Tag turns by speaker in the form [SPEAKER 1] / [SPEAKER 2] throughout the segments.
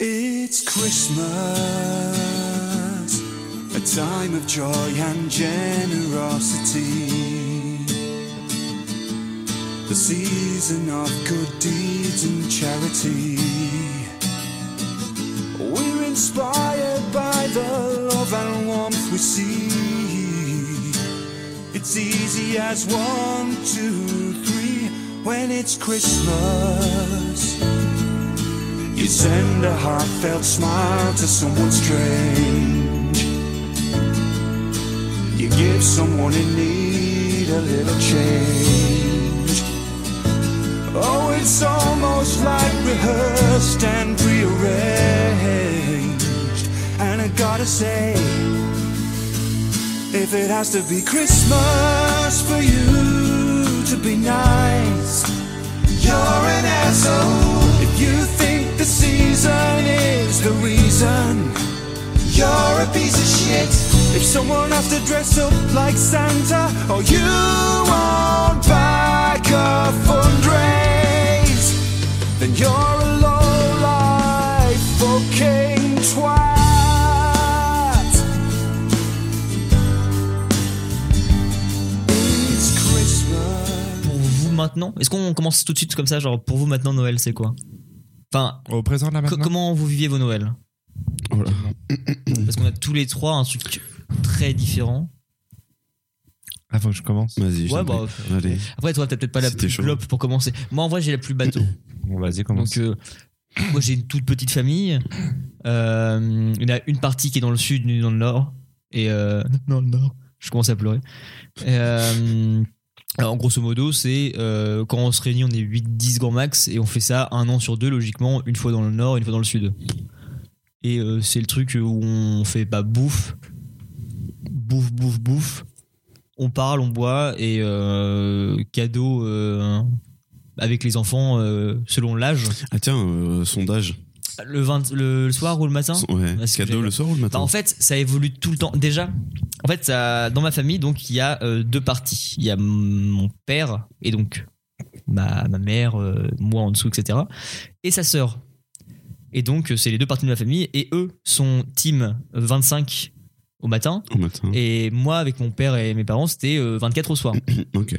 [SPEAKER 1] It's Christmas, a time of joy and generosity. The season of good deeds and charity. We're inspired by the love and warmth we see. It's easy as one, two, three when it's Christmas. You send a heartfelt smile to someone strange. You give someone in need a little change. Oh, it's almost like rehearsed and prearranged. And I gotta say, if it has to be Christmas for you to be nice, you're an asshole. If you think the season is the reason, you're a piece of shit. If someone has to dress up like Santa, or you won't back a fundraise, then you're a low-life fucking twat. It's Christmas.
[SPEAKER 2] Pour vous maintenant Est-ce qu'on commence tout de suite comme ça Genre, pour vous maintenant, Noël, c'est quoi Enfin,
[SPEAKER 3] Au présent de la
[SPEAKER 2] co-
[SPEAKER 3] maintenant.
[SPEAKER 2] comment vous viviez vos Noëls
[SPEAKER 3] Oh là.
[SPEAKER 2] Parce qu'on a tous les trois un truc très différent.
[SPEAKER 3] Ah, faut que je commence.
[SPEAKER 4] Vas-y, je
[SPEAKER 2] Ouais,
[SPEAKER 4] t'en
[SPEAKER 2] bah,
[SPEAKER 4] prie. Allez.
[SPEAKER 2] Après, toi, t'as peut-être pas la
[SPEAKER 4] C'était
[SPEAKER 2] plus
[SPEAKER 4] chaud.
[SPEAKER 2] clope pour commencer. Moi, en vrai, j'ai la plus bateau.
[SPEAKER 3] Bon, vas-y,
[SPEAKER 2] Donc,
[SPEAKER 3] commence.
[SPEAKER 2] euh, moi, j'ai une toute petite famille. Euh, il y en a une partie qui est dans le sud, une dans le nord. Et euh, dans le nord, je commence à pleurer. Euh, alors, grosso modo, c'est euh, quand on se réunit, on est 8-10 grands max et on fait ça un an sur deux, logiquement, une fois dans le nord, une fois dans le sud. Et euh, c'est le truc où on fait pas bouffe, bouffe, bouffe, bouffe. On parle, on boit et euh, cadeau euh, avec les enfants euh, selon l'âge.
[SPEAKER 4] Ah tiens, euh, sondage.
[SPEAKER 2] Le, 20 le, le soir ou le matin
[SPEAKER 4] Son- ouais.
[SPEAKER 2] Ah, c'est que
[SPEAKER 4] Cadeau
[SPEAKER 2] j'ai-
[SPEAKER 4] le soir ou le
[SPEAKER 2] Bah,
[SPEAKER 4] matin
[SPEAKER 2] En fait, ça évolue tout le temps. Déjà, en fait, ça, dans ma famille, donc il y a euh, deux parties. Il y a m- mon père et donc ma, ma mère, euh, moi en dessous, etc. Et sa sœur. Et donc, euh, c'est les deux parties de ma famille. Et eux sont team 25 au matin.
[SPEAKER 4] Au matin.
[SPEAKER 2] Et moi, avec mon père et mes parents, c'était euh, 24 au soir.
[SPEAKER 4] Ok.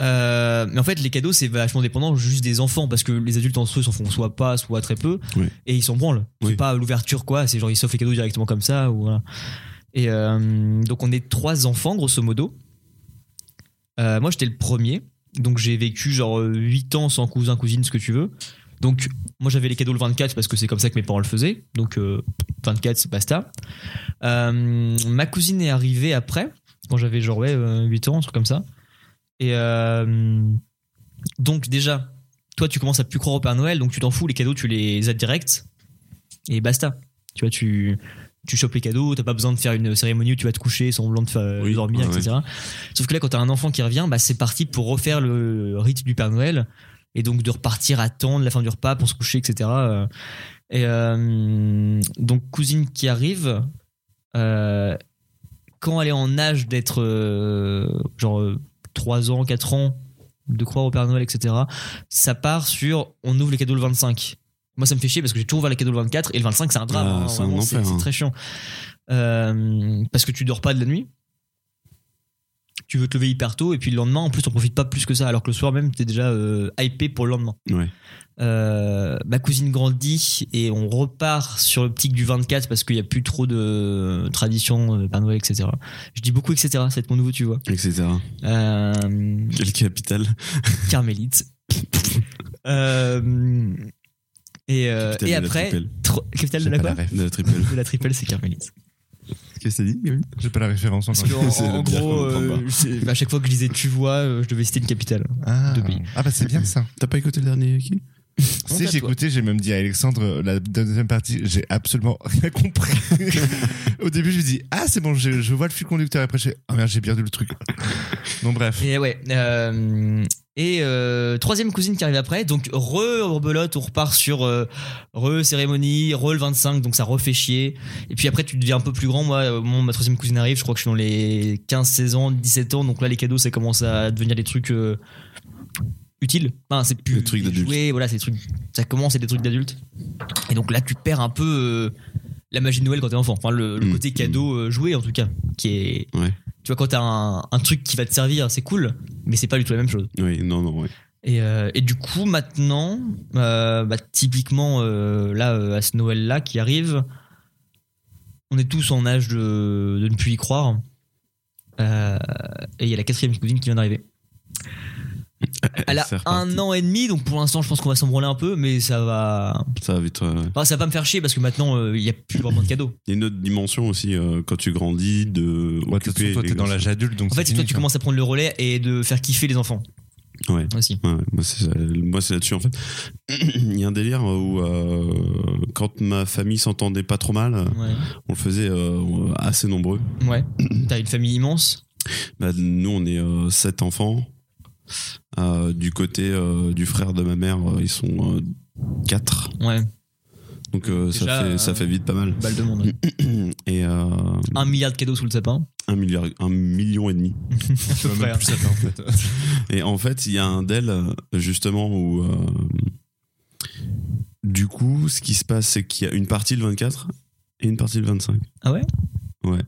[SPEAKER 2] Euh, mais en fait, les cadeaux, c'est vachement dépendant juste des enfants parce que les adultes en soi, ils s'en font soit pas, soit très peu,
[SPEAKER 4] Oui.
[SPEAKER 2] et ils s'en branlent. C'est
[SPEAKER 4] Oui.
[SPEAKER 2] pas l'ouverture, quoi. C'est genre, ils s'offrent les cadeaux directement comme ça, ou voilà. Et euh, donc, on est trois enfants, grosso modo. Euh, moi, j'étais le premier, donc j'ai vécu genre 8 ans sans cousin, cousine, ce que tu veux. Donc, moi, j'avais les cadeaux le 24 parce que c'est comme ça que mes parents le faisaient. Donc, euh, 24, c'est basta. Euh, ma cousine est arrivée après, quand j'avais genre, ouais, euh, 8 ans, un truc comme ça. Et euh, donc déjà, toi tu commences à plus croire au Père Noël, donc tu t'en fous, les cadeaux tu les as direct et basta. Tu vois, tu tu chopes les cadeaux, t'as pas besoin de faire une cérémonie où tu vas te coucher, semblant de faire,
[SPEAKER 4] Oui,
[SPEAKER 2] dormir,
[SPEAKER 4] ouais,
[SPEAKER 2] etc. Sauf que là, quand t'as un enfant qui revient, bah c'est parti pour refaire le rite du Père Noël et donc de repartir attendre la fin du repas pour se coucher, etc. Euh, Et euh, donc cousine qui arrive. euh, quand elle est en âge d'être euh, genre euh, 3 ans, 4 ans, de croire au Père Noël, etc., ça part sur on ouvre les cadeaux le 25. Moi, ça me fait chier parce que j'ai toujours ouvert les cadeaux le 24 et le 25, c'est un drame.
[SPEAKER 4] Ah,
[SPEAKER 2] hein,
[SPEAKER 4] c'est un
[SPEAKER 2] vraiment, c'est
[SPEAKER 4] enfer,
[SPEAKER 2] c'est
[SPEAKER 4] hein.
[SPEAKER 2] très chiant. Euh, parce que tu dors pas de la nuit. Tu veux te lever hyper tôt et puis le lendemain, en plus, on profite pas plus que ça. Alors que le soir même, t'es déjà euh, hypé pour le lendemain.
[SPEAKER 4] Ouais.
[SPEAKER 2] Euh, ma cousine grandit et on repart sur l'optique du 24 parce qu'il n'y a plus trop de traditions euh, Père Noël, etc. Je dis beaucoup, etc. Ça va être mon nouveau, tu vois.
[SPEAKER 4] Etc.
[SPEAKER 2] Euh,
[SPEAKER 4] Quelle capitale
[SPEAKER 2] Carmélite. Euh, et, euh,
[SPEAKER 4] Capitale
[SPEAKER 2] et
[SPEAKER 4] de la
[SPEAKER 2] après,
[SPEAKER 4] tripelle.
[SPEAKER 2] tro- capitale de
[SPEAKER 3] J'ai
[SPEAKER 2] la
[SPEAKER 3] pas
[SPEAKER 2] quoi
[SPEAKER 3] la ref.
[SPEAKER 4] de la triple.
[SPEAKER 2] De la tripelle, c'est Carmélite.
[SPEAKER 4] Qu'est-ce que t'as dit Gavin
[SPEAKER 3] J'ai pas la référence
[SPEAKER 2] Parce
[SPEAKER 3] encore.
[SPEAKER 2] que en-
[SPEAKER 4] C'est
[SPEAKER 2] en,
[SPEAKER 4] le pire qu'on
[SPEAKER 2] gros,
[SPEAKER 4] comprend
[SPEAKER 2] euh, c'est- à chaque fois que je disais tu vois, euh, je devais citer une capitale.
[SPEAKER 3] Ah.
[SPEAKER 2] de pays.
[SPEAKER 3] ah, bah c'est bien ça.
[SPEAKER 4] T'as pas écouté le dernier qui
[SPEAKER 2] Honte
[SPEAKER 3] Si
[SPEAKER 2] à
[SPEAKER 3] j'ai
[SPEAKER 2] toi.
[SPEAKER 3] écouté, j'ai même dit à Alexandre la deuxième partie, j'ai absolument rien compris. Au début, je lui dis ah c'est bon, je, je vois le fil conducteur. Et après, j'ai ah merde, j'ai perdu le truc. non bref.
[SPEAKER 2] Et ouais. euh, et euh, troisième cousine qui arrive après, donc re rebelote, on repart sur euh, re cérémonie, re le 25, donc ça refait chier. Et puis après, tu deviens un peu plus grand. Moi, euh, mon- ma troisième cousine arrive, je crois que je suis dans les 15, 16 ans, 17 ans, donc là, les cadeaux, ça commence à devenir des trucs. euh, utile. Enfin, c'est plus
[SPEAKER 4] Des trucs
[SPEAKER 2] des
[SPEAKER 4] d'adultes.
[SPEAKER 2] jouets, voilà, c'est des trucs. Ça commence c'est des trucs d'adultes. Et donc là, tu perds un peu euh, la magie de Noël quand t'es enfant. Enfin, le, le
[SPEAKER 4] Mm,
[SPEAKER 2] côté cadeau euh, joué en tout cas, qui est.
[SPEAKER 4] Ouais.
[SPEAKER 2] Tu vois, quand t'as un, un truc qui va te servir, c'est cool, mais c'est pas du tout la même chose.
[SPEAKER 4] Oui, non, non, ouais.
[SPEAKER 2] Et, euh, et du coup, maintenant, euh, bah, typiquement, euh, là, euh, à ce Noël-là qui arrive, on est tous en âge de, de ne plus y croire. Euh, et il y a la quatrième cousine qui vient d'arriver. Elle a
[SPEAKER 4] C'est reparti.
[SPEAKER 2] un an et demi, donc pour l'instant, je pense qu'on va s'embrouiller un peu, mais ça va.
[SPEAKER 4] Ça va vite, ouais, ouais.
[SPEAKER 2] Enfin, ça va pas me faire chier parce que maintenant, euh, il y a plus vraiment de cadeaux.
[SPEAKER 4] Il y a une autre dimension aussi euh, quand tu grandis de.
[SPEAKER 3] Ouais, de toute façon,
[SPEAKER 4] occuper
[SPEAKER 3] toi,
[SPEAKER 4] les
[SPEAKER 3] t'es dans
[SPEAKER 4] gosses.
[SPEAKER 3] l'âge adulte, donc
[SPEAKER 2] En fait,
[SPEAKER 3] c'est
[SPEAKER 2] c'est toi,
[SPEAKER 3] fini,
[SPEAKER 2] tu
[SPEAKER 3] quoi.
[SPEAKER 2] commences à prendre le relais et de faire kiffer les enfants
[SPEAKER 4] Ouais.
[SPEAKER 2] aussi.
[SPEAKER 4] Ouais, moi c'est ça. moi c'est là-dessus en fait. Il y a un délire où euh, quand ma famille s'entendait pas trop mal,
[SPEAKER 2] Ouais.
[SPEAKER 4] on le faisait euh, assez nombreux.
[SPEAKER 2] Ouais. T'as une famille immense.
[SPEAKER 4] Bah, nous on est euh, sept enfants. Euh, du côté euh, du frère de ma mère, euh, ils sont euh, quatre.
[SPEAKER 2] Ouais.
[SPEAKER 4] Donc euh,
[SPEAKER 2] Déjà,
[SPEAKER 4] ça fait ça
[SPEAKER 2] euh,
[SPEAKER 4] fait vite pas mal.
[SPEAKER 2] Balle de monde. ouais.
[SPEAKER 4] Et euh,
[SPEAKER 2] Un milliard de cadeaux sous le sapin.
[SPEAKER 4] un milliard, un million et demi.
[SPEAKER 3] Tu vois
[SPEAKER 2] peu
[SPEAKER 3] même
[SPEAKER 2] près,
[SPEAKER 3] plus ça fait, en fait.
[SPEAKER 4] Et en fait, il y a un DEL, euh, justement, où. euh, du coup, ce qui se passe, c'est qu'il y a une partie le 24 et une partie le 25.
[SPEAKER 2] Ah ouais
[SPEAKER 4] Ouais.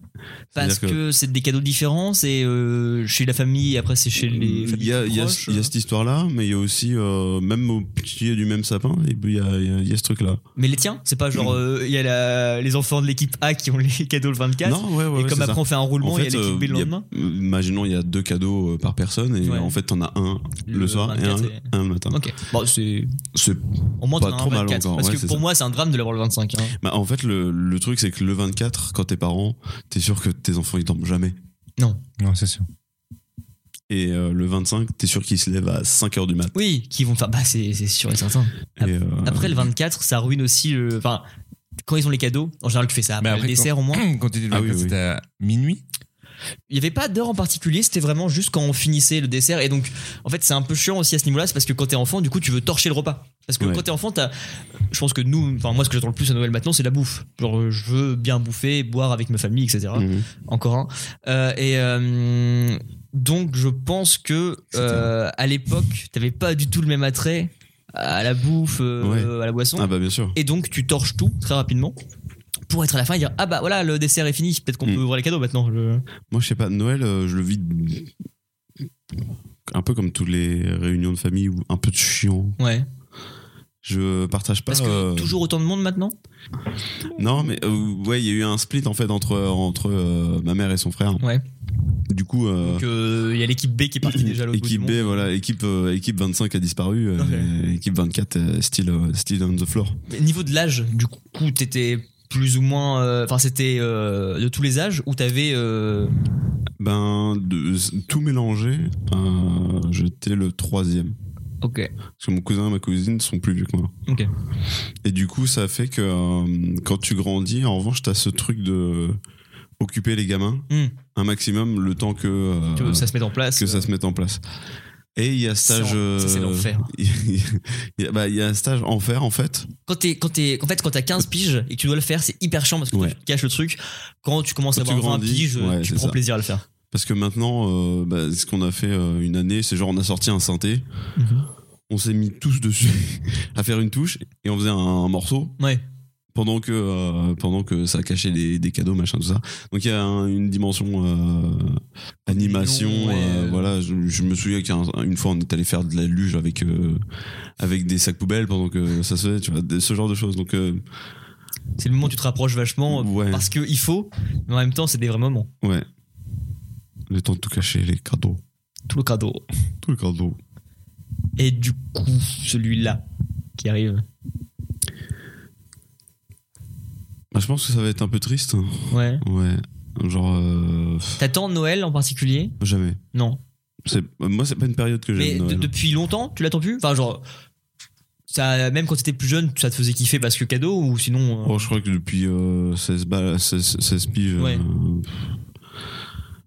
[SPEAKER 2] Parce
[SPEAKER 4] C'est-à-dire
[SPEAKER 2] que, c'est des cadeaux différents, c'est euh, chez la famille, et après c'est chez les
[SPEAKER 4] Il
[SPEAKER 2] familles.
[SPEAKER 4] y a,
[SPEAKER 2] plus
[SPEAKER 4] il y a-
[SPEAKER 2] proches,
[SPEAKER 4] il y a
[SPEAKER 2] euh.
[SPEAKER 4] cette histoire-là, mais il y a aussi, euh, même au pied du même sapin, et puis il y a, il y a- il y a ce truc-là.
[SPEAKER 2] Mais les tiens, c'est pas genre euh, il y a la- les enfants de l'équipe A qui ont les cadeaux le 24.
[SPEAKER 4] Non, ouais, ouais,
[SPEAKER 2] et
[SPEAKER 4] ouais,
[SPEAKER 2] comme
[SPEAKER 4] c'est
[SPEAKER 2] après
[SPEAKER 4] ça.
[SPEAKER 2] on fait un roulement,
[SPEAKER 4] En
[SPEAKER 2] il
[SPEAKER 4] fait,
[SPEAKER 2] y a l'équipe B le
[SPEAKER 4] euh, il y a-
[SPEAKER 2] lendemain.
[SPEAKER 4] Imaginons, il y a deux cadeaux euh, par personne, et
[SPEAKER 2] Ouais.
[SPEAKER 4] en fait, t'en as un le,
[SPEAKER 2] Le
[SPEAKER 4] soir et
[SPEAKER 2] 24
[SPEAKER 4] un,
[SPEAKER 2] et-
[SPEAKER 4] un le matin.
[SPEAKER 2] Ok. Bon, c'est
[SPEAKER 4] C'est
[SPEAKER 2] au moins
[SPEAKER 4] Pas
[SPEAKER 2] t'en as un
[SPEAKER 4] trop mal
[SPEAKER 2] 24,
[SPEAKER 4] encore,
[SPEAKER 2] Parce
[SPEAKER 4] ouais,
[SPEAKER 2] que
[SPEAKER 4] c'est
[SPEAKER 2] pour
[SPEAKER 4] ça.
[SPEAKER 2] moi, c'est un drame de l'avoir le 25. hein.
[SPEAKER 4] Bah, en fait, le, le truc, c'est que le 24, quand t'es parent, t'es sûr que tes enfants, ils dorment jamais.
[SPEAKER 3] Non, c'est sûr.
[SPEAKER 4] Et euh, le 25, t'es sûr qu'ils se lèvent à 5h du mat.
[SPEAKER 2] Oui, qui vont faire. Bah, c'est c'est sûr et certain.
[SPEAKER 4] Et, euh,
[SPEAKER 2] Après le 24, ça ruine aussi. le- Enfin, quand ils ont les cadeaux, en général, tu fais ça après, le
[SPEAKER 3] Mais après,
[SPEAKER 2] dessert au moins.
[SPEAKER 3] Quand tu dis le
[SPEAKER 4] Ah oui,
[SPEAKER 3] 24,
[SPEAKER 4] oui.
[SPEAKER 3] c'était à minuit.
[SPEAKER 2] Il n'y avait pas d'heure en particulier, c'était vraiment juste quand on finissait le dessert. Et donc, en fait, c'est un peu chiant aussi à ce niveau-là, c'est parce que quand t'es enfant, du coup, tu veux torcher le repas. Parce que
[SPEAKER 4] Ouais.
[SPEAKER 2] quand t'es enfant, t'as. Je pense que nous, enfin, moi, ce que j'attends le plus à Noël maintenant, c'est la bouffe. Genre, euh, je veux bien bouffer, boire avec ma famille, etc.
[SPEAKER 3] Mm.
[SPEAKER 4] mhm.
[SPEAKER 2] Encore un. Euh, et. euh, donc, je pense que euh, à l'époque, t'avais pas du tout le même attrait à la bouffe, euh, à la boisson.
[SPEAKER 4] Ah bah bien sûr.
[SPEAKER 2] Et donc, tu torches tout très rapidement pour être à la fin et dire Ah bah voilà, le dessert est fini, peut-être qu'on
[SPEAKER 4] Mm.
[SPEAKER 2] peut ouvrir les cadeaux maintenant. Je-
[SPEAKER 4] Moi, je sais pas, Noël, euh, je le vis un peu comme toutes les réunions de famille, ou un peu de chiant.
[SPEAKER 2] Ouais.
[SPEAKER 4] Je partage pas.
[SPEAKER 2] Parce que
[SPEAKER 4] euh,
[SPEAKER 2] toujours autant de monde maintenant
[SPEAKER 4] Non, mais euh, ouais, il y a eu un split en fait entre, entre euh, ma mère et son frère.
[SPEAKER 2] Ouais.
[SPEAKER 4] Du coup, euh,
[SPEAKER 2] Donc euh, il y a l'équipe B qui est partie déjà à l'autre bout du
[SPEAKER 4] équipe
[SPEAKER 2] monde.
[SPEAKER 4] B, voilà, équipe, euh, équipe 25 a disparu, euh,
[SPEAKER 2] Ok.
[SPEAKER 4] et équipe 24, euh, still, euh, still on the floor.
[SPEAKER 2] Mais Niveau de l'âge, du coup, t'étais plus ou moins. euh, Enfin, c'était euh, de tous les âges où t'avais. euh,
[SPEAKER 4] Ben, de- tout mélangé, euh, j'étais le troisième.
[SPEAKER 2] Ok.
[SPEAKER 4] Parce que mon cousin et ma cousine sont plus vieux que moi.
[SPEAKER 2] Ok.
[SPEAKER 4] Et du coup, ça fait que euh, quand tu grandis, en revanche, t'as ce truc de occuper les gamins
[SPEAKER 2] Hmm.
[SPEAKER 4] un maximum le temps que, euh,
[SPEAKER 2] Que ça se mette en place.
[SPEAKER 4] que ça se mette en place. Et il y a
[SPEAKER 2] C'est
[SPEAKER 4] stage.
[SPEAKER 2] en- ça, c'est
[SPEAKER 4] euh,
[SPEAKER 2] l'enfer.
[SPEAKER 4] Il y a- il y a- bah, il y a un stage enfer en fait.
[SPEAKER 2] Quand t'es, quand t'es, en fait, quand t'as 15 piges et que tu dois le faire, c'est hyper chiant parce que toi,
[SPEAKER 4] Ouais.
[SPEAKER 2] tu caches le truc. Quand tu commences
[SPEAKER 4] Quand
[SPEAKER 2] à
[SPEAKER 4] tu
[SPEAKER 2] avoir 20
[SPEAKER 4] grandis,
[SPEAKER 2] piges,
[SPEAKER 4] ouais,
[SPEAKER 2] tu
[SPEAKER 4] c'est
[SPEAKER 2] prends
[SPEAKER 4] ça.
[SPEAKER 2] plaisir à le faire.
[SPEAKER 4] Parce que maintenant, euh, bah, ce qu'on a fait euh, une année, c'est genre on a sorti un synthé,
[SPEAKER 2] Mhm.
[SPEAKER 4] on s'est mis tous dessus à faire une touche et on faisait un- un morceau.
[SPEAKER 2] Ouais.
[SPEAKER 4] pendant que euh, pendant que ça cachait des, des cadeaux machin tout ça donc il y a un- une dimension euh, animation
[SPEAKER 2] ouais.
[SPEAKER 4] euh, voilà je, je me souviens qu'une fois on est allé faire de la luge avec euh, avec des sacs poubelles pendant que ça se faisait tu vois des- ce genre de choses donc euh,
[SPEAKER 2] C'est le moment où tu te rapproches vachement euh,
[SPEAKER 4] Ouais.
[SPEAKER 2] parce qu'il faut, mais en même temps, c'est des vrais moments.
[SPEAKER 4] ouais le temps de tout cacher les cadeaux
[SPEAKER 2] Tout le cadeau.
[SPEAKER 4] tout le cadeau
[SPEAKER 2] Et du coup, celui-là qui arrive.
[SPEAKER 4] Bah, je pense que ça va être un peu triste hein.
[SPEAKER 2] Ouais.
[SPEAKER 4] ouais genre euh, pff,
[SPEAKER 2] T'attends Noël en particulier
[SPEAKER 4] jamais
[SPEAKER 2] Non.
[SPEAKER 4] c'est moi c'est pas une période que
[SPEAKER 2] Mais
[SPEAKER 4] j'aime
[SPEAKER 2] de-
[SPEAKER 4] Noël.
[SPEAKER 2] depuis longtemps, tu l'attends plus Enfin, genre. Ça, même quand t'étais plus jeune, ça te faisait kiffer parce que cadeau ou sinon. euh,
[SPEAKER 4] Oh, je crois que depuis euh, 16, balles, 16, 16 piges.
[SPEAKER 2] Ouais.
[SPEAKER 4] euh,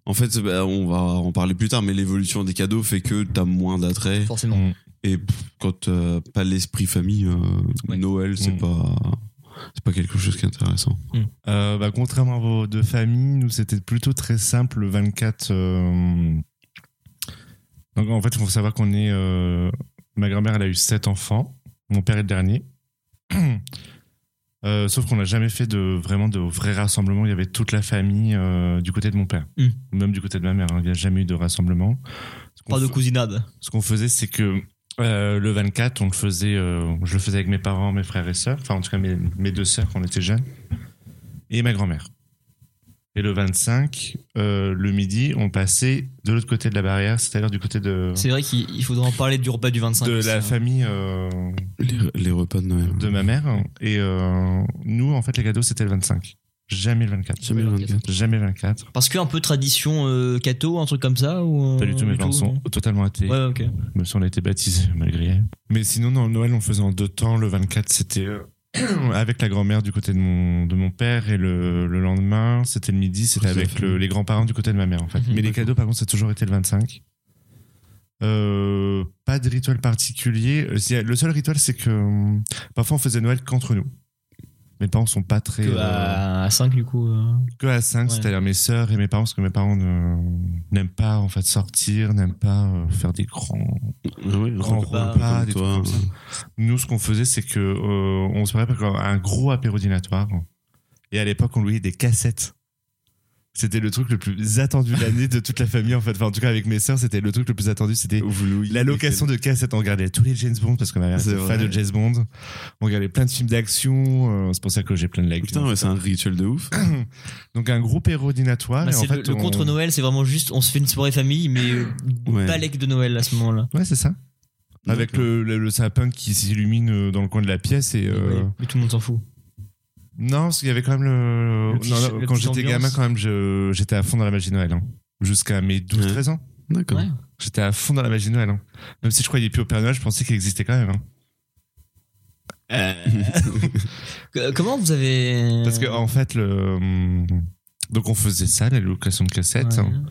[SPEAKER 4] en fait, bah, on va en parler plus tard, mais l'évolution des cadeaux fait que t'as moins d'attrait.
[SPEAKER 2] forcément.
[SPEAKER 4] Et pff, quand t'as pas l'esprit famille, euh,
[SPEAKER 2] Ouais.
[SPEAKER 4] Noël, c'est
[SPEAKER 3] Mm.
[SPEAKER 4] pas. C'est pas quelque chose qui est intéressant.
[SPEAKER 3] Euh, bah, contrairement à vos deux familles, nous c'était plutôt très simple le 24. euh, Donc en fait, il faut savoir qu'on est euh, Ma grand-mère, elle a eu sept enfants. Mon père est le dernier. Euh, sauf qu'on n'a jamais fait de vraiment de vrais rassemblements. Il y avait toute la famille euh, du côté de mon père,
[SPEAKER 2] Hmm.
[SPEAKER 3] Ou même du côté de ma mère. hein. Il n'y a jamais eu de rassemblement. Ce qu'on
[SPEAKER 2] Pas de
[SPEAKER 3] fa-
[SPEAKER 2] cousinade.
[SPEAKER 3] ce qu'on faisait, c'est que euh, le 24, on le faisait, euh, je le faisais avec mes parents, mes frères et sœurs, enfin en tout cas mes, mes deux sœurs quand on était jeunes, et ma grand-mère. Et le 25, euh, le midi, on passait de l'autre côté de la barrière, c'est-à-dire du côté de,
[SPEAKER 2] C'est vrai qu'il il faudra en parler du repas du hein. 25.
[SPEAKER 3] de
[SPEAKER 2] ça.
[SPEAKER 3] la famille euh,
[SPEAKER 4] Les, les repas de Noël.
[SPEAKER 3] de ma mère. Et euh, nous, en fait, les cadeaux, c'était le 25. Jamais le 24.
[SPEAKER 4] Jamais le 24.
[SPEAKER 3] Jamais le 24.
[SPEAKER 2] Parce que un peu tradition euh, catho, un truc comme ça ou, euh,
[SPEAKER 3] Pas du tout, mes parents sont
[SPEAKER 2] non
[SPEAKER 3] totalement athées.
[SPEAKER 2] Ouais, ok.
[SPEAKER 3] Même si on a été baptisé malgré elle. Mais sinon, non, Noël, on faisait en deux temps. Le 24, c'était euh, avec la grand-mère du côté de mon, de mon père. Et le, le lendemain, c'était le midi, c'était
[SPEAKER 4] Ouais,
[SPEAKER 3] avec
[SPEAKER 4] c'est
[SPEAKER 3] le- les grands-parents du côté de ma mère, en fait.
[SPEAKER 2] Mhm.
[SPEAKER 3] Mais les cadeaux, par contre, ça a toujours été le 25. Euh, pas de rituel particulier. Euh, si, Le seul rituel, c'est que euh, parfois on faisait Noël qu'entre nous. Mes parents sont pas très.
[SPEAKER 2] Que
[SPEAKER 3] euh,
[SPEAKER 2] à, 5 du coup. euh,
[SPEAKER 3] que à 5,
[SPEAKER 2] Ouais.
[SPEAKER 3] c'est-à-dire mes sœurs et mes parents, parce que mes parents ne- n'aiment pas en fait sortir, n'aiment pas euh, faire des grands
[SPEAKER 4] Ah ouais,
[SPEAKER 3] Grand
[SPEAKER 4] un peu
[SPEAKER 2] repas,
[SPEAKER 4] comme
[SPEAKER 3] des
[SPEAKER 4] toi.
[SPEAKER 3] trucs comme Nous, ce qu'on faisait, c'est que euh, on se préparait pour un gros apéro dînatoire. Et à l'époque, on louait des cassettes. C'était le truc le plus attendu de l'année de toute la famille, en fait. Enfin, en tout cas, avec mes sœurs, c'était le truc le plus attendu. C'était
[SPEAKER 4] Vous louez-
[SPEAKER 3] la location de cassettes. On regardait tous les James Bond, parce que ma mère
[SPEAKER 4] C'est
[SPEAKER 3] était fan
[SPEAKER 4] vrai.
[SPEAKER 3] de James Bond. On regardait plein de films d'action. euh, c'est pour ça que j'ai plein de likes.
[SPEAKER 4] Putain, ouais, c'est un rituel de ouf.
[SPEAKER 3] Donc, un gros apéro dînatoire.
[SPEAKER 2] bah,
[SPEAKER 3] et Ah, en
[SPEAKER 2] c'est le,
[SPEAKER 3] fait,
[SPEAKER 2] le
[SPEAKER 3] on-
[SPEAKER 2] contre-Noël, c'est vraiment juste on se fait une soirée famille, mais euh,
[SPEAKER 4] Ouais.
[SPEAKER 2] balèque de Noël à ce moment-là.
[SPEAKER 3] Ouais, c'est ça.
[SPEAKER 2] euh,
[SPEAKER 3] Avec
[SPEAKER 4] D'accord.
[SPEAKER 3] le, le- le sapin qui s'illumine euh, dans le coin de la pièce et... euh,
[SPEAKER 2] Ouais, Mais tout le monde s'en fout.
[SPEAKER 3] Non, parce qu'il y avait quand même le.
[SPEAKER 2] Le petit-
[SPEAKER 3] Non, non,
[SPEAKER 2] le
[SPEAKER 3] quand
[SPEAKER 2] petit
[SPEAKER 3] j'étais
[SPEAKER 2] ambiance.
[SPEAKER 3] gamin, quand même, je- j'étais à fond dans la magie de Noël. hein. Jusqu'à mes 12-13 ans,
[SPEAKER 4] D'accord.
[SPEAKER 2] Ouais.
[SPEAKER 3] j'étais à fond dans la magie de Noël. hein. Même si je croyais plus au Père Noël, je pensais qu'il existait quand même. hein.
[SPEAKER 4] Euh,
[SPEAKER 2] Que- comment vous avez.
[SPEAKER 3] Parce que, en fait, le. hum, Donc, on faisait ça, la location de cassettes.
[SPEAKER 2] Ouais.
[SPEAKER 3] hein.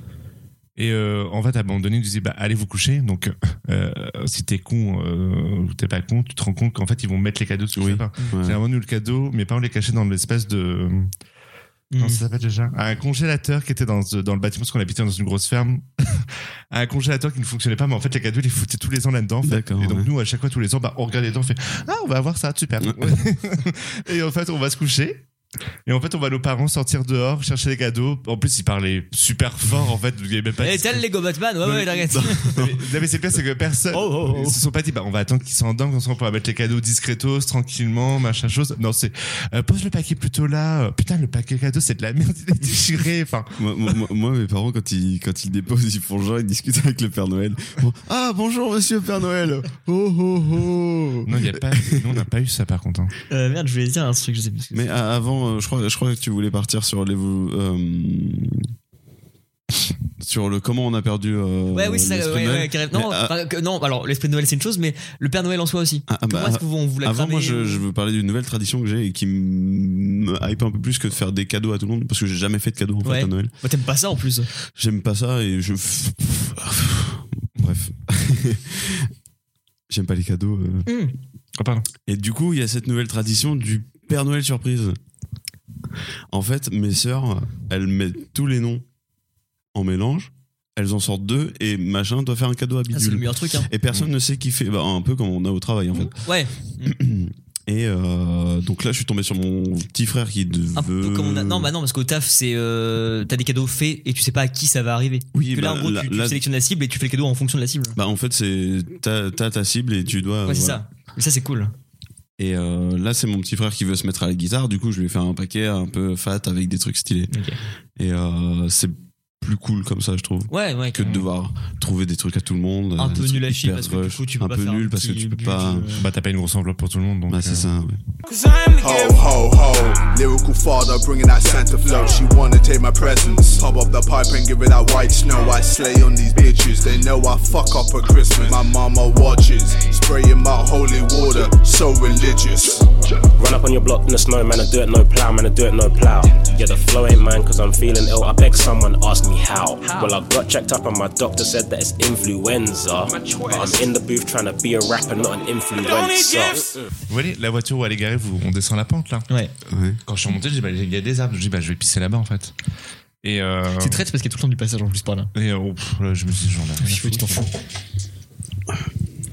[SPEAKER 3] Et euh, en fait, à un moment donné, ils disaient, bah, allez vous coucher. Donc, euh, si t'es con euh, ou t'es pas con, tu te rends compte qu'en fait, ils vont mettre les cadeaux sous
[SPEAKER 4] Oui.
[SPEAKER 3] le sapin.
[SPEAKER 4] Ouais.
[SPEAKER 3] Généralement, nous, le cadeau, mes parents les cachaient dans l'espèce de. hum,
[SPEAKER 2] Mm.
[SPEAKER 3] Comment ça s'appelle déjà Un congélateur qui était dans, ce- dans le bâtiment, parce qu'on habitait dans une grosse ferme. un congélateur qui ne fonctionnait pas, mais en fait, les cadeaux, ils les foutaient tous les ans là-dedans. en fait.
[SPEAKER 4] D'accord,
[SPEAKER 3] Et donc,
[SPEAKER 4] ouais.
[SPEAKER 3] nous, à chaque fois, tous les ans, bah, on regardait dedans, on fait Ah, on va avoir ça, super. et en fait, on va se coucher. Et en fait, on va nos parents sortir dehors, chercher les cadeaux. En plus, ils parlaient super fort, en fait. Il y avait même pas de
[SPEAKER 2] Eh, t'as le Lego Batman Ouais,
[SPEAKER 3] Non,
[SPEAKER 2] ouais,
[SPEAKER 3] mais-
[SPEAKER 2] t'inquiète.
[SPEAKER 3] non, mais, non, mais c'est le pire, c'est que personne.
[SPEAKER 2] Oh, oh, oh.
[SPEAKER 3] Ils se sont pas dit, bah, on va attendre qu'ils s'endorment, comme ça on pourra mettre les cadeaux discretos, tranquillement, machin chose. Non, c'est, euh, pose le paquet plutôt là. Euh, Putain, le paquet cadeau, c'est de la merde, il est déchiré. Enfin,
[SPEAKER 4] Moi, moi- moi- moi, mes parents, quand ils, quand ils déposent, ils font genre, ils discutent avec le Père Noël. Bon, ah, bonjour, monsieur Père Noël. Oh, oh, oh.
[SPEAKER 3] non, il y a pas, nous, on n'a pas eu ça par contre. hein.
[SPEAKER 2] Euh, merde, je voulais dire un truc, je sais plus. ce que
[SPEAKER 4] Mais a- avant, euh, je crois, je crois que tu voulais partir sur les, euh, sur le comment on a perdu. euh,
[SPEAKER 2] c'est. Ouais, oui, c'est ça.
[SPEAKER 4] l'esprit
[SPEAKER 2] Ouais,
[SPEAKER 4] de Noël.
[SPEAKER 2] ouais, carrément. Non,
[SPEAKER 4] Mais, euh,
[SPEAKER 2] enfin, que- non, alors l'esprit de Noël, c'est une chose, mais le Père Noël en soi aussi.
[SPEAKER 4] Ah, ah, bah,
[SPEAKER 2] Comment est-ce que vous, on vous l'a
[SPEAKER 4] Avant, moi,
[SPEAKER 2] cramé
[SPEAKER 4] je, je veux parler d'une nouvelle tradition que j'ai et qui me hype un peu plus que de faire des cadeaux à tout le monde parce que j'ai jamais fait de cadeaux en
[SPEAKER 2] Ouais.
[SPEAKER 4] fait à Noël.
[SPEAKER 2] Bah, T'aimes pas ça en plus.
[SPEAKER 4] J'aime pas ça et je. Bref. J'aime pas les cadeaux. euh.
[SPEAKER 2] Mm.
[SPEAKER 3] Oh, pardon.
[SPEAKER 4] Et du coup, il y a cette nouvelle tradition du Père Noël surprise. En fait, mes sœurs, elles mettent tous les noms en mélange, elles en sortent deux et machin doit faire un cadeau à
[SPEAKER 2] Ah, c'est le
[SPEAKER 4] bidule.
[SPEAKER 2] meilleur truc. Hein.
[SPEAKER 4] Et personne ne sait qui fait. Bah, un peu comme on a au travail en fait.
[SPEAKER 2] Ouais, Mm.
[SPEAKER 4] Et euh, donc là, je suis tombé sur mon petit frère qui veut.
[SPEAKER 2] un peu comme on a. Non, bah non, parce qu'au taf, c'est. euh, T'as des cadeaux faits et tu sais pas à qui ça va arriver.
[SPEAKER 4] Oui,
[SPEAKER 2] que là,
[SPEAKER 4] bah,
[SPEAKER 2] en gros, tu, tu
[SPEAKER 4] là-
[SPEAKER 2] sélectionnes la cible et tu fais le cadeau en fonction de la cible.
[SPEAKER 4] bah, en fait, c'est t'as t'as ta cible et tu dois.
[SPEAKER 2] ouais, c'est
[SPEAKER 4] Ah, voilà.
[SPEAKER 2] ça. Mais ça, c'est cool.
[SPEAKER 4] Et euh, là, c'est mon petit frère qui veut se mettre à la guitare. Du coup, je lui ai fait un paquet un peu fat avec des trucs stylés.
[SPEAKER 2] Ok.
[SPEAKER 4] Et euh, c'est plus cool comme ça, je trouve.
[SPEAKER 2] Ouais, ouais.
[SPEAKER 4] Que de devoir trouver des trucs à tout le monde. euh,
[SPEAKER 2] un
[SPEAKER 4] des
[SPEAKER 2] peu
[SPEAKER 4] trucs
[SPEAKER 2] nul à chier
[SPEAKER 4] hyper
[SPEAKER 2] parce que du
[SPEAKER 4] rush.
[SPEAKER 2] coup, tu peux
[SPEAKER 4] Un
[SPEAKER 2] pas
[SPEAKER 4] peu
[SPEAKER 2] faire
[SPEAKER 4] nul
[SPEAKER 2] un
[SPEAKER 4] parce que
[SPEAKER 2] petit
[SPEAKER 4] tu peux
[SPEAKER 2] but,
[SPEAKER 4] pas.
[SPEAKER 2] euh,
[SPEAKER 3] Bah, t'as pas une grosse enveloppe pour tout le monde, donc.
[SPEAKER 4] Bah, c'est
[SPEAKER 3] euh,
[SPEAKER 4] ça. ouais.
[SPEAKER 5] Cause I'm the
[SPEAKER 6] Ho, ho, ho. Lyrical father bringing that Santa flow. She wanna take my presents. Pop up the pipe and give her that white snow. I slay on these bitches. They know I fuck up at Christmas. My mama watches. Spraying my holy water. So religious.
[SPEAKER 7] Run up on your block in the snow, man. I do it no plow, man. I do it no plow. Yeah, the flow ain't mine, cause I'm feeling ill. I beg someone, ask me how. Well, I got checked up, and my doctor said that it's influenza. But I'm in the booth trying to be a rapper, not an influencer.
[SPEAKER 3] Vous voyez, la voiture où elle est garée, vous, on descend la pente là.
[SPEAKER 2] Ouais.
[SPEAKER 4] Ouais.
[SPEAKER 3] Quand je suis remonté, j'ai dit, bah, il y a des arbres. Je dis, bah, je vais pisser là-bas en fait. Et, euh,
[SPEAKER 2] C'est traite parce qu'il y a tout le temps du passage en plus par là.
[SPEAKER 3] et euh, oh, pff, là, je me suis dit, j'en ai rien à
[SPEAKER 2] Je fais, tu t'en
[SPEAKER 3] foutre.
[SPEAKER 2] fous.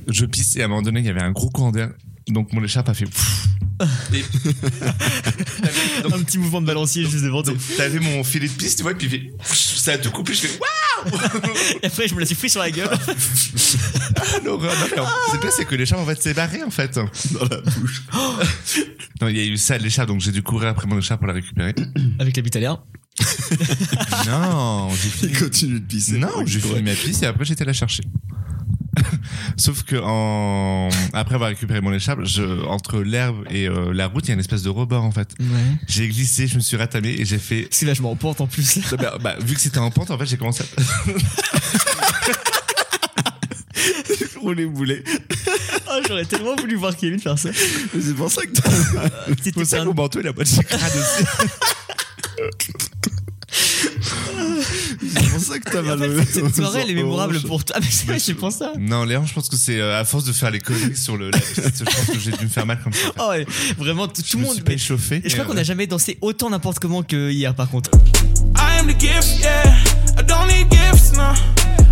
[SPEAKER 3] je pisse et à un moment donné, il y avait un gros courant d'air. Donc mon écharpe a fait. pfff. Et- T'avais- donc,
[SPEAKER 2] Un petit mouvement de balancier juste devant.
[SPEAKER 3] donc, T'avais mon filet de piste, tu vois, et puis il fait, pfff, ça a tout coupé. Je fais
[SPEAKER 2] Et après, je me la suis pris sur la gueule.
[SPEAKER 3] waouh, l'horreur. Non, mais en- C'est pire, c'est que l'écharpe en fait s'est barrée en fait.
[SPEAKER 4] dans la bouche.
[SPEAKER 3] Non, il y a eu ça, l'écharpe, donc j'ai dû courir après mon écharpe pour la récupérer.
[SPEAKER 2] Avec la bite à l'air.
[SPEAKER 3] non, j'ai
[SPEAKER 4] Il continue de pisser.
[SPEAKER 3] Non, j'ai fini ma piste et après j'étais la chercher. Sauf que en... après avoir récupéré mon écharpe, je... entre l'herbe et euh, la route, il y a une espèce de rebord en fait.
[SPEAKER 2] Ouais.
[SPEAKER 3] J'ai glissé, je me suis ratamé et j'ai fait.
[SPEAKER 2] C'est vachement en porte en plus. là.
[SPEAKER 3] Non, bah, bah, vu que c'était en pente, en fait, j'ai commencé. À...
[SPEAKER 4] Rouler boulet.
[SPEAKER 2] Ah, j'aurais tellement voulu voir Kevin faire ça.
[SPEAKER 4] Mais C'est pour ça que t'as-
[SPEAKER 2] C'était
[SPEAKER 3] Faut ça
[SPEAKER 2] un-
[SPEAKER 3] que mon manteau, il a moitié
[SPEAKER 2] Ah,
[SPEAKER 3] crade aussi.
[SPEAKER 4] c'est pour ça que t'as
[SPEAKER 2] En
[SPEAKER 4] mal
[SPEAKER 2] fait,
[SPEAKER 4] au-
[SPEAKER 2] cette soirée, elle est
[SPEAKER 4] au
[SPEAKER 2] mémorable
[SPEAKER 4] hanche.
[SPEAKER 2] pour toi. Ah, mais c'est vrai, c'est pour ça.
[SPEAKER 3] Non, Léon, je pense que c'est euh, à force de faire les conneries sur le. La piste, je pense que j'ai dû me faire mal comme ça.
[SPEAKER 2] Oh, ouais. vraiment, tout
[SPEAKER 3] Je
[SPEAKER 2] tout le
[SPEAKER 3] me
[SPEAKER 2] monde.
[SPEAKER 3] suis pas
[SPEAKER 2] mais-
[SPEAKER 3] échauffé.
[SPEAKER 2] Et je crois
[SPEAKER 3] et,
[SPEAKER 2] qu'on n'a jamais dansé autant n'importe comment que hier, par contre.
[SPEAKER 5] I am the gift, yeah. I don't need gifts, no.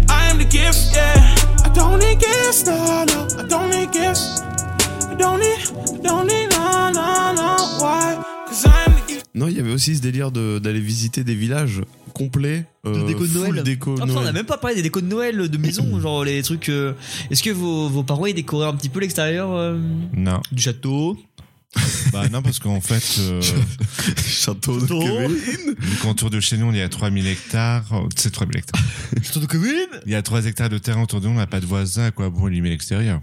[SPEAKER 5] I am the gift, yeah. I don't need gifts, no, no. I don't need gifts. I don't need, I don't need, no, no, no. Why? Cause I am the gift.
[SPEAKER 4] Non, il y avait aussi ce délire de- d'aller visiter des villages complets. euh,
[SPEAKER 2] déco de
[SPEAKER 4] full
[SPEAKER 2] Noël.
[SPEAKER 4] déco
[SPEAKER 2] Ah, putain, on
[SPEAKER 4] Noël.
[SPEAKER 2] n'a même pas parlé des décos de Noël de maison, genre les trucs. euh, Est-ce que vos, vos parents ils décoraient un petit peu l'extérieur euh,
[SPEAKER 3] euh, Non.
[SPEAKER 2] du château
[SPEAKER 3] Bah, non, parce qu'en fait, euh,
[SPEAKER 4] Château de
[SPEAKER 2] Château.
[SPEAKER 4] Kevin.
[SPEAKER 3] le contour de chez nous, il y a 3000 hectares. Oh, C'est 3000 hectares.
[SPEAKER 2] Château de commune
[SPEAKER 3] Il y a 3 hectares de terrain autour de nous, on n'a pas de voisins, à quoi bon allumer l'extérieur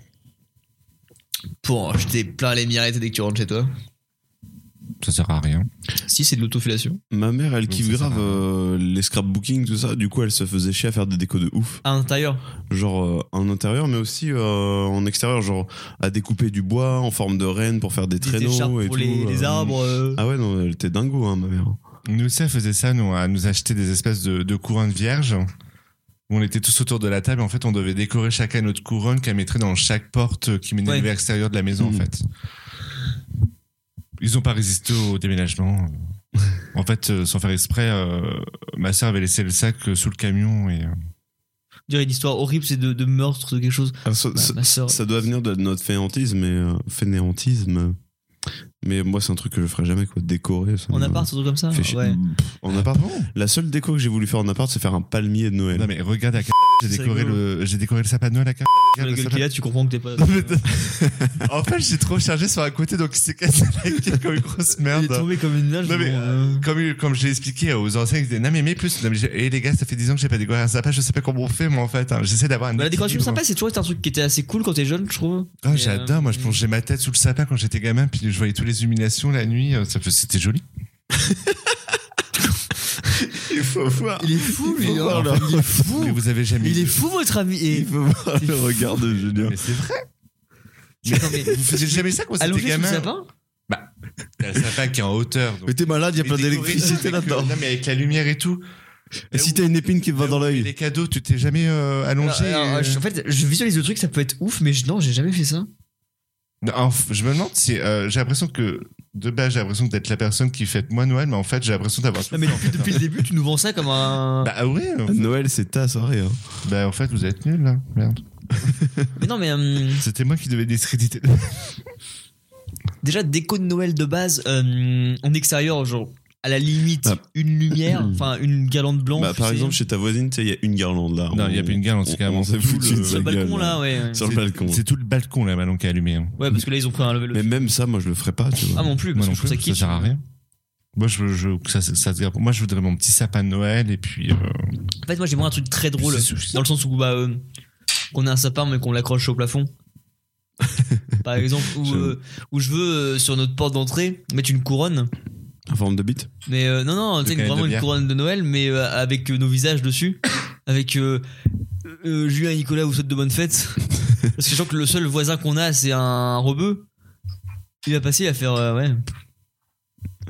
[SPEAKER 2] Pour en jeter plein les mirettes dès que tu rentres chez toi.
[SPEAKER 3] Ça sert à rien.
[SPEAKER 2] Si, c'est de l'autofilation.
[SPEAKER 4] Ma mère, elle
[SPEAKER 3] Donc,
[SPEAKER 4] kiffe
[SPEAKER 3] ça sert à
[SPEAKER 4] grave
[SPEAKER 3] rien.
[SPEAKER 4] euh, les scrapbooking, tout ça. Du coup, elle se faisait chier à faire des décos de ouf.
[SPEAKER 2] À l'intérieur.
[SPEAKER 4] Genre euh, en intérieur, mais aussi euh, en extérieur. Genre à découper du bois en forme de renne pour faire des
[SPEAKER 2] Des écharpes
[SPEAKER 4] traîneaux et
[SPEAKER 2] pour
[SPEAKER 4] tout.
[SPEAKER 2] les, les
[SPEAKER 4] euh.
[SPEAKER 2] arbres. euh.
[SPEAKER 4] Ah ouais, non, elle était dingo, hein, ma mère.
[SPEAKER 3] Nous aussi, elle faisait ça, nous, à nous acheter des espèces de, de couronnes vierges. Où on était tous autour de la table. En fait, on devait décorer chacun notre couronne qu'elle mettrait dans chaque porte euh, qui menait
[SPEAKER 2] Ouais. Hmm.
[SPEAKER 3] vers l'extérieur de la maison,
[SPEAKER 4] Mhm.
[SPEAKER 3] en fait. Ils n'ont pas résisté au déménagement. en fait, euh, sans faire exprès, euh, ma sœur avait laissé le sac euh, sous le camion et euh,
[SPEAKER 2] Je dirais une histoire horrible, c'est de, de meurtre, de quelque chose.
[SPEAKER 4] Ah, ça,
[SPEAKER 2] Ma- ma sœur.
[SPEAKER 4] ça doit venir de notre fainéantisme, mais euh, fainéantisme. Mais moi, c'est un truc que je ferais jamais, quoi. Décorer. ça
[SPEAKER 2] En
[SPEAKER 4] me-
[SPEAKER 2] appart, un truc comme ça.
[SPEAKER 4] fait chier.
[SPEAKER 2] Ouais.
[SPEAKER 4] Pff, En appart. La seule déco que j'ai voulu faire en appart, c'est faire un palmier de Noël.
[SPEAKER 3] Non mais regarde à Car- j'ai
[SPEAKER 2] C'est
[SPEAKER 3] décoré
[SPEAKER 2] rigolo.
[SPEAKER 3] le j'ai décoré le sapin de Noël à Car-
[SPEAKER 2] Sur la
[SPEAKER 3] regarde le
[SPEAKER 2] gueule
[SPEAKER 3] sapin-
[SPEAKER 2] qu'il a, tu comprends que t'es pas.
[SPEAKER 3] En fait, j'ai trop chargé sur un côté donc il s'est cassé la gueule comme une grosse
[SPEAKER 2] Il est
[SPEAKER 3] merde.
[SPEAKER 2] tombé comme une nage.
[SPEAKER 3] Non, mais,
[SPEAKER 2] bon,
[SPEAKER 3] euh,
[SPEAKER 2] euh.
[SPEAKER 3] comme, il- comme j'ai expliqué aux anciens, ils disaient non mais mets plus. Non, mais j'ai- eh, les gars, ça fait 10 ans que j'ai pas décoré un sapin, je sais pas comment on fait moi en fait. hein. J'essaie d'avoir un
[SPEAKER 2] Bah, la décoration
[SPEAKER 3] équilibre.
[SPEAKER 2] sympa, c'est toujours un truc qui était assez cool quand t'es jeune, je trouve.
[SPEAKER 3] Ah,
[SPEAKER 2] Mais,
[SPEAKER 3] j'adore,
[SPEAKER 2] euh,
[SPEAKER 3] moi je plongeais ma tête sous le sapin quand j'étais gamin, puis je voyais toutes les humiliations la nuit, euh, ça fait- c'était joli.
[SPEAKER 4] Il faut voir.
[SPEAKER 2] Il est fou, lui.
[SPEAKER 4] Il faut
[SPEAKER 2] hein.
[SPEAKER 4] voir le-
[SPEAKER 2] Il est fou.
[SPEAKER 3] Mais vous avez jamais
[SPEAKER 2] Il est fou, votre ami. Et...
[SPEAKER 4] Il faut voir
[SPEAKER 2] C'est
[SPEAKER 4] le
[SPEAKER 2] fou.
[SPEAKER 4] regard de Julien.
[SPEAKER 3] Mais c'est vrai.
[SPEAKER 2] Attends, mais
[SPEAKER 3] Vous faisiez jamais ça quand c'était
[SPEAKER 2] Allongé sous le
[SPEAKER 3] gamin
[SPEAKER 2] sapin
[SPEAKER 3] T'as un sapin qui est en hauteur. donc-
[SPEAKER 4] Mais t'es malade, il y a
[SPEAKER 3] Et
[SPEAKER 4] plein
[SPEAKER 3] décorer
[SPEAKER 4] d'électricité
[SPEAKER 3] avec,
[SPEAKER 4] là-dedans.
[SPEAKER 3] euh, Non mais avec la lumière et tout.
[SPEAKER 4] Et si t'as une épine qui te va
[SPEAKER 3] Là
[SPEAKER 4] dans
[SPEAKER 3] où on met
[SPEAKER 4] l'œil
[SPEAKER 3] Les cadeaux, tu t'es jamais euh, allongé.
[SPEAKER 2] Alors, alors,
[SPEAKER 3] et-
[SPEAKER 2] je- En fait, je visualise le truc, ça peut être ouf, mais je- non, j'ai jamais fait ça.
[SPEAKER 3] Non, enf- je me demande si euh, j'ai l'impression que de base j'ai l'impression d'être la personne qui fête moi Noël, mais en fait j'ai l'impression d'avoir. tout
[SPEAKER 2] mais
[SPEAKER 3] fait,
[SPEAKER 2] depuis,
[SPEAKER 3] en fait, hein.
[SPEAKER 2] le début, tu nous vends ça comme un.
[SPEAKER 3] Bah ah ouais. en fait.
[SPEAKER 4] Noël, c'est ta soirée. hein.
[SPEAKER 3] Bah en fait vous êtes nuls là. Merde.
[SPEAKER 2] Mais non, mais euh,
[SPEAKER 3] C'était moi qui devais discréditer.
[SPEAKER 2] déjà, déco de Noël de base, euh, en extérieur, genre à la limite,
[SPEAKER 3] Bah.
[SPEAKER 4] Ah.
[SPEAKER 2] une lumière, enfin une guirlande blanche.
[SPEAKER 4] Bah,
[SPEAKER 2] tu
[SPEAKER 4] par
[SPEAKER 2] sais.
[SPEAKER 4] exemple, chez ta voisine, tu sais, il y a une guirlande là.
[SPEAKER 3] Non, il y a plus une guirlande, c'est carrément
[SPEAKER 4] C'est
[SPEAKER 3] tout
[SPEAKER 4] fou
[SPEAKER 3] le-
[SPEAKER 2] sur le balcon là, ouais. ouais.
[SPEAKER 4] Sur le balcon.
[SPEAKER 3] C'est tout le balcon là maintenant qui est allumé. hein.
[SPEAKER 2] Ouais, parce que là, ils ont pris un level.
[SPEAKER 4] Mais même ça, moi, je le ferais pas, tu vois.
[SPEAKER 2] Ah non plus,
[SPEAKER 3] Moi
[SPEAKER 2] parce
[SPEAKER 3] non
[SPEAKER 2] que je trouve ça
[SPEAKER 3] plus, ça
[SPEAKER 2] kitsch.
[SPEAKER 3] sert à rien. Moi je, je que ça, ça te garde- Moi je voudrais mon petit sapin de Noël et puis. euh,
[SPEAKER 2] En fait, moi, j'ai vraiment un truc très drôle,
[SPEAKER 3] C'est suffisant.
[SPEAKER 2] dans Oh, le sens où bah, euh, qu'on a un sapin mais qu'on l'accroche au plafond. Par exemple, où,
[SPEAKER 4] Je-
[SPEAKER 2] euh, où je veux euh, sur notre porte d'entrée mettre une couronne,
[SPEAKER 4] En forme de bite.
[SPEAKER 2] mais euh, non, non, tu sais,
[SPEAKER 3] canette
[SPEAKER 2] vraiment
[SPEAKER 3] de
[SPEAKER 2] une
[SPEAKER 3] bière.
[SPEAKER 2] couronne de Noël, mais euh, avec euh, nos visages dessus, avec euh, euh, Julien et Nicolas, vous souhaite de bonnes fêtes. Parce que je crois que le seul voisin qu'on a, c'est un rebeu. Il va passer à faire, euh, ouais,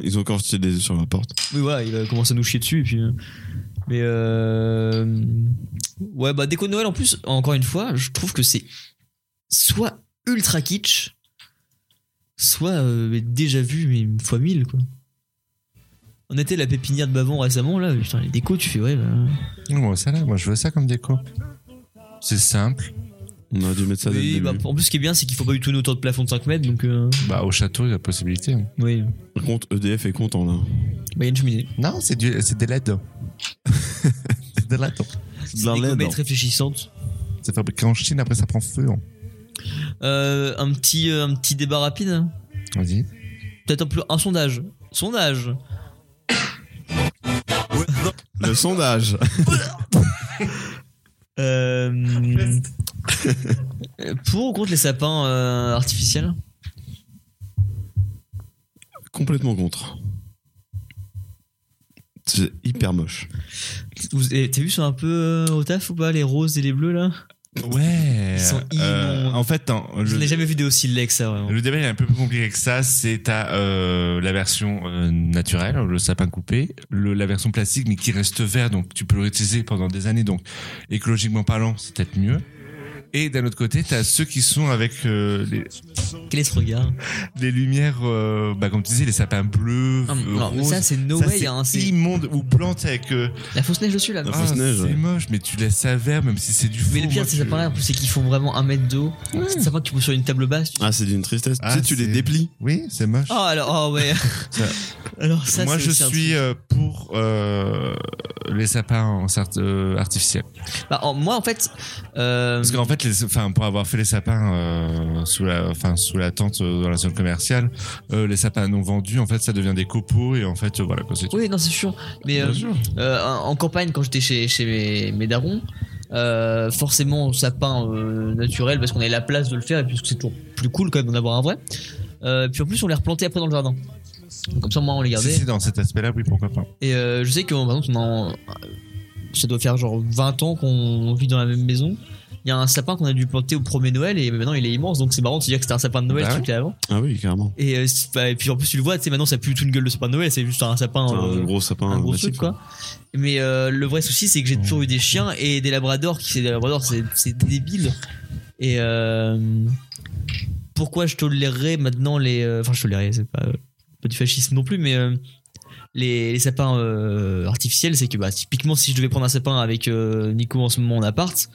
[SPEAKER 4] Ils ont encore jeté des œufs sur la porte.
[SPEAKER 2] oui, voilà, il va commencer à nous chier dessus. Et puis, euh, mais euh, ouais, bah déco de Noël en plus, encore une fois, je trouve que c'est soit ultra kitsch, soit euh, déjà vu mais une fois mille quoi. On était à la pépinière de Bavon récemment là, putain les décos tu fais ouais. Bah...
[SPEAKER 3] Moi ça là, moi je veux ça comme déco. C'est simple.
[SPEAKER 4] On a dû mettre ça dès le
[SPEAKER 2] Oui,
[SPEAKER 4] début.
[SPEAKER 2] bah, en plus, ce qui est bien, c'est qu'il faut pas du tout une hauteur de plafond de 5 mètres, donc euh,
[SPEAKER 3] Bah, au château, il y a possibilité. hein.
[SPEAKER 2] oui. Bah,
[SPEAKER 4] Par contre, EDF est content là.
[SPEAKER 2] Il y a une cheminée.
[SPEAKER 3] Non, c'est du- c'est des LED. c'est des LED.
[SPEAKER 4] C'est
[SPEAKER 2] C'est des comètes réfléchissantes.
[SPEAKER 3] C'est fabriqué en Chine, après ça prend feu. hein.
[SPEAKER 2] Euh, un, petit, euh, un petit débat rapide. hein.
[SPEAKER 3] Vas-y.
[SPEAKER 2] Peut-être un, peu- un sondage. Sondage.
[SPEAKER 4] Le sondage.
[SPEAKER 2] Euh, pour ou contre les sapins euh, artificiels
[SPEAKER 4] Complètement contre. C'est hyper moche.
[SPEAKER 2] Vous- eh, T'as vu, sont un peu euh, au taf ou pas les roses et les bleus là
[SPEAKER 3] Ouais.
[SPEAKER 2] Ils sont
[SPEAKER 3] Euh,
[SPEAKER 2] immondes.
[SPEAKER 3] en fait, non,
[SPEAKER 2] Je
[SPEAKER 3] le-
[SPEAKER 2] n'ai jamais vu des aussi laids que ça. Vraiment.
[SPEAKER 3] Le débat il est un peu plus compliqué que ça. C'est t'as euh, la version euh, naturelle, le sapin coupé, le, la version plastique, mais qui reste vert, donc tu peux le réutiliser pendant des années. Donc écologiquement parlant, c'est peut-être mieux. Et d'un autre côté, t'as ceux qui sont avec euh, les,
[SPEAKER 2] Quel est ce regard
[SPEAKER 3] les lumières, euh, bah, comme tu disais, les sapins bleus,
[SPEAKER 2] Non, mais-
[SPEAKER 3] euh,
[SPEAKER 2] Ah, non, mais
[SPEAKER 3] roses.
[SPEAKER 2] ça, c'est no
[SPEAKER 3] Ça,
[SPEAKER 2] way,
[SPEAKER 3] c'est
[SPEAKER 2] hein, c'est-
[SPEAKER 3] immonde ou plantes avec. euh,
[SPEAKER 2] La fausse neige dessus là.
[SPEAKER 4] La
[SPEAKER 3] ah,
[SPEAKER 4] fausse neige,
[SPEAKER 3] c'est
[SPEAKER 4] ouais.
[SPEAKER 3] moche, mais tu laisses ça vert, même si c'est du faux.
[SPEAKER 2] Mais le pire
[SPEAKER 3] moi,
[SPEAKER 2] de ces
[SPEAKER 3] tu-
[SPEAKER 2] sapins là, en plus, c'est qu'ils font vraiment un mètre d'eau. C'est des sapins qui poussent sur une table basse. tu-
[SPEAKER 4] Ah, c'est d'une tristesse.
[SPEAKER 3] Ah,
[SPEAKER 4] tu sais, tu les
[SPEAKER 3] c'est-
[SPEAKER 4] déplies.
[SPEAKER 3] Oui, c'est moche.
[SPEAKER 2] Oh alors, oh ouais.
[SPEAKER 3] Ça-
[SPEAKER 2] alors ça,
[SPEAKER 3] Moi,
[SPEAKER 2] c'est
[SPEAKER 3] je
[SPEAKER 2] aussi un
[SPEAKER 3] suis
[SPEAKER 2] truc.
[SPEAKER 3] euh, pour euh, les sapins en sart- euh, artificiels.
[SPEAKER 2] Bah, en- moi en fait. euh,
[SPEAKER 3] Parce qu'en fait, les, enfin, pour avoir fait les sapins euh, sous la, enfin, sous la tente euh, dans la zone commerciale, euh, les sapins non vendus, en fait, ça devient des copeaux et en fait, euh, voilà, quoi, c'est tout.
[SPEAKER 2] Oui, non, c'est sûr. Mais euh, euh, en en campagne, quand j'étais chez, chez mes, mes darons, euh, forcément, sapin euh, naturel, parce qu'on avait la place de le faire, et puis parce que c'est toujours plus cool quand même d'en avoir un vrai. Euh, puis en plus, on les replantait après dans le jardin. Comme ça, moi, on les
[SPEAKER 3] Si,
[SPEAKER 2] gardait.
[SPEAKER 3] si, dans cet aspect-là, oui, pourquoi pas.
[SPEAKER 2] Et euh, je sais que, par exemple, on en- ça doit faire genre 20 ans qu'on vit dans la même maison. Il y a un sapin qu'on a dû planter au premier Noël, et maintenant, il est immense, donc c'est marrant de se dire que c'était un sapin de Noël,
[SPEAKER 3] Bah
[SPEAKER 2] ce
[SPEAKER 3] ouais.
[SPEAKER 2] truc-là avant.
[SPEAKER 4] Ah oui, carrément.
[SPEAKER 2] Et, euh, c'est- bah, et puis en plus, tu le vois, tu sais, maintenant, ça pue toute une gueule de sapin de Noël, c'est juste un sapin.
[SPEAKER 4] Ah, bah, C'est
[SPEAKER 2] euh,
[SPEAKER 4] un gros sapin.
[SPEAKER 2] un gros
[SPEAKER 4] massif,
[SPEAKER 2] truc quoi. Mais euh, le vrai souci c'est que j'ai toujours eu des chiens et des labradors qui c'est des labradors c'est c'est débile. Et euh, pourquoi je tolérerais maintenant les euh, enfin je tolérerais c'est pas pas du fascisme non plus mais euh, les, les sapins euh, artificiels c'est que bah typiquement si je devais prendre un sapin avec euh, Nico en ce moment en appart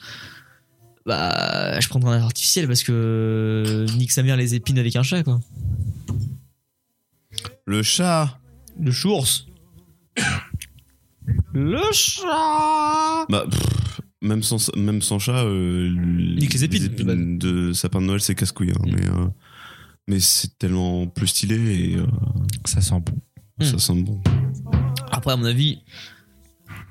[SPEAKER 2] bah je prendrais un artificiel parce que euh, nique sa mère les épines avec un chat quoi.
[SPEAKER 4] Le chat.
[SPEAKER 2] Le chours. Le chat.
[SPEAKER 4] Bah, pff, même sans, même sans chat, euh, l-
[SPEAKER 2] Nique les épines, de base.
[SPEAKER 4] de sapin de Noël, c'est casse-couille. hein,
[SPEAKER 2] Mm.
[SPEAKER 4] Mais, euh, mais c'est tellement plus stylé et euh,
[SPEAKER 3] Ça sent bon.
[SPEAKER 2] Mm.
[SPEAKER 4] ça sent bon.
[SPEAKER 2] Après, à mon avis,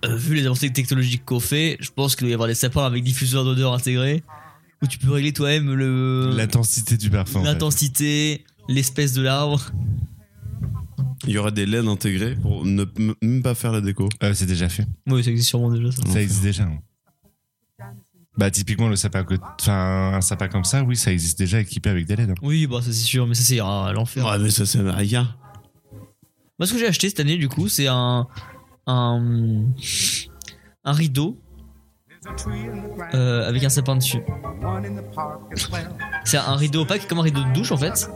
[SPEAKER 2] euh, vu les avancées technologiques qu'on fait, je pense qu'il doit y avoir des sapins avec diffuseurs d'odeur intégrés où tu peux régler toi-même le
[SPEAKER 3] L'intensité du parfum. en fait.
[SPEAKER 2] Euh, l'intensité, l'espèce de l'arbre.
[SPEAKER 4] Il y aurait des LED intégrés pour ne m- même pas faire la déco.
[SPEAKER 3] Euh, c'est déjà fait.
[SPEAKER 2] Oui, ça existe sûrement déjà. Ça.
[SPEAKER 3] Ça existe déjà. hein. Bah, typiquement, le sapin, que- enfin, un sapin comme ça, oui, ça existe déjà équipé avec des LED. hein.
[SPEAKER 2] Oui, bah ça c'est sûr, mais ça c'est à l'enfer.
[SPEAKER 4] Ouais, mais ça sert à rien.
[SPEAKER 2] Moi, ce que j'ai acheté cette année, du coup, c'est un un un rideau euh, avec un sapin dessus. C'est un rideau opaque comme un rideau de douche en fait.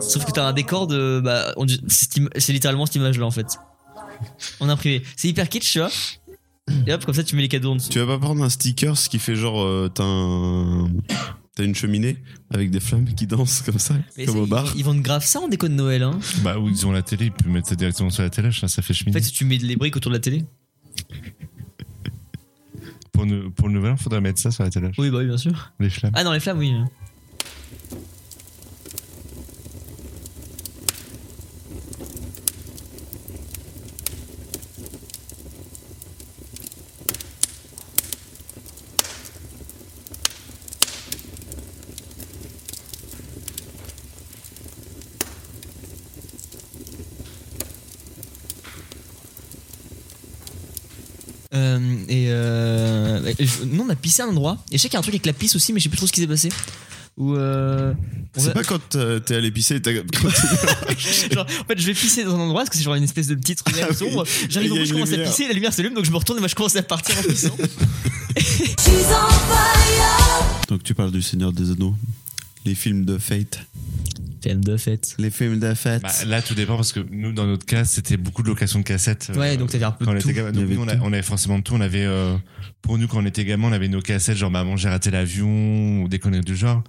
[SPEAKER 2] Sauf que t'as un décor de. Bah, on dit- c'est cette im- c'est littéralement cette image là en fait. En imprimé. C'est hyper kitsch, tu vois. Et hop, comme ça tu mets les cadeaux en dessous.
[SPEAKER 4] Tu vas pas prendre un sticker ce qui fait genre euh, t'as un- t'as une cheminée avec des flammes qui dansent comme ça,
[SPEAKER 2] Mais
[SPEAKER 4] comme
[SPEAKER 2] ça,
[SPEAKER 4] au
[SPEAKER 2] ils-
[SPEAKER 4] bar.
[SPEAKER 2] Ils, vendent grave ça en déco de Noël. Hein.
[SPEAKER 3] Bah, où ils ont la télé, ils peuvent mettre ça directement sur la télé, ça, ça fait
[SPEAKER 2] En
[SPEAKER 3] cheminer.
[SPEAKER 2] fait, tu mets les briques autour de la télé.
[SPEAKER 3] Pour, le- pour le nouvel an, faudrait mettre ça sur la télé,
[SPEAKER 2] Oui, bah oui, bien sûr.
[SPEAKER 3] les flammes.
[SPEAKER 2] Ah non, les flammes, oui. Euh, et euh, je- nous on a pissé à un endroit et je sais qu'il y a un truc avec la pisse aussi mais je sais plus trop ce qui s'est passé ou euh, on
[SPEAKER 4] C'est
[SPEAKER 2] va-
[SPEAKER 4] pas quand euh, t'es à l'épicerie, et t'as- quand
[SPEAKER 2] genre, en fait je vais pisser dans un endroit parce que c'est genre une espèce de petite
[SPEAKER 3] Ah
[SPEAKER 2] ruelle
[SPEAKER 4] oui.
[SPEAKER 2] sombre j'arrive
[SPEAKER 4] Il
[SPEAKER 2] au
[SPEAKER 4] y a
[SPEAKER 2] bout je
[SPEAKER 4] une
[SPEAKER 2] commence à
[SPEAKER 4] lumière.
[SPEAKER 2] pisser la lumière s'allume donc je me retourne et moi je commence à partir en pissant
[SPEAKER 8] She's on fire.
[SPEAKER 4] Donc tu parles du Seigneur des Anneaux, les films de Fate.
[SPEAKER 2] Thème de fête.
[SPEAKER 4] Les films de fête.
[SPEAKER 3] Bah, là, tout dépend parce que nous, dans notre cas, c'était beaucoup de location de cassettes. euh,
[SPEAKER 2] Ouais, donc t'avais un peu
[SPEAKER 3] quand
[SPEAKER 2] de
[SPEAKER 3] on était
[SPEAKER 2] tout.
[SPEAKER 3] gamin.
[SPEAKER 4] Il y
[SPEAKER 3] Donc,
[SPEAKER 4] avait
[SPEAKER 3] nous, on, a-
[SPEAKER 4] tout.
[SPEAKER 3] on avait forcément de tout. On avait, euh, pour nous, quand on était gamin, on avait nos cassettes, genre Maman, j'ai raté l'avion, ou des conneries du genre.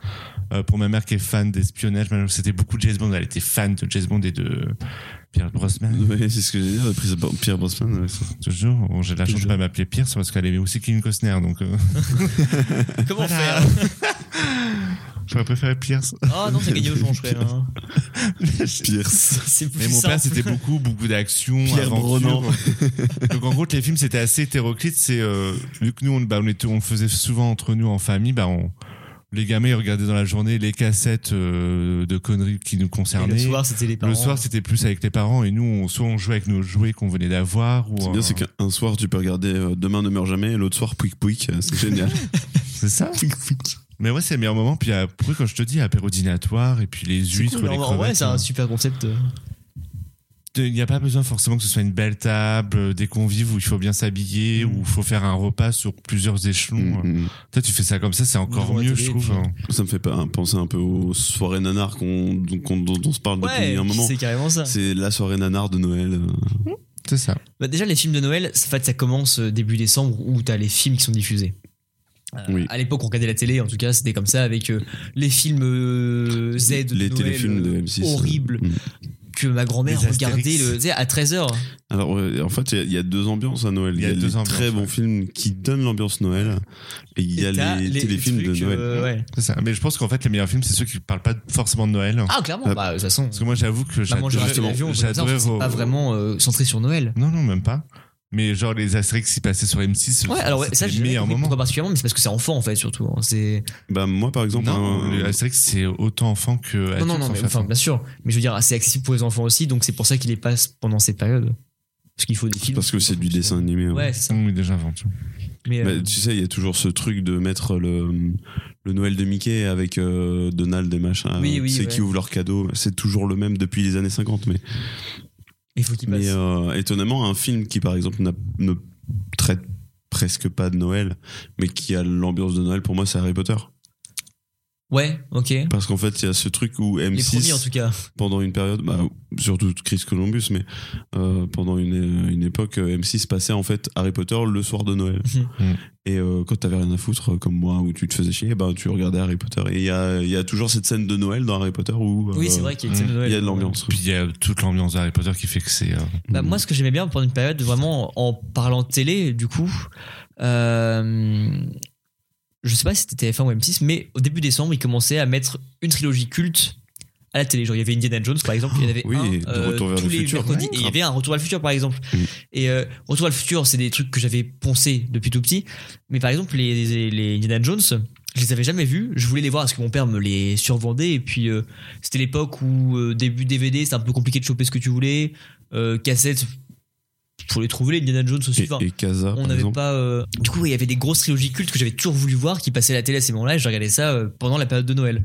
[SPEAKER 3] Euh, pour ma mère qui est fan d'espionnage, ma mère, c'était beaucoup de James Bond. Elle était fan de James Bond et de Pierre Brosnan.
[SPEAKER 4] Ouais, c'est ce que j'ai dit, de Pierre Bro- Pierre Brosnan. ouais, ça.
[SPEAKER 3] Toujours. Bon, J'ai de la chance de
[SPEAKER 2] Toujours.
[SPEAKER 3] pas m'appeler Pierre, c'est parce qu'elle aimait aussi Kevin Costner. Donc, euh,
[SPEAKER 2] Comment
[SPEAKER 3] Voilà.
[SPEAKER 2] faire
[SPEAKER 3] j'aurais préféré Pierre.
[SPEAKER 2] Ah non, t'as gagné au jonche quand même. hein.
[SPEAKER 4] Pierce.
[SPEAKER 2] C'est plus
[SPEAKER 3] Mais mon
[SPEAKER 2] simple.
[SPEAKER 3] père, c'était beaucoup, beaucoup d'action.
[SPEAKER 4] Pierre
[SPEAKER 3] aventure.
[SPEAKER 4] Brennan.
[SPEAKER 3] Donc en gros, les films, c'était assez hétéroclite. C'est euh, vu que nous, on, bah, on, était- on le faisait souvent entre nous en famille, bah, on, les gamins ils regardaient dans la journée les cassettes euh, de conneries qui nous
[SPEAKER 2] Et
[SPEAKER 3] concernaient.
[SPEAKER 2] le soir, c'était les parents.
[SPEAKER 3] Le soir, c'était plus avec les parents et nous, on, soit on jouait avec nos jouets qu'on venait d'avoir. ou
[SPEAKER 4] C'est
[SPEAKER 3] un-
[SPEAKER 4] bien, c'est qu'un soir, tu peux regarder euh, Demain ne meurt jamais, et l'autre soir, Pouic Pouic. euh, C'est génial.
[SPEAKER 3] C'est ça. Mais ouais, c'est le meilleur moment. Puis après, quand je te dis, apéro dînatoire et puis les
[SPEAKER 2] C'est
[SPEAKER 3] huîtres,
[SPEAKER 2] cool,
[SPEAKER 3] les
[SPEAKER 2] en- en
[SPEAKER 3] crevettes.
[SPEAKER 2] vrai, c'est
[SPEAKER 3] hein.
[SPEAKER 2] un super concept. euh.
[SPEAKER 3] Il n'y a pas besoin forcément que ce soit une belle table, euh, des convives où il faut bien s'habiller, où il faut faire un repas sur plusieurs échelons. hein.
[SPEAKER 4] Mm, mm.
[SPEAKER 3] Toi, tu fais ça comme ça, c'est encore
[SPEAKER 2] Bonjour à la
[SPEAKER 3] mieux,
[SPEAKER 2] télé,
[SPEAKER 3] je trouve.
[SPEAKER 2] puis-
[SPEAKER 3] hein.
[SPEAKER 4] Ça me fait pas, penser un peu aux soirées nanars qu'on, qu'on- dont on se parle depuis
[SPEAKER 2] Ouais,
[SPEAKER 4] un moment.
[SPEAKER 2] c'est carrément ça.
[SPEAKER 4] C'est la soirée nanar de Noël. euh.
[SPEAKER 3] C'est ça.
[SPEAKER 2] Bah, déjà, les films de Noël, ça, en fait, ça commence euh, début décembre où t'as les films qui sont diffusés. Euh,
[SPEAKER 4] Oui.
[SPEAKER 2] À l'époque, on regardait la télé, en tout cas, c'était comme ça avec euh, les films euh, Z, de Noël,
[SPEAKER 4] les téléfilms de
[SPEAKER 2] euh,
[SPEAKER 4] M6.
[SPEAKER 2] horribles
[SPEAKER 4] Mm.
[SPEAKER 2] que ma grand-mère
[SPEAKER 3] Les
[SPEAKER 2] regardait
[SPEAKER 3] Astérix.
[SPEAKER 2] le, tu sais, à 13h.
[SPEAKER 4] Alors, ouais, en fait, il y a- il y, a deux ambiances à Noël. Il y a,
[SPEAKER 3] deux
[SPEAKER 4] les
[SPEAKER 3] ambiances,
[SPEAKER 4] très bons
[SPEAKER 3] ouais.
[SPEAKER 4] films qui donnent l'ambiance Noël, et il y a les, téléfilms de Noël.
[SPEAKER 2] euh,
[SPEAKER 3] C'est ça. Mais je pense qu'en fait, les meilleurs films, c'est ceux qui parlent pas forcément de Noël.
[SPEAKER 2] Ah, clairement,
[SPEAKER 4] Ah.
[SPEAKER 2] bah, de toute façon,
[SPEAKER 3] Parce que moi, j'avoue que
[SPEAKER 2] maman, j'ai raté
[SPEAKER 3] j'adorais
[SPEAKER 2] l'avion, on fait comme ça,
[SPEAKER 3] j'adorais
[SPEAKER 2] c'est
[SPEAKER 3] vos.
[SPEAKER 2] pas vraiment euh, centré sur Noël.
[SPEAKER 3] Non, non, même pas. Mais genre, les Astérix qui passaient sur M6,
[SPEAKER 2] Ouais, alors ouais, ça,
[SPEAKER 3] c'était
[SPEAKER 2] j'ai
[SPEAKER 3] le
[SPEAKER 2] jamais
[SPEAKER 3] meilleur
[SPEAKER 2] compris
[SPEAKER 3] moment.
[SPEAKER 2] pourquoi particulièrement, mais c'est parce que c'est enfant, en fait, surtout. hein. C'est...
[SPEAKER 4] Bah, moi, par exemple, euh,
[SPEAKER 3] Non,
[SPEAKER 4] un-
[SPEAKER 3] les Astérix, c'est autant enfant que.
[SPEAKER 2] Non,
[SPEAKER 3] adulte,
[SPEAKER 2] non, non,
[SPEAKER 3] en
[SPEAKER 2] mais
[SPEAKER 3] fait. hein.
[SPEAKER 2] enfin, bien sûr. Mais je veux dire, c'est accessible pour les enfants aussi, donc c'est pour ça qu'il les passe pendant ces périodes. Parce qu'il faut des films.
[SPEAKER 4] parce que c'est du dessin animé. hein.
[SPEAKER 2] Ouais, c'est ça.
[SPEAKER 3] Oui, déjà avant tout.
[SPEAKER 2] Mais, euh,
[SPEAKER 4] Bah, tu sais, il y a toujours ce truc de mettre le, le Noël de Mickey avec euh, Donald et machin.
[SPEAKER 2] Oui, oui,
[SPEAKER 4] c'est
[SPEAKER 2] ouais.
[SPEAKER 4] qui ouvrent leurs cadeaux. C'est toujours le même depuis les années 50. Mais,
[SPEAKER 2] il faut qu'il passe.
[SPEAKER 4] mais euh, étonnamment, un film qui, par exemple, n'a- ne traite presque pas de Noël, mais qui a l'ambiance de Noël, pour moi, c'est Harry Potter.
[SPEAKER 2] Ouais, ok. Les
[SPEAKER 4] Parce qu'en fait, il y a ce truc où M6.
[SPEAKER 2] premiers, en tout cas.
[SPEAKER 4] pendant une période, bah, surtout Chris Columbus, mais euh, pendant une, une époque, euh, M6 passait en fait Harry Potter le soir de Noël.
[SPEAKER 3] Mhm.
[SPEAKER 4] et euh, quand t'avais rien à foutre, euh, comme moi, où tu te faisais chier, bah, tu regardais Harry Potter. Et il y a, il y a toujours cette scène de Noël dans Harry Potter où euh,
[SPEAKER 2] Oui, c'est vrai qu'il y a,
[SPEAKER 3] euh,
[SPEAKER 2] une scène
[SPEAKER 4] il
[SPEAKER 2] Noël.
[SPEAKER 4] y a de l'ambiance.
[SPEAKER 3] Puis il y a toute l'ambiance d'Harry Potter qui fait que c'est. euh,
[SPEAKER 2] Bah,
[SPEAKER 4] Mhm.
[SPEAKER 2] Moi, ce que j'aimais bien pendant une période, vraiment en parlant de télé, du coup, euh, je sais pas si c'était TF1 ou M6, mais au début décembre, ils commençaient à mettre une trilogie culte à la télé. Genre, il y avait Indiana Jones, par exemple, il y en avait
[SPEAKER 4] Oui,
[SPEAKER 2] un, euh,
[SPEAKER 4] et de Retour vers
[SPEAKER 2] tous
[SPEAKER 4] le
[SPEAKER 2] les
[SPEAKER 4] futur,
[SPEAKER 2] mercredis,
[SPEAKER 4] ouais,
[SPEAKER 2] et il y
[SPEAKER 4] grave.
[SPEAKER 2] avait un Retour vers le futur, par exemple.
[SPEAKER 4] Oui.
[SPEAKER 2] Et euh, Retour vers le futur, c'est des trucs que j'avais poncé depuis tout petit, mais par exemple, les, les, les Indiana Jones. Je les avais jamais vus, je voulais les voir parce que mon père me les survendait et puis euh, c'était l'époque où euh, début DVD c'était un peu compliqué de choper ce que tu voulais, euh, cassettes pour les trouver les Indiana Jones aussi
[SPEAKER 4] Et,
[SPEAKER 2] enfin,
[SPEAKER 4] et Casa,
[SPEAKER 2] on
[SPEAKER 4] par
[SPEAKER 2] n'avait
[SPEAKER 4] exemple.
[SPEAKER 2] pas euh, du coup ouais, il y avait des grosses trilogies cultes que j'avais toujours voulu voir qui passaient à la télé à ces moments-là et je regardais ça euh, pendant la période de Noël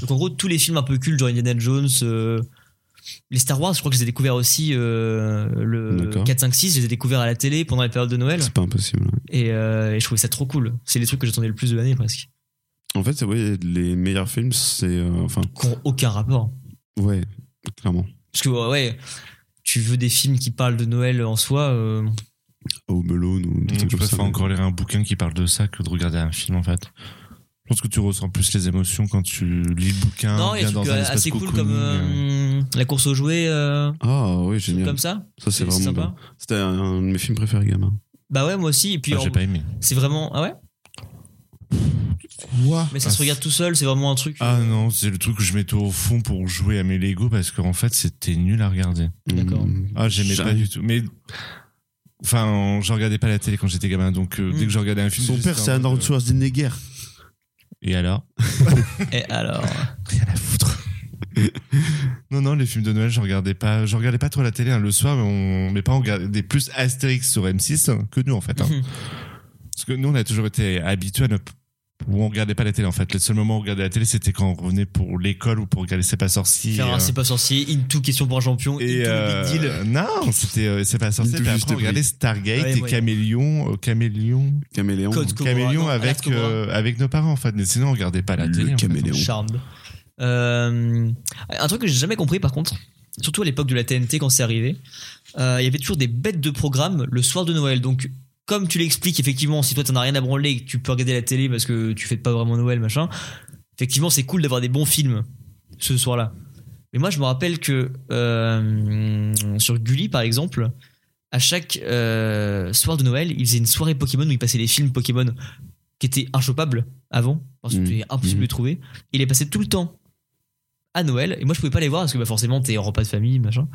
[SPEAKER 2] donc en gros tous les films un peu cultes genre Indiana Jones euh, les Star Wars je crois que je les ai découverts aussi euh, le
[SPEAKER 4] D'accord.
[SPEAKER 2] 4 5 6 je les ai découverts à la télé pendant la période de Noël
[SPEAKER 4] C'est pas impossible. ouais.
[SPEAKER 2] et, euh, et je trouvais ça trop cool c'est les trucs que j'attendais le plus de l'année presque
[SPEAKER 4] En fait, ouais, les meilleurs films, c'est. euh, Enfin,
[SPEAKER 2] qui n'ont aucun rapport
[SPEAKER 4] ouais, clairement.
[SPEAKER 2] parce que ouais tu veux des films qui parlent de Noël en soi euh,
[SPEAKER 4] Home Alone ou des trucs
[SPEAKER 3] Mm, Mmh, Je
[SPEAKER 4] comme ça.
[SPEAKER 3] préfère encore lire un bouquin qui parle de ça que de regarder un film en fait. Je pense que tu ressens plus les émotions quand tu lis le bouquin.
[SPEAKER 2] Non, il y a
[SPEAKER 3] Ah,
[SPEAKER 2] des
[SPEAKER 3] bien dans
[SPEAKER 2] trucs
[SPEAKER 3] un
[SPEAKER 2] euh,
[SPEAKER 3] espace
[SPEAKER 2] assez cool
[SPEAKER 3] cocooning,
[SPEAKER 2] comme
[SPEAKER 3] euh,
[SPEAKER 2] euh, la course aux jouets, euh,
[SPEAKER 4] Ah, oui,
[SPEAKER 2] trucs
[SPEAKER 4] génial.
[SPEAKER 2] comme ça.
[SPEAKER 4] Ça, c'est vraiment
[SPEAKER 2] sympa.
[SPEAKER 4] bien. C'était un, un de mes films préférés, gamin.
[SPEAKER 2] Bah ouais, moi aussi. Et puis
[SPEAKER 3] ah,
[SPEAKER 2] en-
[SPEAKER 3] j'ai pas aimé.
[SPEAKER 2] c'est vraiment ah ouais, mais ça se regarde euh. tout seul. C'est vraiment un truc.
[SPEAKER 3] Ah non, c'est le truc que je mettais au fond pour jouer à mes Lego parce qu'en fait c'était nul à regarder.
[SPEAKER 2] D'accord.
[SPEAKER 4] Mm.
[SPEAKER 3] Ah j'aimais
[SPEAKER 4] J'ai-
[SPEAKER 3] pas du tout. Mais enfin, je regardais pas la télé quand j'étais gamin, donc euh,
[SPEAKER 2] Mm.
[SPEAKER 3] dès que je regardais un film.
[SPEAKER 4] Son
[SPEAKER 3] j'étais
[SPEAKER 4] père, c'est
[SPEAKER 3] en
[SPEAKER 4] Arnold
[SPEAKER 3] mode, euh,
[SPEAKER 4] Schwarzenegger.
[SPEAKER 3] Et alors
[SPEAKER 2] Et alors,
[SPEAKER 3] Rien à foutre. non non, les films de Noël, je regardais pas. Je regardais pas trop la télé hein, le soir, mais on, mes parents regardaient plus Astérix sur M6 hein, que nous en fait. hein.
[SPEAKER 2] Mhm.
[SPEAKER 3] Parce que nous, on a toujours été habitués à ne où on regardait pas la télé en fait. Le seul moment où on regardait la télé, c'était quand on revenait pour l'école ou pour regarder C'est pas sorcier.
[SPEAKER 2] faire
[SPEAKER 3] euh,
[SPEAKER 2] un c'est pas sorcier, into question pour un champion,
[SPEAKER 3] et
[SPEAKER 2] into
[SPEAKER 3] euh,
[SPEAKER 2] big deal.
[SPEAKER 3] non, c'était euh, C'est pas sorcier.
[SPEAKER 4] Into
[SPEAKER 3] Puis
[SPEAKER 4] juste
[SPEAKER 3] après, on
[SPEAKER 4] prix.
[SPEAKER 3] regardait Stargate
[SPEAKER 2] Ouais,
[SPEAKER 3] et
[SPEAKER 2] ouais.
[SPEAKER 3] Caméléon, euh, Caméléon,
[SPEAKER 4] Caméléon.
[SPEAKER 2] Code Cobra,
[SPEAKER 3] Caméléon
[SPEAKER 2] non, Alerte
[SPEAKER 3] avec
[SPEAKER 2] Cobra.
[SPEAKER 3] euh, avec nos parents en fait. Mais sinon, on regardait pas la
[SPEAKER 4] Le
[SPEAKER 3] télé. en fait.
[SPEAKER 4] caméléon.
[SPEAKER 2] Charmed. Euh, un truc que j'ai jamais compris par contre, surtout à l'époque de la TNT quand c'est arrivé, euh, il y avait toujours des bêtes de programme le soir de Noël. Donc comme tu l'expliques effectivement, si toi t'en as rien à branler et que tu peux regarder la télé parce que tu fais pas vraiment Noël machin, effectivement c'est cool d'avoir des bons films ce soir-là. Mais moi je me rappelle que euh, sur Gulli par exemple, à chaque euh, soir de Noël, ils faisaient une soirée Pokémon où ils passaient des films Pokémon qui étaient inchopables avant, parce que
[SPEAKER 4] Mhm.
[SPEAKER 2] c'était impossible de
[SPEAKER 4] Mhm.
[SPEAKER 2] les trouver. Il les passait tout le temps à Noël, et moi je pouvais pas les voir parce que bah, forcément t'es en repas de famille, machin.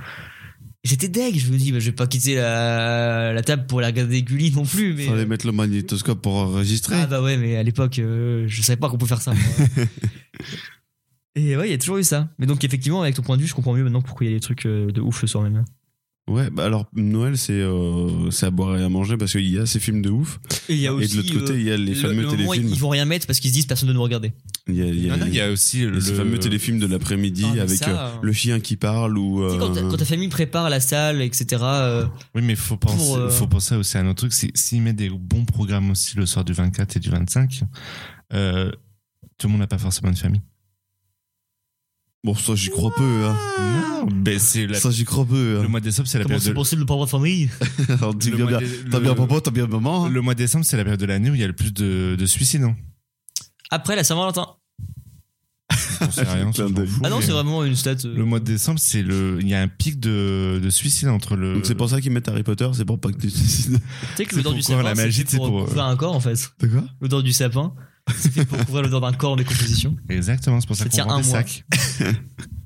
[SPEAKER 2] Et J'étais deg, je me dis, bah, je vais pas quitter la, la table pour aller regarder Gulli non plus. Mais,
[SPEAKER 4] Fallait mettre le magnétoscope pour enregistrer.
[SPEAKER 2] ah bah ouais, mais à l'époque, euh, je savais pas qu'on pouvait faire ça. moi. et ouais, il y a toujours eu ça. Mais donc effectivement, avec ton point de vue, je comprends mieux maintenant pourquoi il y a des trucs euh, de ouf le soir même. Ah.
[SPEAKER 4] Ouais, bah alors Noël, c'est euh, c'est à boire et à manger parce qu'il y a ces films de ouf.
[SPEAKER 2] Et il y a euh,
[SPEAKER 4] et de l'autre côté, il y a les fameux téléfilms.
[SPEAKER 2] ils vont rien mettre parce qu'ils se disent personne ne nous regarder.
[SPEAKER 4] Il y a, il y a-
[SPEAKER 3] Ah Non, non, il y a aussi le
[SPEAKER 4] les fameux téléfilms de l'après-midi
[SPEAKER 2] Ah, mais
[SPEAKER 4] avec
[SPEAKER 2] ça,
[SPEAKER 4] euh,
[SPEAKER 2] euh,
[SPEAKER 4] le chien qui parle ou.
[SPEAKER 2] Tu sais, quand, ta-
[SPEAKER 4] euh,
[SPEAKER 2] quand ta famille prépare la salle, etc.
[SPEAKER 4] Ah,
[SPEAKER 2] euh,
[SPEAKER 3] Oui, mais faut penser,
[SPEAKER 2] Pour, euh,
[SPEAKER 3] faut penser aussi à un autre truc. c'est- S'ils mettent des bons programmes aussi le soir du 24 et du 25, euh, tout le monde n'a pas forcément une famille.
[SPEAKER 4] Bon, ça, j'y crois peu.
[SPEAKER 2] Ah,
[SPEAKER 4] Hein.
[SPEAKER 3] Ben, c'est la-
[SPEAKER 4] Ça, j'y crois peu.
[SPEAKER 3] le
[SPEAKER 4] Hein.
[SPEAKER 3] mois de décembre, c'est la
[SPEAKER 2] comment
[SPEAKER 3] période.
[SPEAKER 2] c'est
[SPEAKER 3] de-
[SPEAKER 2] possible de pas avoir de famille
[SPEAKER 4] Alors, dis
[SPEAKER 3] le
[SPEAKER 4] bien,
[SPEAKER 3] mois
[SPEAKER 4] bien,
[SPEAKER 3] de-
[SPEAKER 4] T'as
[SPEAKER 3] le-
[SPEAKER 4] bien papa, t'as bien maman. hein.
[SPEAKER 3] Le mois de décembre, c'est la période de l'année où il y a le plus de, de suicides. hein.
[SPEAKER 2] Après la Saint-Valentin.
[SPEAKER 3] On sait rien,
[SPEAKER 4] Clin
[SPEAKER 3] on s'en
[SPEAKER 4] d'œil.
[SPEAKER 3] fout,
[SPEAKER 2] Ah non,
[SPEAKER 3] mais
[SPEAKER 2] c'est vraiment une stat. euh,
[SPEAKER 3] Le mois de décembre, c'est le, il y a un pic de, de suicides entre le.
[SPEAKER 4] Donc, c'est pour ça qu'ils mettent Harry Potter, c'est pour pas que tu te suicides.
[SPEAKER 2] Tu sais que
[SPEAKER 3] c'est
[SPEAKER 2] l'odeur
[SPEAKER 3] pour
[SPEAKER 2] du
[SPEAKER 3] couvrir
[SPEAKER 2] sapin,
[SPEAKER 3] la
[SPEAKER 2] c'est
[SPEAKER 3] magie,
[SPEAKER 2] fait
[SPEAKER 3] c'est
[SPEAKER 2] pour
[SPEAKER 3] pour, euh,
[SPEAKER 2] couvrir un corps en fait.
[SPEAKER 4] De quoi
[SPEAKER 2] L'odeur du sapin, c'est fait pour couvrir l'odeur d'un corps en décomposition.
[SPEAKER 3] Exactement, c'est pour ça,
[SPEAKER 2] Ça
[SPEAKER 3] qu'on
[SPEAKER 2] tient
[SPEAKER 3] vend
[SPEAKER 2] un
[SPEAKER 3] des
[SPEAKER 2] mois.
[SPEAKER 3] sacs.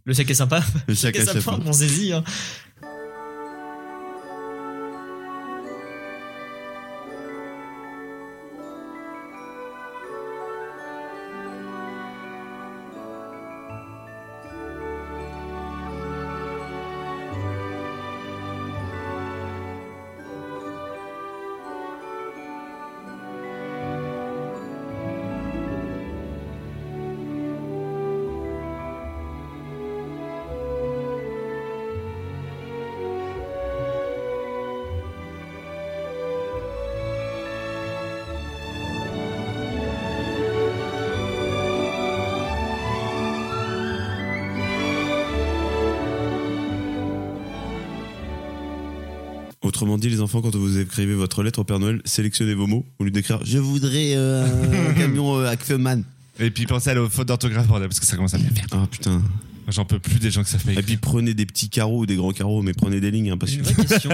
[SPEAKER 2] Le sac est sympa.
[SPEAKER 4] Le sac à
[SPEAKER 2] Le
[SPEAKER 4] chef.
[SPEAKER 2] sapin, pensez-y. hein.
[SPEAKER 4] Autrement dit, les enfants, quand vous écrivez votre lettre au Père Noël, sélectionnez vos mots au lieu d'écrire Je voudrais euh, un camion euh, Acfeman.
[SPEAKER 3] Et puis pensez à la faute d'orthographe, bordel, parce que ça commence à bien faire.
[SPEAKER 4] Ah putain.
[SPEAKER 3] J'en peux plus des gens que ça fait.
[SPEAKER 4] Et puis prenez des petits carreaux ou des grands carreaux, mais prenez des lignes. hein, parce
[SPEAKER 2] J'ai
[SPEAKER 4] que...
[SPEAKER 2] une vraie question.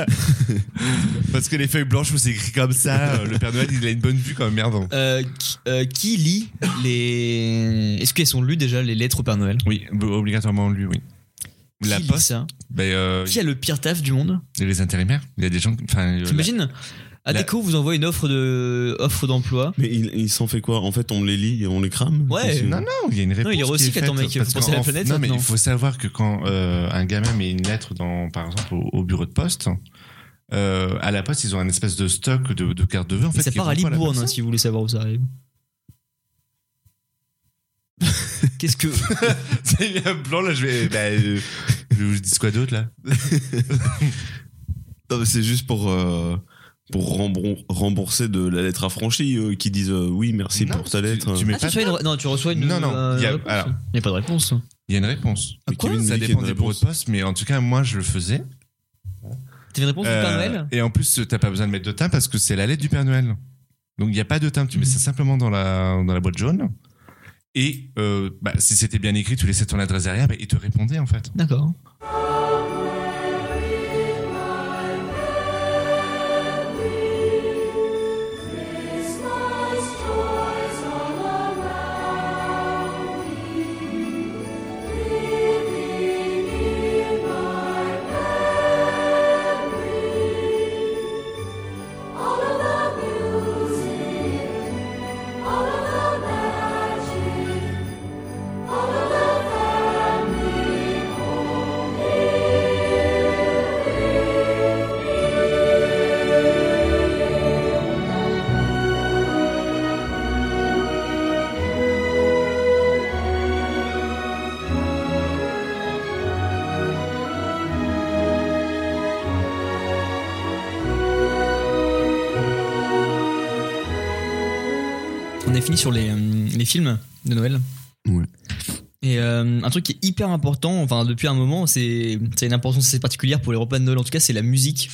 [SPEAKER 3] Parce que les feuilles blanches où c'est écrit comme ça, euh, le Père Noël, il a une bonne vue quand même, merde.
[SPEAKER 2] Euh, qui, euh, qui lit les. Est-ce qu'elles sont lues déjà, les lettres au Père Noël
[SPEAKER 3] Oui, b- obligatoirement lui, oui. La
[SPEAKER 2] Qui lit
[SPEAKER 3] poste,
[SPEAKER 2] ça
[SPEAKER 3] ben, euh,
[SPEAKER 2] Qui a le pire taf du monde
[SPEAKER 3] et les intérimaires. Il y a des gens. qui- Enfin, euh,
[SPEAKER 2] T'imagines
[SPEAKER 3] la-
[SPEAKER 2] Adecco vous envoie une offre de offre d'emploi.
[SPEAKER 4] Mais il, il s'en fait quoi En fait, on les lit et on les crame
[SPEAKER 2] Ouais.
[SPEAKER 4] Parce que-
[SPEAKER 3] Non, non, il y a une réponse.
[SPEAKER 2] Non, il est
[SPEAKER 3] qui est
[SPEAKER 2] recycle,
[SPEAKER 3] faite,
[SPEAKER 2] attends, mec, faut
[SPEAKER 3] parce
[SPEAKER 2] penser à la
[SPEAKER 3] qu'en-
[SPEAKER 2] planète,
[SPEAKER 3] Non, mais
[SPEAKER 2] maintenant.
[SPEAKER 3] il faut savoir que quand euh, un gamin met une lettre, dans, par exemple, au, au bureau de poste, euh, à la poste, ils ont un espèce de stock de, de cartes de vœux. En fait,
[SPEAKER 2] ça
[SPEAKER 3] qui
[SPEAKER 2] part à
[SPEAKER 3] vont pas la
[SPEAKER 2] Libourne, hein,
[SPEAKER 3] personne.
[SPEAKER 2] si vous voulez savoir où ça arrive. Qu'est-ce que.
[SPEAKER 3] il y a un blanc, là, je vais. Bah, euh, je vous dis quoi d'autre, là
[SPEAKER 4] Non, mais c'est juste pour, euh, pour rembron- rembourser de la lettre affranchie euh, qui disent euh, Oui, merci
[SPEAKER 3] Non,
[SPEAKER 4] pour ta
[SPEAKER 3] tu-
[SPEAKER 4] lettre.
[SPEAKER 3] tu mets
[SPEAKER 2] Ah, tu
[SPEAKER 3] pas-
[SPEAKER 2] reçois une... Non, tu reçois une.
[SPEAKER 3] Non, non,
[SPEAKER 2] euh,
[SPEAKER 3] y a-
[SPEAKER 2] réponse.
[SPEAKER 3] alors.
[SPEAKER 2] Il n'y a pas de réponse.
[SPEAKER 3] Il y a une réponse.
[SPEAKER 2] Ah,
[SPEAKER 4] Mais
[SPEAKER 2] quoi
[SPEAKER 4] Kevin
[SPEAKER 3] Ça
[SPEAKER 4] Lee qui a
[SPEAKER 3] dépend
[SPEAKER 4] une
[SPEAKER 3] des bureaux de
[SPEAKER 4] réponse.
[SPEAKER 3] poste, mais en tout cas, moi, je le faisais.
[SPEAKER 2] T'as une réponse du Père
[SPEAKER 3] Euh,
[SPEAKER 2] Noël
[SPEAKER 3] Et en plus, t'as pas besoin de mettre de teint parce que c'est la lettre du Père Noël. Donc il n'y a pas de teint, tu mets
[SPEAKER 2] Mhm.
[SPEAKER 3] ça simplement dans la, dans la boîte jaune. Et euh, bah, si c'était bien écrit, tu laissais ton adresse derrière bah, et te répondait en fait.
[SPEAKER 2] D'accord. On a fini sur les, euh, les films de Noël. euh,
[SPEAKER 4] Ouais.
[SPEAKER 2] Et euh, un truc qui est hyper important, enfin depuis un moment, c'est c'est une importance assez particulière pour les repas de Noël, en tout cas, c'est la musique.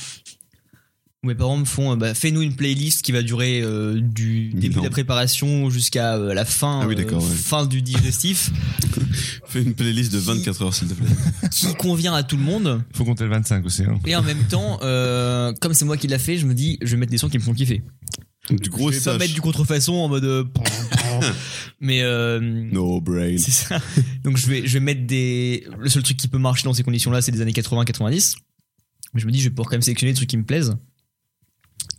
[SPEAKER 2] Mes parents me font, euh, bah, fais-nous une playlist qui va durer euh, du
[SPEAKER 4] Mille
[SPEAKER 2] début de la
[SPEAKER 4] ans.
[SPEAKER 2] préparation jusqu'à euh, la fin,
[SPEAKER 4] Ah oui,
[SPEAKER 2] euh,
[SPEAKER 4] d'accord, ouais.
[SPEAKER 2] fin du digestif,
[SPEAKER 4] Fais une playlist de 24 heures, s'il te plaît.
[SPEAKER 2] qui convient à tout le monde.
[SPEAKER 3] Faut compter le 25 aussi. hein.
[SPEAKER 2] Et en même temps, euh, comme c'est moi qui l'a fait, je me dis, je vais mettre des sons qui me font kiffer.
[SPEAKER 4] Du gros
[SPEAKER 2] je vais pas
[SPEAKER 4] sache.
[SPEAKER 2] mettre du contrefaçon en mode, euh, mais euh,
[SPEAKER 4] No brain.
[SPEAKER 2] C'est ça. Donc je vais, je vais mettre des. Le seul truc qui peut marcher dans ces conditions-là, c'est des années 80-90. Mais je me dis, je vais pouvoir quand même sélectionner des trucs qui me plaisent.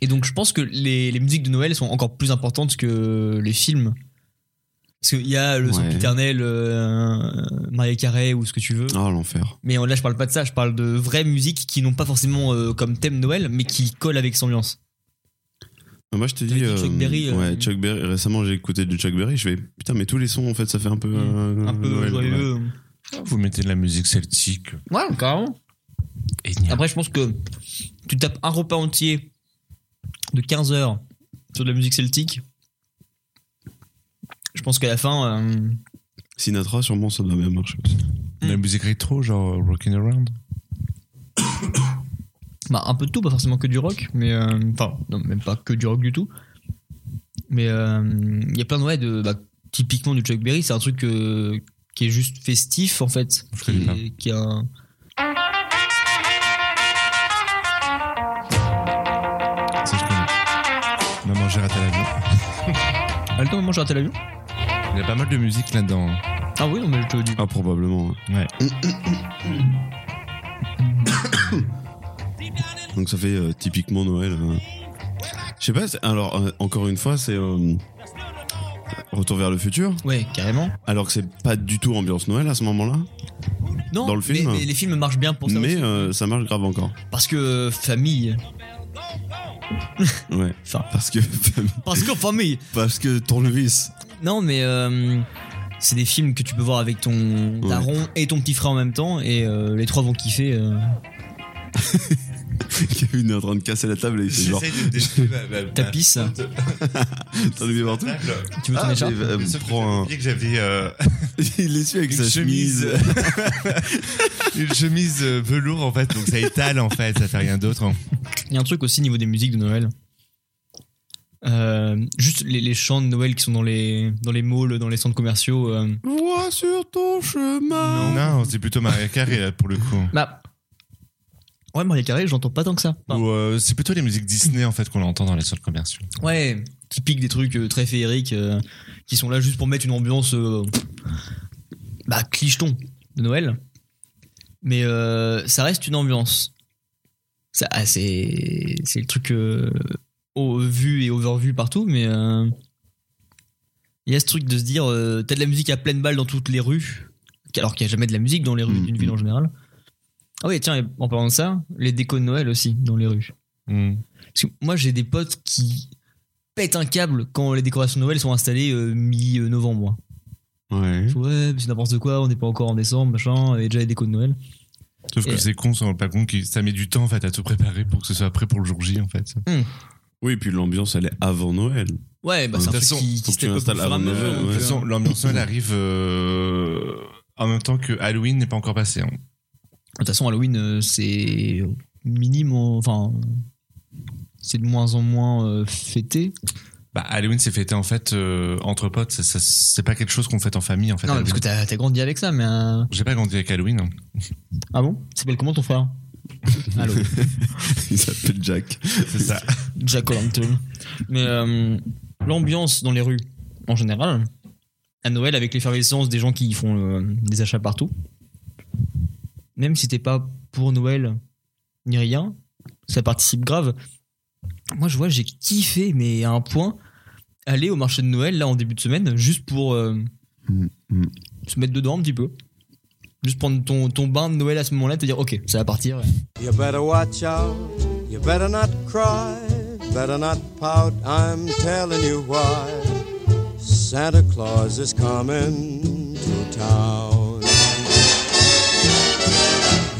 [SPEAKER 2] Et donc je pense que les, les musiques de Noël sont encore plus importantes que les films. Parce qu'il y a le son
[SPEAKER 4] Ouais.
[SPEAKER 2] éternel, euh, Maria Carré ou ce que tu veux.
[SPEAKER 4] Ah, l'enfer.
[SPEAKER 2] Mais là, je parle pas de ça, je parle de vraies musiques qui n'ont pas forcément euh, comme thème Noël, mais qui collent avec cette ambiance.
[SPEAKER 4] Ah, Moi, je t'ai
[SPEAKER 2] T'avais
[SPEAKER 4] dit.
[SPEAKER 2] dit Chuck
[SPEAKER 4] euh,
[SPEAKER 2] Berry, euh,
[SPEAKER 4] Ouais, Chuck Berry. Récemment, j'ai écouté du Chuck Berry. Je fais putain, mais tous les sons, en fait, ça fait un peu. euh,
[SPEAKER 2] Mm. Un peu
[SPEAKER 4] Noël, ouais.
[SPEAKER 2] joyeux.
[SPEAKER 3] Oh, Vous mettez de la musique celtique. Ah,
[SPEAKER 2] Ouais, carrément.
[SPEAKER 3] Et il n'y a
[SPEAKER 2] Après, je pense que tu tapes un repas entier de 15 heures sur de la musique celtique. Je pense qu'à la fin, euh,
[SPEAKER 4] Sinatra, sûrement, ça doit bien marcher aussi.
[SPEAKER 3] de la musique rétro, genre euh, Rockin' Around.
[SPEAKER 2] bah, un peu de tout, pas forcément que du rock, mais euh, enfin, non, même pas que du rock du tout. Mais euh, il y a plein de ouais, de bah, typiquement du Chuck Berry, c'est un truc euh, qui est juste festif en fait,
[SPEAKER 3] Je
[SPEAKER 2] qui,
[SPEAKER 3] connais pas.
[SPEAKER 2] est- qui est un-
[SPEAKER 3] Ça, je connais. Maman, j'ai raté l'avion.
[SPEAKER 2] Ah, le temps moment j'ai raté l'avion.
[SPEAKER 3] Il y a pas mal de musique là-dedans. hein.
[SPEAKER 2] Ah oui, non mais je te le dis.
[SPEAKER 4] Ah, probablement. ouais.
[SPEAKER 3] Ouais.
[SPEAKER 4] Donc ça fait euh, typiquement Noël. euh. Je sais pas, c'est- alors euh, encore une fois, c'est euh, Retour vers le futur,
[SPEAKER 2] Ouais, carrément.
[SPEAKER 4] alors que c'est pas du tout ambiance Noël à ce moment-là,
[SPEAKER 2] Non,
[SPEAKER 4] Dans le film.
[SPEAKER 2] mais, mais les films marchent bien pour ça
[SPEAKER 4] mais
[SPEAKER 2] aussi.
[SPEAKER 4] euh, ça marche grave encore.
[SPEAKER 2] parce que euh, famille,
[SPEAKER 4] Ouais.
[SPEAKER 2] Enfin.
[SPEAKER 4] Parce que
[SPEAKER 2] parce que famille.
[SPEAKER 4] parce que tournevis.
[SPEAKER 2] Non, mais euh, c'est des films que tu peux voir avec ton
[SPEAKER 4] Ouais.
[SPEAKER 2] daron et ton petit frère en même temps, et euh, les trois vont kiffer. euh.
[SPEAKER 4] Kevin est en train de casser la table et il fait genre
[SPEAKER 3] bah,
[SPEAKER 2] Ta pisse.
[SPEAKER 4] tournevis partout.
[SPEAKER 2] Tu veux ton
[SPEAKER 4] Ah,
[SPEAKER 2] écharpe
[SPEAKER 3] bah,
[SPEAKER 4] mais, euh, prends un-
[SPEAKER 3] que j'avais euh,
[SPEAKER 4] Il l'essuie avec
[SPEAKER 3] Une
[SPEAKER 4] sa
[SPEAKER 3] chemise.
[SPEAKER 4] chemise.
[SPEAKER 3] une chemise euh, velours en fait, donc ça étale en fait, ça fait rien d'autre. hein.
[SPEAKER 2] Il y a un truc aussi niveau des musiques de Noël. Euh, juste les, les chants de Noël qui sont dans les, dans les malls, dans les centres commerciaux. euh.
[SPEAKER 4] Vois sur ton chemin.
[SPEAKER 3] Non, c'est plutôt Maria Carré là, pour le coup.
[SPEAKER 2] Bah. Ouais, Maria Carré, j'entends pas tant que ça. Enfin,
[SPEAKER 3] Ou euh, c'est plutôt les musiques Disney en fait qu'on entend dans les salles commerciaux.
[SPEAKER 2] Ouais, typique des trucs euh, très féeriques euh, qui sont là juste pour mettre une ambiance euh, bah clicheton de Noël. Mais euh, ça reste une ambiance. Ça, ah, c'est c'est le truc euh, au- vu et overvu partout, mais euh, il y a ce truc de se dire euh, t'as de la musique à pleine balle dans toutes les rues, alors qu'il n'y a jamais de la musique dans les rues
[SPEAKER 4] Mhm.
[SPEAKER 2] d'une ville en général. Ah oui, tiens, et en parlant de ça, les décos de Noël aussi dans les rues. Parce que moi, j'ai des potes qui pètent un câble quand les décorations de Noël sont installées euh, mi-novembre. moi.
[SPEAKER 4] Ouais.
[SPEAKER 2] Je fais, Ouais, mais c'est n'importe quoi, on n'est pas encore en décembre, machin, et déjà les décos de Noël.
[SPEAKER 3] Sauf que
[SPEAKER 2] Et-
[SPEAKER 3] c'est con, ça rend pas compte que ça met du temps en fait à tout préparer pour que ce soit prêt pour le jour J en fait.
[SPEAKER 4] Oui, puis l'ambiance elle est avant Noël.
[SPEAKER 2] Ouais, bah
[SPEAKER 4] De
[SPEAKER 2] c'est un
[SPEAKER 4] toute
[SPEAKER 2] truc
[SPEAKER 4] façon,
[SPEAKER 2] qui, qui
[SPEAKER 4] faut que tu
[SPEAKER 2] step up au fur
[SPEAKER 4] l'installes
[SPEAKER 2] et à
[SPEAKER 4] avant
[SPEAKER 2] mesure,
[SPEAKER 4] Noël,
[SPEAKER 2] donc,
[SPEAKER 4] ouais.
[SPEAKER 3] De
[SPEAKER 2] euh,
[SPEAKER 3] toute façon, l'ambiance Noël arrive euh, en même temps que Halloween n'est pas encore passé. hein.
[SPEAKER 2] De toute façon, Halloween, euh, c'est minime, en- enfin, c'est de moins en moins euh, fêté.
[SPEAKER 3] Bah, Halloween c'est fêté en fait euh, entre potes, ça- ça- c'est pas quelque chose qu'on fête en famille en fait.
[SPEAKER 2] Non, mais
[SPEAKER 3] Halloween.
[SPEAKER 2] parce que t'as t'as grandi avec ça, mais. euh,
[SPEAKER 3] J'ai pas grandi avec Halloween. hein.
[SPEAKER 2] Ah bon Il s'appelle comment ton frère Allô
[SPEAKER 4] Il s'appelle Jack.
[SPEAKER 3] C'est ça.
[SPEAKER 2] Jack O'Lantern. Mais euh, l'ambiance dans les rues, en général, à Noël, avec l'effervescence des gens qui font euh, des achats partout, même si t'es pas pour Noël ni rien, ça participe grave. Moi, je vois, j'ai kiffé, mais à un point, aller au marché de Noël, là, en début de semaine, juste pour euh,
[SPEAKER 4] Mm, mm.
[SPEAKER 2] se mettre dedans un petit peu. Juste prendre ton, ton bain de Noël à ce moment-là, te dire, ok, ça va partir.
[SPEAKER 9] You better watch out. You better not cry. Better not pout. I'm telling you why. Santa Claus is coming to town.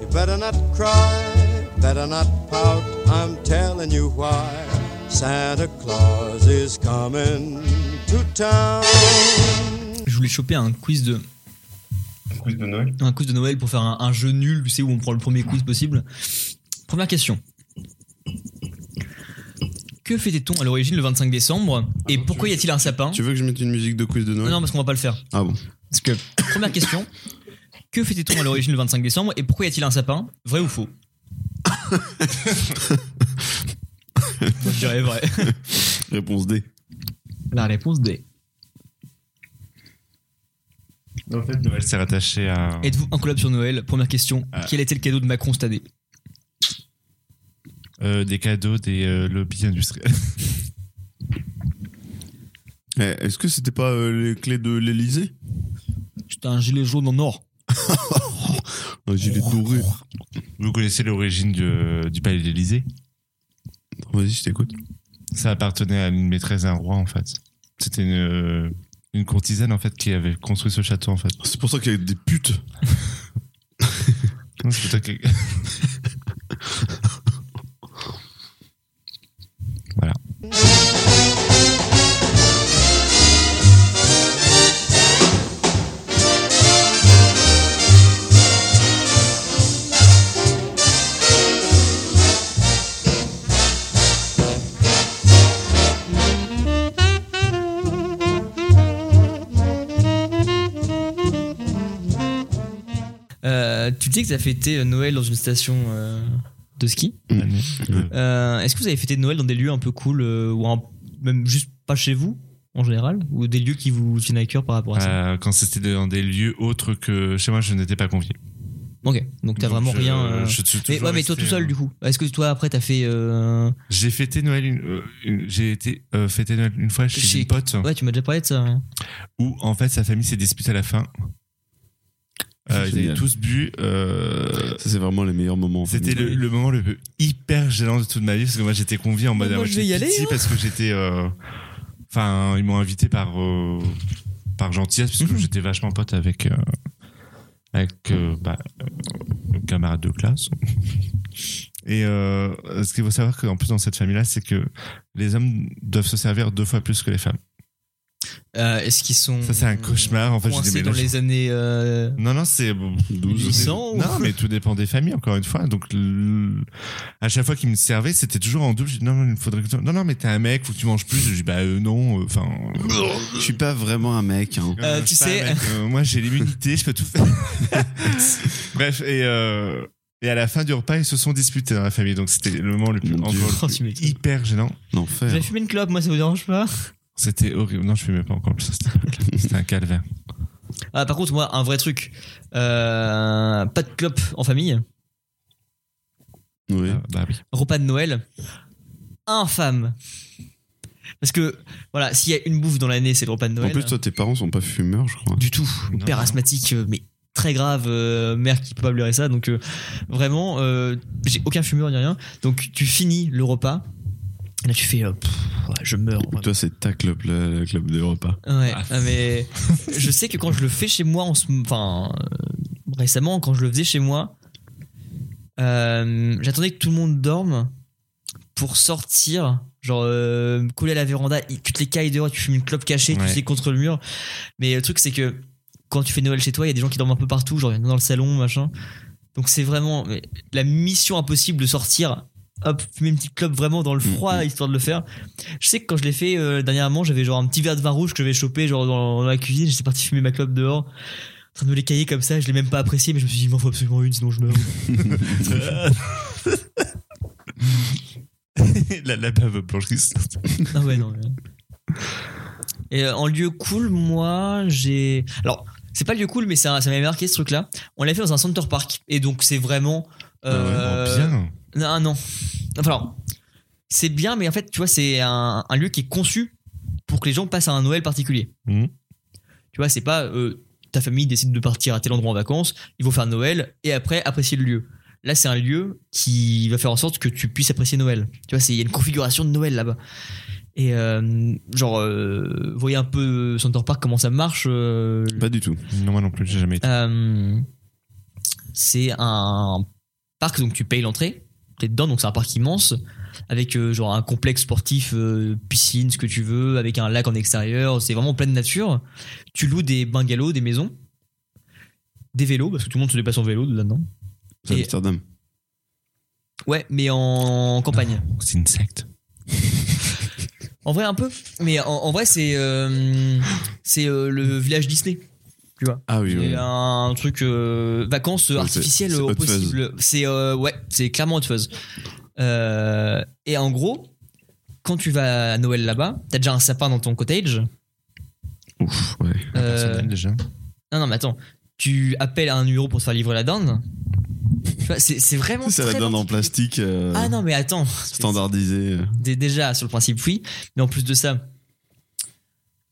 [SPEAKER 9] You better not cry. Better not pout. I'm telling you why. Santa Claus is coming to town.
[SPEAKER 2] Je voulais choper un quiz de.
[SPEAKER 3] Quiz de Noël.
[SPEAKER 2] un quiz de Noël pour faire un, un jeu nul, tu sais, où on prend le premier quiz possible. Première question. Que fêtait-on à l'origine le 25 décembre Et pourquoi y a-t-il un sapin
[SPEAKER 4] Tu veux que je mette une musique de quiz de Noël
[SPEAKER 2] Non, parce qu'on va pas le faire.
[SPEAKER 4] Ah bon.
[SPEAKER 2] Parce que, première question. Que fêtait-on à l'origine le 25 décembre Et pourquoi y a-t-il un sapin Vrai ou faux Je dirais vrai.
[SPEAKER 4] Réponse D.
[SPEAKER 2] La réponse D.
[SPEAKER 3] En fait, Noël s'est rattaché à.
[SPEAKER 2] Êtes-vous en collab sur Noël Première question. Quel était le cadeau de Macron cette année
[SPEAKER 3] euh, des cadeaux des euh, lobbies industriels.
[SPEAKER 4] Eh, Est-ce que c'était pas euh, les clés de l'Elysée
[SPEAKER 2] C'était un gilet jaune en or.
[SPEAKER 4] Un gilet doré.
[SPEAKER 3] Vous connaissez l'origine du, euh, du palais d'Élysée
[SPEAKER 4] Vas-y, je t'écoute.
[SPEAKER 3] Ça appartenait à une maîtresse d'un roi, en fait. C'était une, euh, une courtisane, en fait, qui avait construit ce château, en fait.
[SPEAKER 4] Ah, C'est pour ça qu'il y a des putes.
[SPEAKER 2] Ah.
[SPEAKER 3] Non, c'est toi qui- voilà.
[SPEAKER 2] Euh, tu disais que tu as fêté euh, Noël dans une station euh, de ski.
[SPEAKER 3] Euh,
[SPEAKER 2] Euh, Est-ce que vous avez fêté Noël dans des lieux un peu cool euh, ou un- même juste pas chez vous en général ou des lieux qui vous tiennent à cœur par rapport à ça
[SPEAKER 3] euh, quand c'était dans des lieux autres que chez moi, je n'étais pas convié.
[SPEAKER 2] Ok, donc t'as
[SPEAKER 3] Donc,
[SPEAKER 2] vraiment
[SPEAKER 3] je-
[SPEAKER 2] rien. euh,
[SPEAKER 3] je suis
[SPEAKER 2] mais,
[SPEAKER 3] toujours
[SPEAKER 2] ouais, mais toi
[SPEAKER 3] resté,
[SPEAKER 2] tout seul
[SPEAKER 3] euh,
[SPEAKER 2] du coup. Est-ce que toi après t'as fait euh,
[SPEAKER 3] J'ai fêté Noël une, euh, une- j'ai été euh, fêté Noël une fois chez,
[SPEAKER 2] Chez-
[SPEAKER 3] une pote
[SPEAKER 2] Ouais, tu m'as déjà parlé de ça. hein.
[SPEAKER 3] où en fait sa famille s'est disputée à la fin. Euh, ils avaient
[SPEAKER 4] Génial.
[SPEAKER 3] tous bu. euh,
[SPEAKER 4] Ça, c'est vraiment les meilleurs moments. en
[SPEAKER 3] C'était
[SPEAKER 4] famille.
[SPEAKER 3] le, le moment le plus hyper gênant de toute ma vie parce que moi j'étais convié en mode
[SPEAKER 2] Moi, je
[SPEAKER 3] à moitié
[SPEAKER 2] vais y aller,
[SPEAKER 3] pitié
[SPEAKER 2] hein.
[SPEAKER 3] parce que j'étais euh, enfin ils m'ont invité par euh, par gentillesse parce que
[SPEAKER 2] Mhm.
[SPEAKER 3] j'étais vachement pote avec euh, avec euh, bah, euh, camarade de classe et euh, ce qu'il faut savoir qu'en plus dans cette famille là c'est que les hommes doivent se servir deux fois plus que les femmes
[SPEAKER 2] Euh, Est-ce qu'ils sont
[SPEAKER 3] ça c'est un cauchemar en fait je
[SPEAKER 2] coincés
[SPEAKER 3] dis, mais
[SPEAKER 2] Mhm. dans
[SPEAKER 3] là, je-
[SPEAKER 2] les années euh,
[SPEAKER 3] non, non, c'est bon,
[SPEAKER 2] 12. 800 ou-
[SPEAKER 3] Non, mais tout dépend des familles, encore une fois. Donc, le- à chaque fois qu'il me servait, c'était toujours en double. Je dis, non, non, il faudrait que tu- Non, non, mais t'es un mec, faut que tu manges plus. Je dis, bah, euh, non, euh, enfin. euh,
[SPEAKER 4] Je suis pas vraiment un mec. hein.
[SPEAKER 2] Euh, tu
[SPEAKER 3] je suis
[SPEAKER 2] sais-
[SPEAKER 3] pas un mec, euh, moi, j'ai l'immunité, je peux tout faire. Bref, et, euh, et à la fin du repas, ils se sont disputés dans la famille. Donc, c'était le moment le plus,
[SPEAKER 4] Mon
[SPEAKER 3] encore
[SPEAKER 4] Dieu.
[SPEAKER 2] Oh,
[SPEAKER 3] le
[SPEAKER 2] tu
[SPEAKER 3] plus
[SPEAKER 2] m'étonnes.
[SPEAKER 3] hyper gênant.
[SPEAKER 2] J'ai
[SPEAKER 4] L'enfer.
[SPEAKER 2] fumé une clope, moi ça vous dérange pas
[SPEAKER 3] C'était horrible. Non, je fumais pas encore. Ça, c'était- c'était un calvaire.
[SPEAKER 2] Ah, par contre, moi, un vrai truc. Euh, pas de clope en famille.
[SPEAKER 4] Oui.
[SPEAKER 3] Ah, bah oui.
[SPEAKER 2] Repas de Noël. Infâme. Parce que, voilà, s'il y a une bouffe dans l'année, c'est le repas de
[SPEAKER 4] En
[SPEAKER 2] Noël. euh
[SPEAKER 4] plus, toi, tes parents sont pas fumeurs, je crois.
[SPEAKER 2] du tout.
[SPEAKER 3] Non,
[SPEAKER 2] Père
[SPEAKER 3] non.
[SPEAKER 2] asthmatique, euh, mais très grave. euh, mère qui peut pas blairer ça. Donc, euh, vraiment, euh, j'ai aucun fumeur ni rien. Donc, tu finis le repas. Et là, tu fais, euh, pff, ouais, je meurs. vraiment.
[SPEAKER 4] Toi, c'est ta club, là, la club des repas.
[SPEAKER 2] Ouais,
[SPEAKER 3] Ah.
[SPEAKER 2] ah, mais je sais que quand je le fais chez moi, en ce- enfin euh, récemment, quand je le faisais chez moi, euh, j'attendais que tout le monde dorme pour sortir, genre euh, me coller à la véranda, y- tu te les cailles dehors, tu fumes une clope cachée,
[SPEAKER 3] Ouais.
[SPEAKER 2] tu sais contre le mur. Mais le truc c'est que quand tu fais Noël chez toi, il y a des gens qui dorment un peu partout, genre il y en a dans le salon, machin. Donc c'est vraiment mais, la mission impossible de sortir. Hop, fumer une petite clope vraiment dans le
[SPEAKER 3] Mm,
[SPEAKER 2] froid, histoire de le faire. Je sais que quand je l'ai fait euh, dernièrement, j'avais genre un petit verre de vin rouge que j'avais chopé genre dans, dans la cuisine. J'étais parti fumer ma clope dehors, en train de me les cailler comme ça. Je l'ai même pas apprécié, mais je me suis dit, il m'en faut absolument une, sinon je meurs.
[SPEAKER 3] la, la bave blanche qui se-
[SPEAKER 2] ah ouais, non. ouais. Et euh, en lieu cool, moi, j'ai. Alors, c'est pas lieu cool, mais ça, ça m'avait marqué ce truc-là. On l'a fait dans un center park, et donc c'est vraiment. euh,
[SPEAKER 3] Oh, bien.
[SPEAKER 2] Non, non. Enfin, alors, c'est bien, mais en fait, tu vois, c'est un, un lieu qui est conçu pour que les gens passent à un Noël particulier.
[SPEAKER 3] Mhm.
[SPEAKER 2] Tu vois, c'est pas euh, ta famille décide de partir à tel endroit en vacances, il faut faire Noël et après apprécier le lieu. Là, c'est un lieu qui va faire en sorte que tu puisses apprécier Noël. Tu vois, c'est- il y a une configuration de Noël là-bas. Et euh, genre, euh, voyez un peu Center Park comment ça marche. euh,
[SPEAKER 4] Pas du tout.
[SPEAKER 3] Non, moi non plus, j'ai jamais été.
[SPEAKER 2] euh, c'est un parc, donc tu payes l'entrée, t'es dedans, donc c'est un parc immense, avec euh, genre un complexe sportif, euh, piscine, ce que tu veux, avec un lac en extérieur, c'est vraiment pleine nature. Tu loues des bungalows, des maisons, des vélos, parce que tout le monde se déplace en vélo là-dedans.
[SPEAKER 4] C'est
[SPEAKER 2] Et-
[SPEAKER 4] Amsterdam.
[SPEAKER 2] Ouais, mais en campagne.
[SPEAKER 3] C'est une secte.
[SPEAKER 2] En vrai, un peu. Mais en, en vrai, c'est euh, c'est euh, le village Disney.
[SPEAKER 4] Ah oui, oui.
[SPEAKER 2] C'est un truc euh, vacances
[SPEAKER 4] c'est-
[SPEAKER 2] artificielles
[SPEAKER 4] c'est
[SPEAKER 2] au
[SPEAKER 4] hot fuzz.
[SPEAKER 2] possible. C'est euh, ouais, c'est clairement hot fuzz. Euh, et en gros, quand tu vas à Noël là-bas, t'as déjà un sapin dans ton cottage.
[SPEAKER 4] Ouf, ouais.
[SPEAKER 2] Euh,
[SPEAKER 3] Personnel, déjà.
[SPEAKER 2] non, non, mais attends, tu appelles un numéro pour te faire livrer la dinde. Tu vois, c'est c'est vraiment.
[SPEAKER 4] C'est la
[SPEAKER 2] très
[SPEAKER 4] dinde en
[SPEAKER 2] particulier.
[SPEAKER 4] plastique euh,
[SPEAKER 2] Ah non, mais attends.
[SPEAKER 4] standardisée. euh.
[SPEAKER 2] Dé- déjà sur le principe oui mais en plus de ça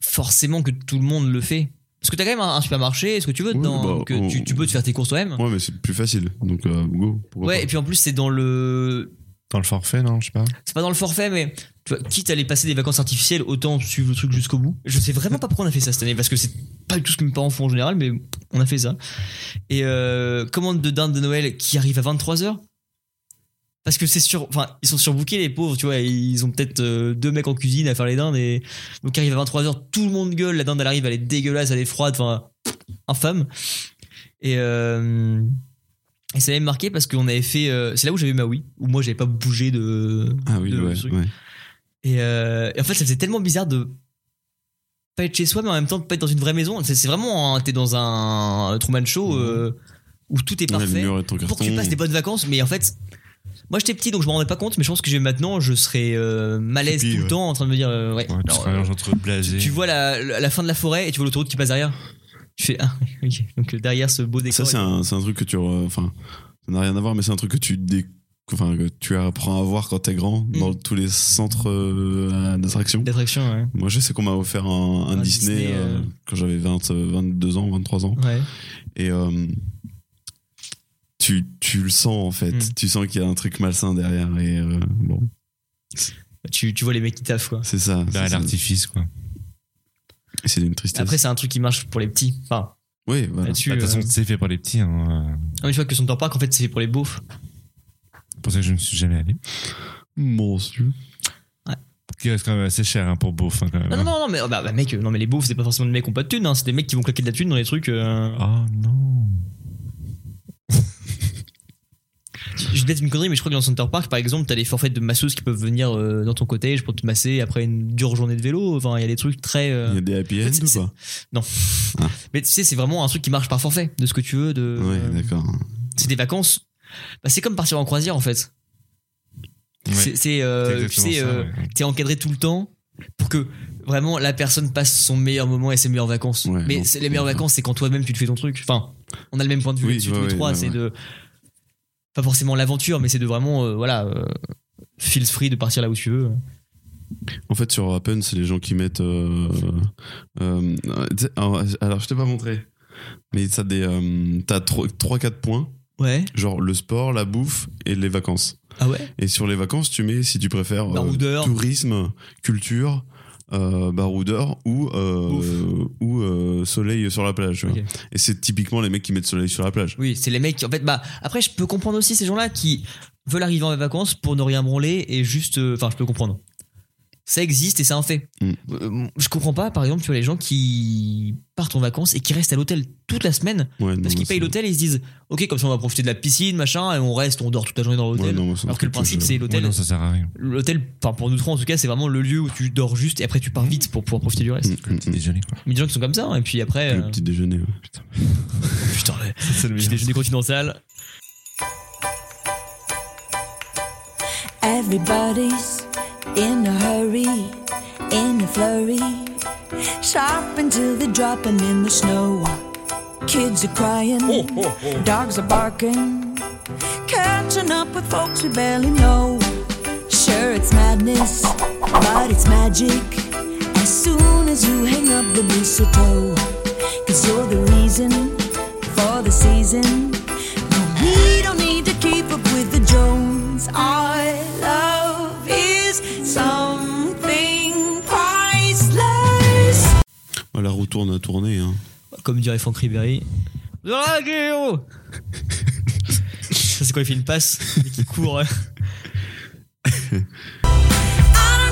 [SPEAKER 2] forcément que tout le monde le fait parce que t'as quand même un, un supermarché ce que tu veux
[SPEAKER 4] Oui,
[SPEAKER 2] dedans,
[SPEAKER 4] bah,
[SPEAKER 2] que
[SPEAKER 4] on-
[SPEAKER 2] tu, tu peux te faire tes courses toi-même ouais,
[SPEAKER 4] Ouais, mais c'est plus facile. Donc, euh, go. pourquoi
[SPEAKER 2] et puis en plus c'est dans le
[SPEAKER 3] Dans le forfait, non, je sais pas.
[SPEAKER 2] c'est pas dans le forfait mais tu vois, quitte à aller passer des vacances artificielles autant suivre le truc jusqu'au bout je sais vraiment pas pourquoi on a fait ça cette année parce que c'est pas du tout ce que mes parents font en général mais on a fait ça et euh, commande de dinde de Noël qui arrive à 23h parce que c'est sûr enfin ils sont surbookés les pauvres tu vois ils ont peut-être euh, deux mecs en cuisine à faire les dindes et donc arrive à 23h tout le monde gueule la dinde elle arrive elle est dégueulasse elle est froide enfin infâme et euh, et ça m'avait marqué parce qu'on avait fait euh, c'est là où j'avais ma Wii où moi j'avais pas bougé de
[SPEAKER 4] pas Ah oui,
[SPEAKER 2] de-
[SPEAKER 4] ouais,
[SPEAKER 2] du truc.
[SPEAKER 4] ouais.
[SPEAKER 2] et, euh, et en fait, ça faisait tellement bizarre de pas être chez soi, mais en même temps de pas être dans une vraie maison. C'est c'est vraiment, un- t'es dans un Truman Show
[SPEAKER 3] Mhm.
[SPEAKER 2] euh, où tout est
[SPEAKER 4] Ouais, le
[SPEAKER 2] parfait
[SPEAKER 4] mur est ton carton.
[SPEAKER 2] pour que tu passes des bonnes vacances. Mais en fait, moi j'étais petit donc je m'en rendais pas compte, mais je pense que j'ai- maintenant je serais euh, malaise
[SPEAKER 3] Hippie,
[SPEAKER 2] tout le
[SPEAKER 3] ouais.
[SPEAKER 2] temps en train de me dire euh, ouais.
[SPEAKER 3] Ouais, tu
[SPEAKER 2] non,
[SPEAKER 3] seras
[SPEAKER 2] euh,
[SPEAKER 3] un mélange entre blasé.
[SPEAKER 2] tu vois la, la- la fin de la forêt et tu vois l'autoroute qui passe derrière. Tu fais ah ok donc euh, derrière ce beau
[SPEAKER 4] Ça,
[SPEAKER 2] décor.
[SPEAKER 4] c'est un, c'est un truc que tu. re- Enfin, ça n'a rien à voir, mais c'est un truc que tu, dé- enfin, que tu apprends à voir quand t'es grand
[SPEAKER 2] Mm.
[SPEAKER 4] dans tous les centres euh, d'attraction.
[SPEAKER 2] d'attraction ouais.
[SPEAKER 4] Moi, je sais qu'on m'a offert un, un
[SPEAKER 2] Un
[SPEAKER 4] Disney,
[SPEAKER 2] Disney,
[SPEAKER 4] euh,
[SPEAKER 2] euh,
[SPEAKER 4] quand j'avais 20, euh, 22 ans, 23 ans.
[SPEAKER 2] Ouais.
[SPEAKER 4] Et euh, tu, tu le sens, en fait.
[SPEAKER 2] Mm.
[SPEAKER 4] Tu sens qu'il y a un truc malsain derrière. Et euh, bon,
[SPEAKER 2] Tu, tu vois les mecs qui taffent quoi.
[SPEAKER 4] c'est ça.
[SPEAKER 3] Derrière
[SPEAKER 4] c'est ça.
[SPEAKER 3] l'artifice, quoi.
[SPEAKER 4] C'est une tristesse.
[SPEAKER 2] Après c'est un truc qui marche pour les petits. Enfin
[SPEAKER 4] oui, voilà.
[SPEAKER 2] là-dessus.
[SPEAKER 3] Bah, De toute
[SPEAKER 2] euh,
[SPEAKER 3] façon, c'est fait par les petits. hein, euh,
[SPEAKER 2] Ah, mais tu vois que son temps parc, en fait, c'est fait pour les beaufs.
[SPEAKER 3] C'est pour ça que je ne suis jamais allé.
[SPEAKER 4] Mon Dieu.
[SPEAKER 3] Qui reste quand même assez cher hein, pour beauf. hein, quand même.
[SPEAKER 2] Non, non, non, non, mais, bah, bah, mec, euh, non, mais les beaufs, c'est pas forcément des mecs qui ont pas de thunes, hein, c'est des mecs qui vont claquer de la thune dans les trucs. euh,
[SPEAKER 3] Oh non.
[SPEAKER 2] Je vais être une connerie, mais je crois que dans Center Park, par exemple, t'as des forfaits de masseuses qui peuvent venir euh, dans ton cottage pour te masser après une dure journée de vélo. Enfin, il y a des trucs très. euh,
[SPEAKER 4] Il y a des happy end
[SPEAKER 2] c'est-
[SPEAKER 4] ou
[SPEAKER 2] c'est-
[SPEAKER 4] pas
[SPEAKER 2] Mais tu sais, c'est vraiment un truc qui marche par forfait, de ce que tu veux. De...
[SPEAKER 4] Ouais, d'accord.
[SPEAKER 2] c'est des vacances. Bah, c'est comme partir en croisière, en fait.
[SPEAKER 3] Ouais,
[SPEAKER 2] C'est, c'est, euh, tu
[SPEAKER 3] exactement
[SPEAKER 2] sais,
[SPEAKER 3] ça,
[SPEAKER 2] euh,
[SPEAKER 3] ouais.
[SPEAKER 2] t'es encadré tout le temps pour que vraiment la personne passe son meilleur moment et ses meilleures vacances.
[SPEAKER 4] Ouais,
[SPEAKER 2] mais
[SPEAKER 4] non,
[SPEAKER 2] c'est- les meilleures
[SPEAKER 4] ouais.
[SPEAKER 2] vacances, c'est quand toi-même tu te fais ton truc. Enfin, on a le même point de vue
[SPEAKER 4] Oui,
[SPEAKER 2] là-dessus
[SPEAKER 4] ouais,
[SPEAKER 2] tous les
[SPEAKER 4] ouais,
[SPEAKER 2] trois.
[SPEAKER 4] ouais,
[SPEAKER 2] c'est
[SPEAKER 4] ouais.
[SPEAKER 2] de pas forcément l'aventure, mais c'est de vraiment euh, voilà, euh, feel free de partir là où tu veux.
[SPEAKER 4] En fait, sur Appen, c'est les gens qui mettent. euh, euh, tu sais, alors, alors, je t'ai pas montré. Mais t'as des. euh, t'as 3-4 points.
[SPEAKER 2] Ouais.
[SPEAKER 4] Genre le sport, la bouffe et les vacances.
[SPEAKER 2] Ah ouais.
[SPEAKER 4] Et sur les vacances, tu mets, si tu préfères, euh,
[SPEAKER 2] Baroudeur.
[SPEAKER 4] tourisme, culture, euh, baroudeur ou, euh, ou euh, soleil sur la plage. tu vois.
[SPEAKER 2] Ok.
[SPEAKER 4] Et c'est typiquement les mecs qui mettent soleil sur la plage.
[SPEAKER 2] Oui, c'est les mecs. qui- En fait, bah après, je peux comprendre aussi ces gens-là qui veulent arriver en vacances pour ne rien branler et juste. euh, Enfin, je peux comprendre. Ça existe et c'est un fait.
[SPEAKER 4] Mm.
[SPEAKER 2] Euh, je comprends pas, par exemple, tu vois les gens qui partent en vacances et qui restent à l'hôtel toute la semaine
[SPEAKER 4] Ouais,
[SPEAKER 2] Parce
[SPEAKER 4] non, moi,
[SPEAKER 2] qu'ils payent
[SPEAKER 4] c'est-
[SPEAKER 2] l'hôtel et ils se disent Ok, comme ça on va profiter de la piscine, machin, et on reste, on dort toute la journée dans
[SPEAKER 4] Ouais,
[SPEAKER 2] l'hôtel.
[SPEAKER 4] non, moi, c'est un
[SPEAKER 2] Alors que le
[SPEAKER 4] truc
[SPEAKER 2] principe,
[SPEAKER 4] je-
[SPEAKER 2] c'est
[SPEAKER 3] Ouais,
[SPEAKER 2] l'hôtel.
[SPEAKER 3] non, ça sert à rien.
[SPEAKER 2] l'hôtel, enfin pour nous trois en tout cas, c'est vraiment le lieu où tu dors juste et après tu pars vite pour pouvoir profiter du reste.
[SPEAKER 4] Mm, mm,
[SPEAKER 3] Petit
[SPEAKER 4] mm.
[SPEAKER 3] déjeuner, quoi.
[SPEAKER 2] Mais des gens qui sont comme ça, hein, et puis après.
[SPEAKER 4] Le
[SPEAKER 2] euh,
[SPEAKER 4] petit déjeuner. ouais.
[SPEAKER 2] putain, le
[SPEAKER 3] C'est le
[SPEAKER 2] petit déjeuner continental.
[SPEAKER 8] Everybody's in a hurry, in a flurry, sharp until they're dropping in the snow. Kids are crying, dogs are barking, catching up with folks we barely know. Sure, it's madness, but it's magic. As soon as you hang up the mistletoe, 'cause Cause you're the reason for the season. No, we don't need to keep up with the Jones. Our love is something priceless.
[SPEAKER 4] Bah, la roue tourne à tourner. Hein.
[SPEAKER 2] Comme dirait Franck Ribéry. Ah, Guillaume Ça, c'est quand il fait une passe et qu'il court.
[SPEAKER 8] I don't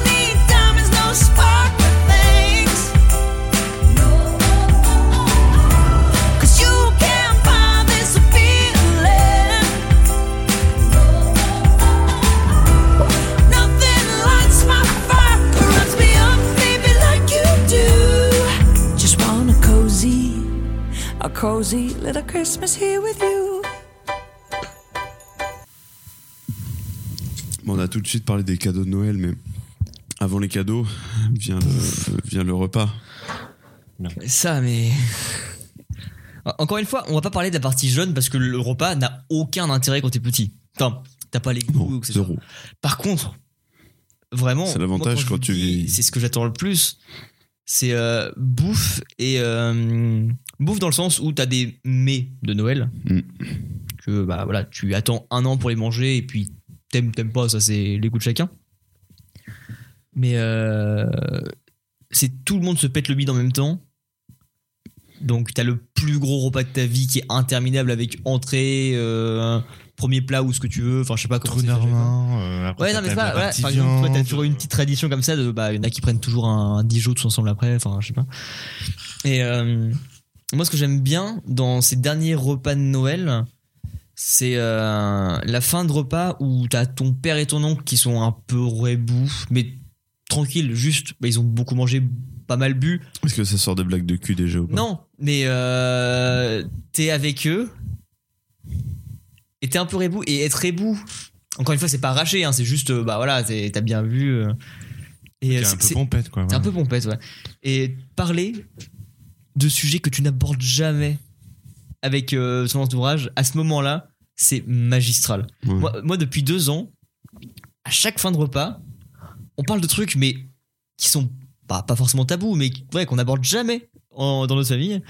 [SPEAKER 8] need diamonds, no sparkle things. Cause you can't buy this feeling. Nothing lights my fire, burns me up, baby, like you do. Just want a cozy, a cozy little Christmas here with you.
[SPEAKER 4] Bon, on a tout de suite parlé des cadeaux de Noël, mais avant les cadeaux, vient le, vient le repas.
[SPEAKER 2] Ça, mais. Encore une fois, on va pas parler de la partie jeune parce que le repas n'a aucun intérêt quand t'es petit. Enfin, t'as pas les goûts,
[SPEAKER 4] Non,
[SPEAKER 2] etc.
[SPEAKER 4] zéro.
[SPEAKER 2] Par contre, vraiment.
[SPEAKER 4] C'est l'avantage
[SPEAKER 2] moi, je
[SPEAKER 4] quand
[SPEAKER 2] vous
[SPEAKER 4] tu
[SPEAKER 2] dis,
[SPEAKER 4] vis.
[SPEAKER 2] C'est ce que j'attends le plus. C'est euh, bouffe et. euh, bouffe dans le sens où t'as des mets de Noël.
[SPEAKER 4] Mm.
[SPEAKER 2] Que, bah voilà, tu attends un an pour les manger et puis t'aimes, t'aimes pas, ça c'est les goûts de chacun. Mais euh, c'est tout le monde se pète le bide en même temps. Donc t'as le plus gros repas de ta vie qui est interminable avec entrée, euh, premier plat ou ce que tu veux. Enfin je sais pas comment
[SPEAKER 3] Trou
[SPEAKER 2] c'est fait, je sais pas.
[SPEAKER 3] normand. euh, après,
[SPEAKER 2] Ouais non
[SPEAKER 3] t'as
[SPEAKER 2] mais c'est
[SPEAKER 3] la
[SPEAKER 2] pas voilà,
[SPEAKER 3] partie
[SPEAKER 2] par exemple toi t'as
[SPEAKER 3] viande.
[SPEAKER 2] toujours une petite tradition comme ça de bah y en a qui prennent toujours un, un Dijon tous ensemble après. Enfin je sais pas. Et euh, moi ce que j'aime bien dans ces derniers repas de Noël. C'est euh, la fin de repas où t'as ton père et ton oncle qui sont un peu rebous, mais tranquille, juste, bah, ils ont beaucoup mangé, pas mal bu,
[SPEAKER 4] Est-ce que ça sort des blagues de cul déjà ou pas
[SPEAKER 2] non, mais euh, t'es avec eux et t'es un peu rebou. Et être rebou, encore une fois, c'est pas arraché, hein, c'est juste, euh, bah voilà, t'es- t'as bien vu. euh, et euh,
[SPEAKER 3] T'es un
[SPEAKER 2] c'est Bah,
[SPEAKER 3] peu
[SPEAKER 2] c'est-
[SPEAKER 3] pompette, quoi.
[SPEAKER 2] t'es un peu
[SPEAKER 3] voilà.
[SPEAKER 2] pompette, ouais. Et parler de sujets que tu n'abordes jamais avec euh, ton entourage, à ce moment-là, c'est magistral.
[SPEAKER 4] Ouais.
[SPEAKER 2] Moi, moi, depuis deux ans, à chaque fin de repas, on parle de trucs, mais qui sont pas, pas forcément tabous, mais qui- ouais, qu'on n'aborde jamais en- dans notre famille.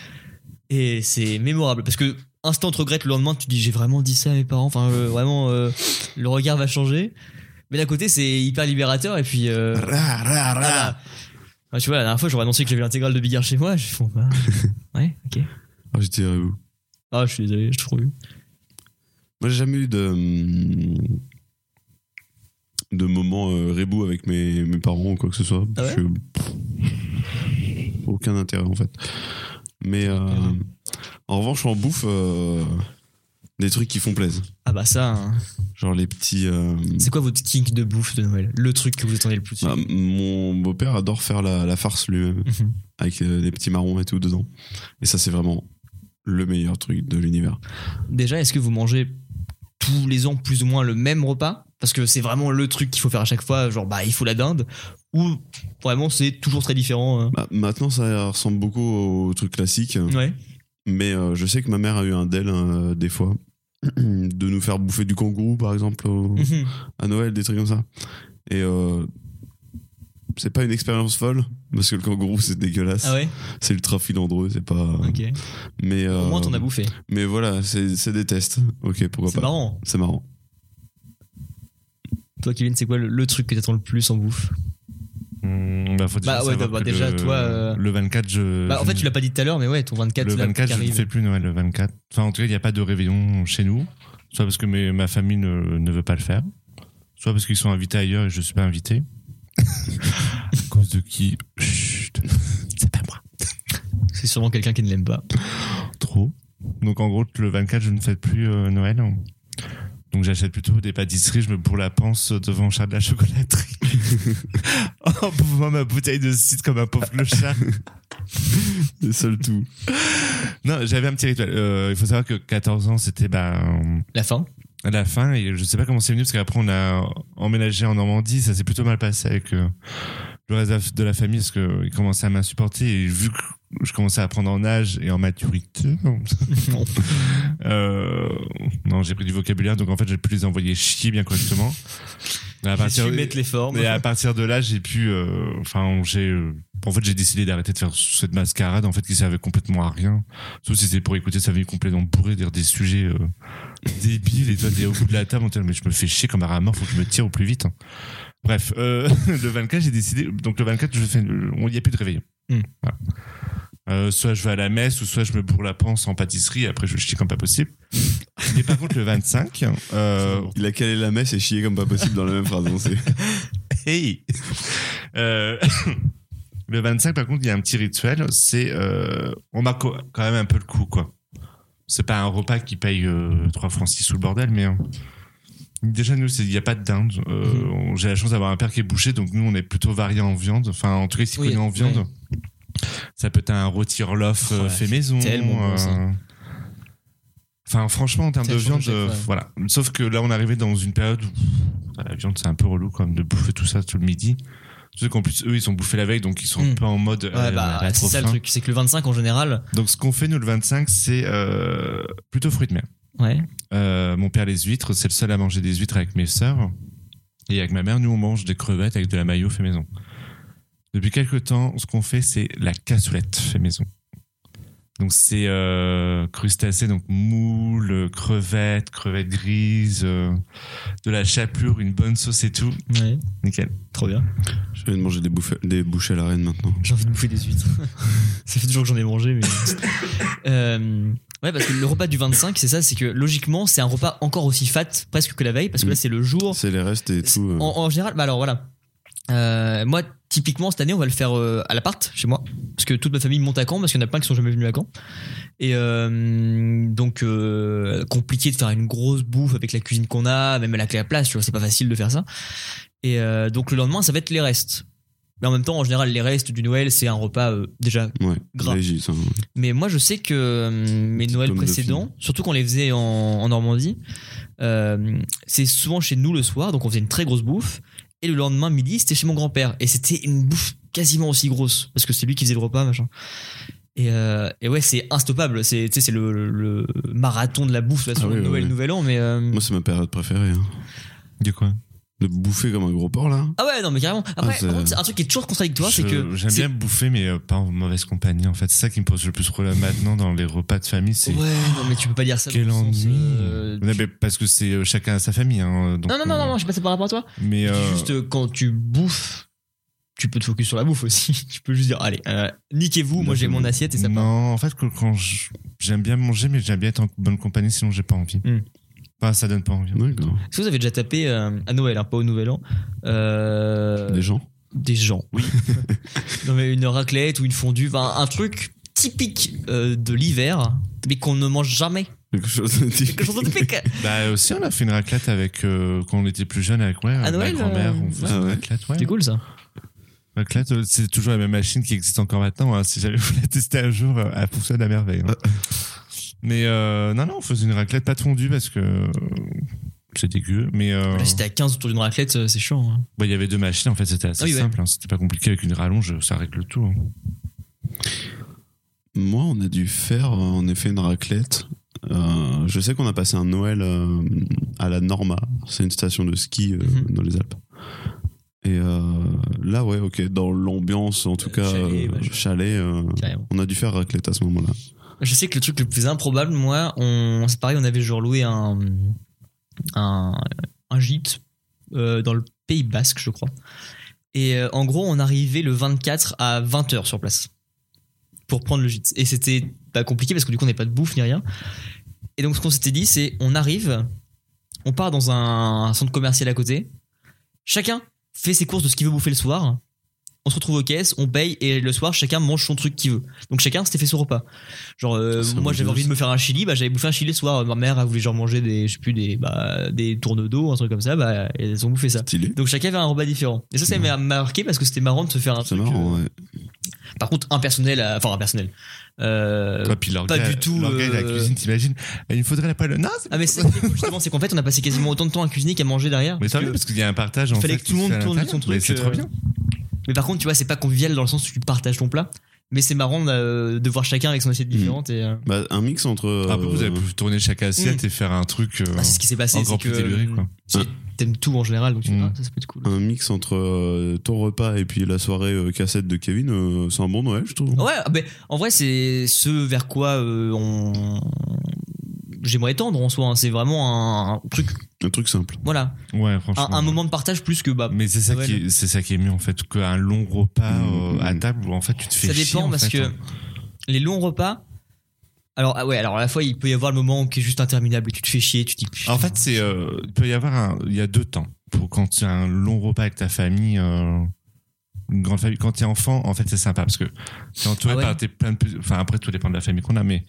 [SPEAKER 2] Et c'est mémorable parce que instant te regrette le lendemain, tu te dis j'ai vraiment dit ça à mes parents. Enfin, euh, vraiment, euh, le regard va changer. Mais d'un côté, c'est hyper libérateur. Et puis, euh,
[SPEAKER 4] Ra, ra, ra.
[SPEAKER 2] voilà. Ah, tu vois, la dernière fois, j'aurais annoncé que j'avais l'intégrale de Bigard chez moi. Je fais, bah, ouais, ok.
[SPEAKER 4] Ah, j'étais rebou.
[SPEAKER 2] Ah, je suis désolé, je trouve.
[SPEAKER 4] Moi, j'ai jamais eu de. hum, de moment euh, rebou avec mes, mes parents ou quoi que ce soit.
[SPEAKER 2] Ah ouais
[SPEAKER 4] Je- pff, aucun intérêt en fait. Mais euh,
[SPEAKER 2] Ah
[SPEAKER 4] en revanche, en bouffe, euh, des trucs qui font plaisir.
[SPEAKER 2] Ah, bah, ça, hein.
[SPEAKER 4] Genre les petits. euh,
[SPEAKER 2] c'est quoi votre kink de bouffe de Noël Le truc que vous attendez le plus
[SPEAKER 4] bah, mon beau-père adore faire la, la farce lui-même,
[SPEAKER 2] Mhm.
[SPEAKER 4] avec euh, des petits marrons et tout dedans. Et ça, c'est vraiment le meilleur truc de l'univers.
[SPEAKER 2] Déjà, est-ce que vous mangez tous les ans plus ou moins le même repas Parce que c'est vraiment le truc qu'il faut faire à chaque fois, genre bah il faut la dinde, ou vraiment c'est toujours très différent. euh.
[SPEAKER 4] Bah, maintenant, ça ressemble beaucoup au truc classique.
[SPEAKER 2] Ouais.
[SPEAKER 4] Mais euh, je sais que ma mère a eu un DEL euh, des fois, de nous faire bouffer du kangourou par exemple au-
[SPEAKER 2] Mhm.
[SPEAKER 4] à Noël, des trucs comme ça. Et euh, c'est pas une expérience folle, parce que le kangourou c'est dégueulasse,
[SPEAKER 2] Ah ouais
[SPEAKER 4] c'est ultra filandreux, c'est pas.
[SPEAKER 2] Ok.
[SPEAKER 4] Mais,
[SPEAKER 2] Au moins
[SPEAKER 4] euh,
[SPEAKER 2] t'en as bouffé.
[SPEAKER 4] Mais voilà, c'est c'est des tests. Ok, pourquoi
[SPEAKER 2] C'est
[SPEAKER 4] pas.
[SPEAKER 2] marrant.
[SPEAKER 4] C'est marrant.
[SPEAKER 2] Toi Kevin, c'est quoi le, le truc que t'attends le plus en bouffe
[SPEAKER 3] Mmh, bah, faut déjà
[SPEAKER 2] Bah ouais,
[SPEAKER 3] savoir
[SPEAKER 2] bah,
[SPEAKER 3] que
[SPEAKER 2] déjà,
[SPEAKER 3] le,
[SPEAKER 2] toi, euh,
[SPEAKER 3] Le 24, je.
[SPEAKER 2] Bah en
[SPEAKER 3] Euh, je-
[SPEAKER 2] fait tu l'as pas dit tout à l'heure, mais ouais, ton 24,
[SPEAKER 3] Le
[SPEAKER 2] là,
[SPEAKER 3] 24,
[SPEAKER 2] qui
[SPEAKER 3] je ne
[SPEAKER 2] arrive.
[SPEAKER 3] fais plus Noël le 24. Enfin, en tout cas, il n'y a pas de réveillon chez nous. Soit parce que mes- ma famille ne, ne veut pas le faire. Soit parce qu'ils sont invités ailleurs et je ne suis pas invité. à cause de qui Chut, c'est pas moi.
[SPEAKER 2] C'est sûrement quelqu'un qui ne l'aime pas.
[SPEAKER 3] Trop. Donc, en gros, le 24, je ne fête plus euh, Noël. Donc, j'achète plutôt des pâtisseries. Je me bourre la panse devant Charles de la chocolaterie. en buvant ma bouteille de cidre comme un pauvre clochard.
[SPEAKER 4] C'est ça le tout.
[SPEAKER 3] Non, j'avais un petit rituel. Euh, il faut savoir que 14 ans, c'était ben,
[SPEAKER 2] La fin
[SPEAKER 3] à la fin et je sais pas comment c'est venu parce qu'après on a emménagé en Normandie ça s'est plutôt mal passé avec euh, le reste de la famille parce que euh, ils commençaient à m'insupporter et vu que je commençais à prendre en âge et en maturité euh, non j'ai pris du vocabulaire donc en fait j'ai pu les envoyer chier bien correctement à
[SPEAKER 2] J'ai su mettre les formes.
[SPEAKER 3] et à partir de là, j'ai pu, euh, enfin, j'ai euh, en fait, j'ai décidé d'arrêter de faire cette mascarade, en fait, qui servait complètement à rien. Sauf si c'est pour écouter sa vie complètement bourrée, dire des sujets euh, débiles, et toi, t'es au bout de la table, en train de dire, mais je me fais chier comme un rat mort, faut que je me tire au plus vite. Bref, euh, le 24, j'ai décidé, donc le 24, je fais, euh, on n'y a plus de réveillon.
[SPEAKER 2] Hmm.
[SPEAKER 3] Voilà. Euh, soit je vais à la messe, ou soit je me bourre la panse en pâtisserie, et après je chie comme pas possible. Mais par contre, le 25, euh,
[SPEAKER 4] Il a calé la messe et chié comme pas possible dans la même phrase. hein, c'est-
[SPEAKER 3] Hey Euh, Le 25, par contre, il y a un petit rituel. C'est euh, on m'a co- quand même un peu le coup, quoi. C'est pas un repas qui paye euh, 3 francs 6 sous le bordel, mais euh, déjà, nous, c'est- il n'y a pas de dinde. Euh,
[SPEAKER 2] Mhm.
[SPEAKER 3] on- J'ai la chance d'avoir un père qui est bouché, donc nous, on est plutôt varié en viande. Enfin, en tout cas, s'il
[SPEAKER 2] Oui,
[SPEAKER 3] connaît en
[SPEAKER 2] ouais.
[SPEAKER 3] viande, ça peut être un rôti lof
[SPEAKER 2] Oh,
[SPEAKER 3] fait maison.
[SPEAKER 2] tellement bon,
[SPEAKER 3] euh,
[SPEAKER 2] ça.
[SPEAKER 3] Enfin, franchement, en termes
[SPEAKER 2] Ça
[SPEAKER 3] de viande,
[SPEAKER 2] change à chaque
[SPEAKER 3] euh,
[SPEAKER 2] fois, ouais.
[SPEAKER 3] voilà. Sauf que là, on est arrivé dans une période où bah, la viande, c'est un peu relou, quand même, de bouffer tout ça tout le midi. Ceux qu'en plus, eux, ils sont bouffés la veille, donc ils sont
[SPEAKER 2] Mm.
[SPEAKER 3] un peu en mode.
[SPEAKER 2] Ouais,
[SPEAKER 3] euh,
[SPEAKER 2] bah,
[SPEAKER 3] on a
[SPEAKER 2] c'est
[SPEAKER 3] trop
[SPEAKER 2] ça le
[SPEAKER 3] faim.
[SPEAKER 2] truc, c'est que le 25 en général,
[SPEAKER 3] Donc, ce qu'on fait, nous, le 25, c'est euh, plutôt fruits de mer.
[SPEAKER 2] ouais,
[SPEAKER 3] Euh, mon père, les huîtres, c'est le seul à manger des huîtres avec mes sœurs. Et avec ma mère, nous, on mange des crevettes avec de la mayo fait maison. Depuis quelques temps, ce qu'on fait, c'est la cassolette fait maison. Donc, c'est euh, crustacés, donc moules, crevettes, crevettes grises, euh, de la chapelure, une bonne sauce et tout.
[SPEAKER 2] ouais,
[SPEAKER 3] Nickel.
[SPEAKER 2] trop bien.
[SPEAKER 4] Je viens de manger des, bouffées- des bouchées à la reine maintenant.
[SPEAKER 2] J'ai envie de bouffer des huîtres. ça fait toujours que j'en ai mangé, mais. Euh, ouais, parce que le repas du 25, c'est ça, c'est que logiquement, c'est un repas encore aussi fat presque que la veille, parce que là, c'est le jour.
[SPEAKER 4] C'est les restes et tout. euh.
[SPEAKER 2] En, en général, bah alors voilà. Euh, moi, typiquement, cette année, on va le faire euh, à l'appart, chez moi. Parce que toute ma famille monte à Caen, parce qu'il y en a plein qui sont jamais venus à Caen. Et euh, donc, euh, compliqué de faire une grosse bouffe avec la cuisine qu'on a, même avec la place, tu vois, c'est pas facile de faire ça. Et euh, donc, le lendemain, ça va être les restes. Mais en même temps, en général, les restes du Noël, c'est un repas euh, déjà
[SPEAKER 4] Ouais, hein.
[SPEAKER 2] gras. Mm.
[SPEAKER 4] léger, ça.
[SPEAKER 2] mais moi, je sais que euh, mes
[SPEAKER 4] Petite
[SPEAKER 2] Noëls
[SPEAKER 4] pomme de
[SPEAKER 2] précédents, surtout quand on les faisait en, en Normandie, euh, c'est souvent chez nous le soir, donc on faisait une très grosse bouffe. Et le lendemain midi, c'était chez mon grand-père. Et c'était une bouffe quasiment aussi grosse, parce que c'est lui qui faisait le repas, machin. Et, euh, et ouais, c'est instoppable. C'est tu sais, c'est le, le- le marathon de la bouffe, là,
[SPEAKER 4] Ah
[SPEAKER 2] sur
[SPEAKER 4] oui, oui,
[SPEAKER 2] Noël,
[SPEAKER 4] oui.
[SPEAKER 2] Nouvel An. Mais, euh,
[SPEAKER 4] Moi, c'est ma période préférée. hein.
[SPEAKER 3] Du quoi
[SPEAKER 4] De bouffer comme un gros porc, là.
[SPEAKER 2] Ah ouais, non, mais carrément. Après,
[SPEAKER 4] Ah, c'est-
[SPEAKER 2] par contre, c'est un truc qui est toujours contradictoire, c'est
[SPEAKER 3] Je-
[SPEAKER 2] que.
[SPEAKER 3] J'aime
[SPEAKER 2] c'est-
[SPEAKER 3] bien bouffer, mais euh, pas en mauvaise compagnie, en fait. C'est ça qui me pose le plus problème maintenant dans les repas de famille. C'est
[SPEAKER 2] Ouais, non, mais tu peux pas dire ça. dans
[SPEAKER 3] quel
[SPEAKER 2] le sens,
[SPEAKER 3] ennui
[SPEAKER 2] euh,
[SPEAKER 3] Ouais, mais Parce que c'est euh, chacun à sa famille. hein, donc
[SPEAKER 2] Non, non,
[SPEAKER 3] on-
[SPEAKER 2] non, non, non, je suis passé par rapport à toi.
[SPEAKER 3] Mais
[SPEAKER 2] Je dis
[SPEAKER 3] euh,
[SPEAKER 2] Juste euh, quand tu bouffes, tu peux te focus sur la bouffe aussi. tu peux juste dire, allez, euh, niquez-vous, moi j'ai mon assiette et ça part.
[SPEAKER 3] non, en fait, que- quand je- j'aime bien manger, mais j'aime bien être en bonne compagnie, sinon j'ai pas envie.
[SPEAKER 2] Hmm.
[SPEAKER 3] Enfin, ça donne pas envie.
[SPEAKER 4] D'accord.
[SPEAKER 2] Est-ce que vous avez déjà tapé euh, à Noël, hein, pas au Nouvel An, euh,
[SPEAKER 4] Des gens.
[SPEAKER 2] des gens Oui. non mais une raclette ou une fondue, enfin, un truc typique euh, de l'hiver, mais qu'on ne mange jamais.
[SPEAKER 4] Quelque chose de
[SPEAKER 2] Quelque chose de typique.
[SPEAKER 3] Bah euh, aussi, on a fait une raclette avec euh, quand on était plus jeune avec ouais, ma
[SPEAKER 2] Noël,
[SPEAKER 3] grand-mère.
[SPEAKER 2] euh,
[SPEAKER 3] On faisait
[SPEAKER 4] Ah
[SPEAKER 3] une
[SPEAKER 4] ouais.
[SPEAKER 3] raclette, ouais.
[SPEAKER 2] C'est cool ça.
[SPEAKER 3] Raclette, euh, c'est toujours la même machine qui existe encore maintenant. hein. Si jamais vous la testez un jour, euh, elle fonctionne à merveille. hein. Mais euh, non, non, on faisait une raclette pas fondue parce que euh, c'est dégueu. Mais euh,
[SPEAKER 2] Là, si t'es à 15 autour d'une raclette, euh, c'est chiant. hein.
[SPEAKER 3] bah, il y avait deux machines, en fait, c'était assez
[SPEAKER 2] Ah oui, ouais.
[SPEAKER 3] simple. hein. C'était pas compliqué avec une rallonge, ça règle tout. hein.
[SPEAKER 4] Moi, on a dû faire euh, en effet une raclette. Euh, je sais qu'on a passé un Noël euh, à la Norma. C'est une station de ski euh,
[SPEAKER 2] Mhm.
[SPEAKER 4] dans les Alpes. Et euh, là, ouais, ok, dans l'ambiance, en tout
[SPEAKER 2] Euh,
[SPEAKER 4] cas,
[SPEAKER 2] chalet,
[SPEAKER 4] euh,
[SPEAKER 2] machin.
[SPEAKER 4] chalet, euh,
[SPEAKER 2] Carrément.
[SPEAKER 4] on a dû faire raclette à ce moment-là.
[SPEAKER 2] Je sais que le truc le plus improbable, moi, on, c'est pareil, on avait genre loué un, un, un gîte euh, dans le Pays Basque, je crois. Et euh, en gros, on arrivait le 24 à 20h sur place pour prendre le gîte. Et c'était pas compliqué parce que du coup, on n'avait pas de bouffe ni rien. Et donc, ce qu'on s'était dit, c'est on arrive, on part dans un centre commercial à côté, chacun fait ses courses de ce qu'il veut bouffer le soir. On se retrouve aux caisses, on paye et le soir chacun mange son truc qu'il veut. Donc chacun s'était fait son repas. Genre euh,
[SPEAKER 4] Ça,
[SPEAKER 2] moi
[SPEAKER 4] bon
[SPEAKER 2] j'avais
[SPEAKER 4] gosse.
[SPEAKER 2] envie de me faire un chili, bah j'avais bouffé un chili le soir. Ma mère elle voulait genre manger des je sais plus des bah, des tourne d'eau, un truc comme ça, bah elles ont bouffé ça.
[SPEAKER 4] Stylé.
[SPEAKER 2] Donc chacun avait un repas différent. Et ça ça m'a marqué parce que c'était marrant de se faire un
[SPEAKER 4] C'est
[SPEAKER 2] truc.
[SPEAKER 4] marrant, ouais.
[SPEAKER 2] euh, Par contre impersonnel, à- enfin impersonnel. Euh,
[SPEAKER 3] Ouais, puis leur
[SPEAKER 2] pas
[SPEAKER 3] gars-
[SPEAKER 2] du tout,
[SPEAKER 3] leur gars de la
[SPEAKER 2] euh,
[SPEAKER 3] cuisine, t'imagines Il me faudrait la poêle. Non, c'est-
[SPEAKER 2] ah mais c'est ça qui est cool, justement, c'est qu'en fait on a passé quasiment autant de temps à cuisiner qu'à manger derrière.
[SPEAKER 3] mais
[SPEAKER 2] Parce
[SPEAKER 3] ça
[SPEAKER 2] que-
[SPEAKER 3] parce qu'il y a un partage. en
[SPEAKER 2] il fallait
[SPEAKER 3] fait,
[SPEAKER 2] que tout le
[SPEAKER 3] qui se
[SPEAKER 2] monde
[SPEAKER 3] fait à
[SPEAKER 2] tourne
[SPEAKER 3] l'intérieur.
[SPEAKER 2] son euh,
[SPEAKER 3] Mais
[SPEAKER 2] truc,
[SPEAKER 3] C'est
[SPEAKER 2] euh,
[SPEAKER 3] trop bien.
[SPEAKER 2] Mais par contre, tu vois, c'est pas convivial dans le sens où tu partages ton plat. Mais c'est marrant euh, de voir chacun avec son
[SPEAKER 3] Mm.
[SPEAKER 2] assiette différente. Et, euh,
[SPEAKER 4] Bah, un mix entre. euh,
[SPEAKER 2] Ah,
[SPEAKER 3] Après, vous avez pu tourner chaque assiette et faire un truc. euh,
[SPEAKER 2] mm. bah, c'est ce qui s'est passé.
[SPEAKER 3] encore
[SPEAKER 2] c'est
[SPEAKER 3] plus
[SPEAKER 2] que,
[SPEAKER 3] déluré,
[SPEAKER 2] euh,
[SPEAKER 3] quoi.
[SPEAKER 2] j'ai- T'aimes tout en général, donc tu dis,
[SPEAKER 3] Mm.
[SPEAKER 2] ah, ça, ça peut être cool.
[SPEAKER 4] un mix entre euh, ton repas et puis la soirée euh, cassette de Kevin, euh, c'est un bon Noël, je trouve.
[SPEAKER 3] Mmh.
[SPEAKER 2] Ouais, ah, mais en vrai, c'est ce vers quoi euh, on. J'aimerais tendre en soi. hein. C'est vraiment un, un truc.
[SPEAKER 4] Un truc simple.
[SPEAKER 2] Voilà.
[SPEAKER 3] Ouais,
[SPEAKER 2] Un,
[SPEAKER 3] franchement.
[SPEAKER 2] un moment de partage plus que. Bah,
[SPEAKER 3] Mais c'est ça,
[SPEAKER 2] Noël.
[SPEAKER 3] qui est, c'est ça qui est mieux en fait qu'un long repas
[SPEAKER 4] Mmh,
[SPEAKER 3] euh, à
[SPEAKER 4] mmh.
[SPEAKER 3] table où en fait tu te fais
[SPEAKER 2] ça
[SPEAKER 3] chier,
[SPEAKER 2] dépend
[SPEAKER 3] en
[SPEAKER 2] parce
[SPEAKER 3] fait,
[SPEAKER 2] que
[SPEAKER 3] hein.
[SPEAKER 2] les longs repas. Alors, ah ouais, alors à la fois, il peut y avoir le moment qui est juste interminable et tu te fais chier, tu te dis. putain,
[SPEAKER 3] En fait, c'est euh, il peut y avoir un, il y a deux temps pour quand tu as un long repas avec ta famille, euh, une grande famille. Quand tu es enfant, en fait, c'est sympa parce que t'es entouré
[SPEAKER 2] Ah ouais.
[SPEAKER 3] par tes plein de petits- enfin après tout dépend de la famille qu'on a, mais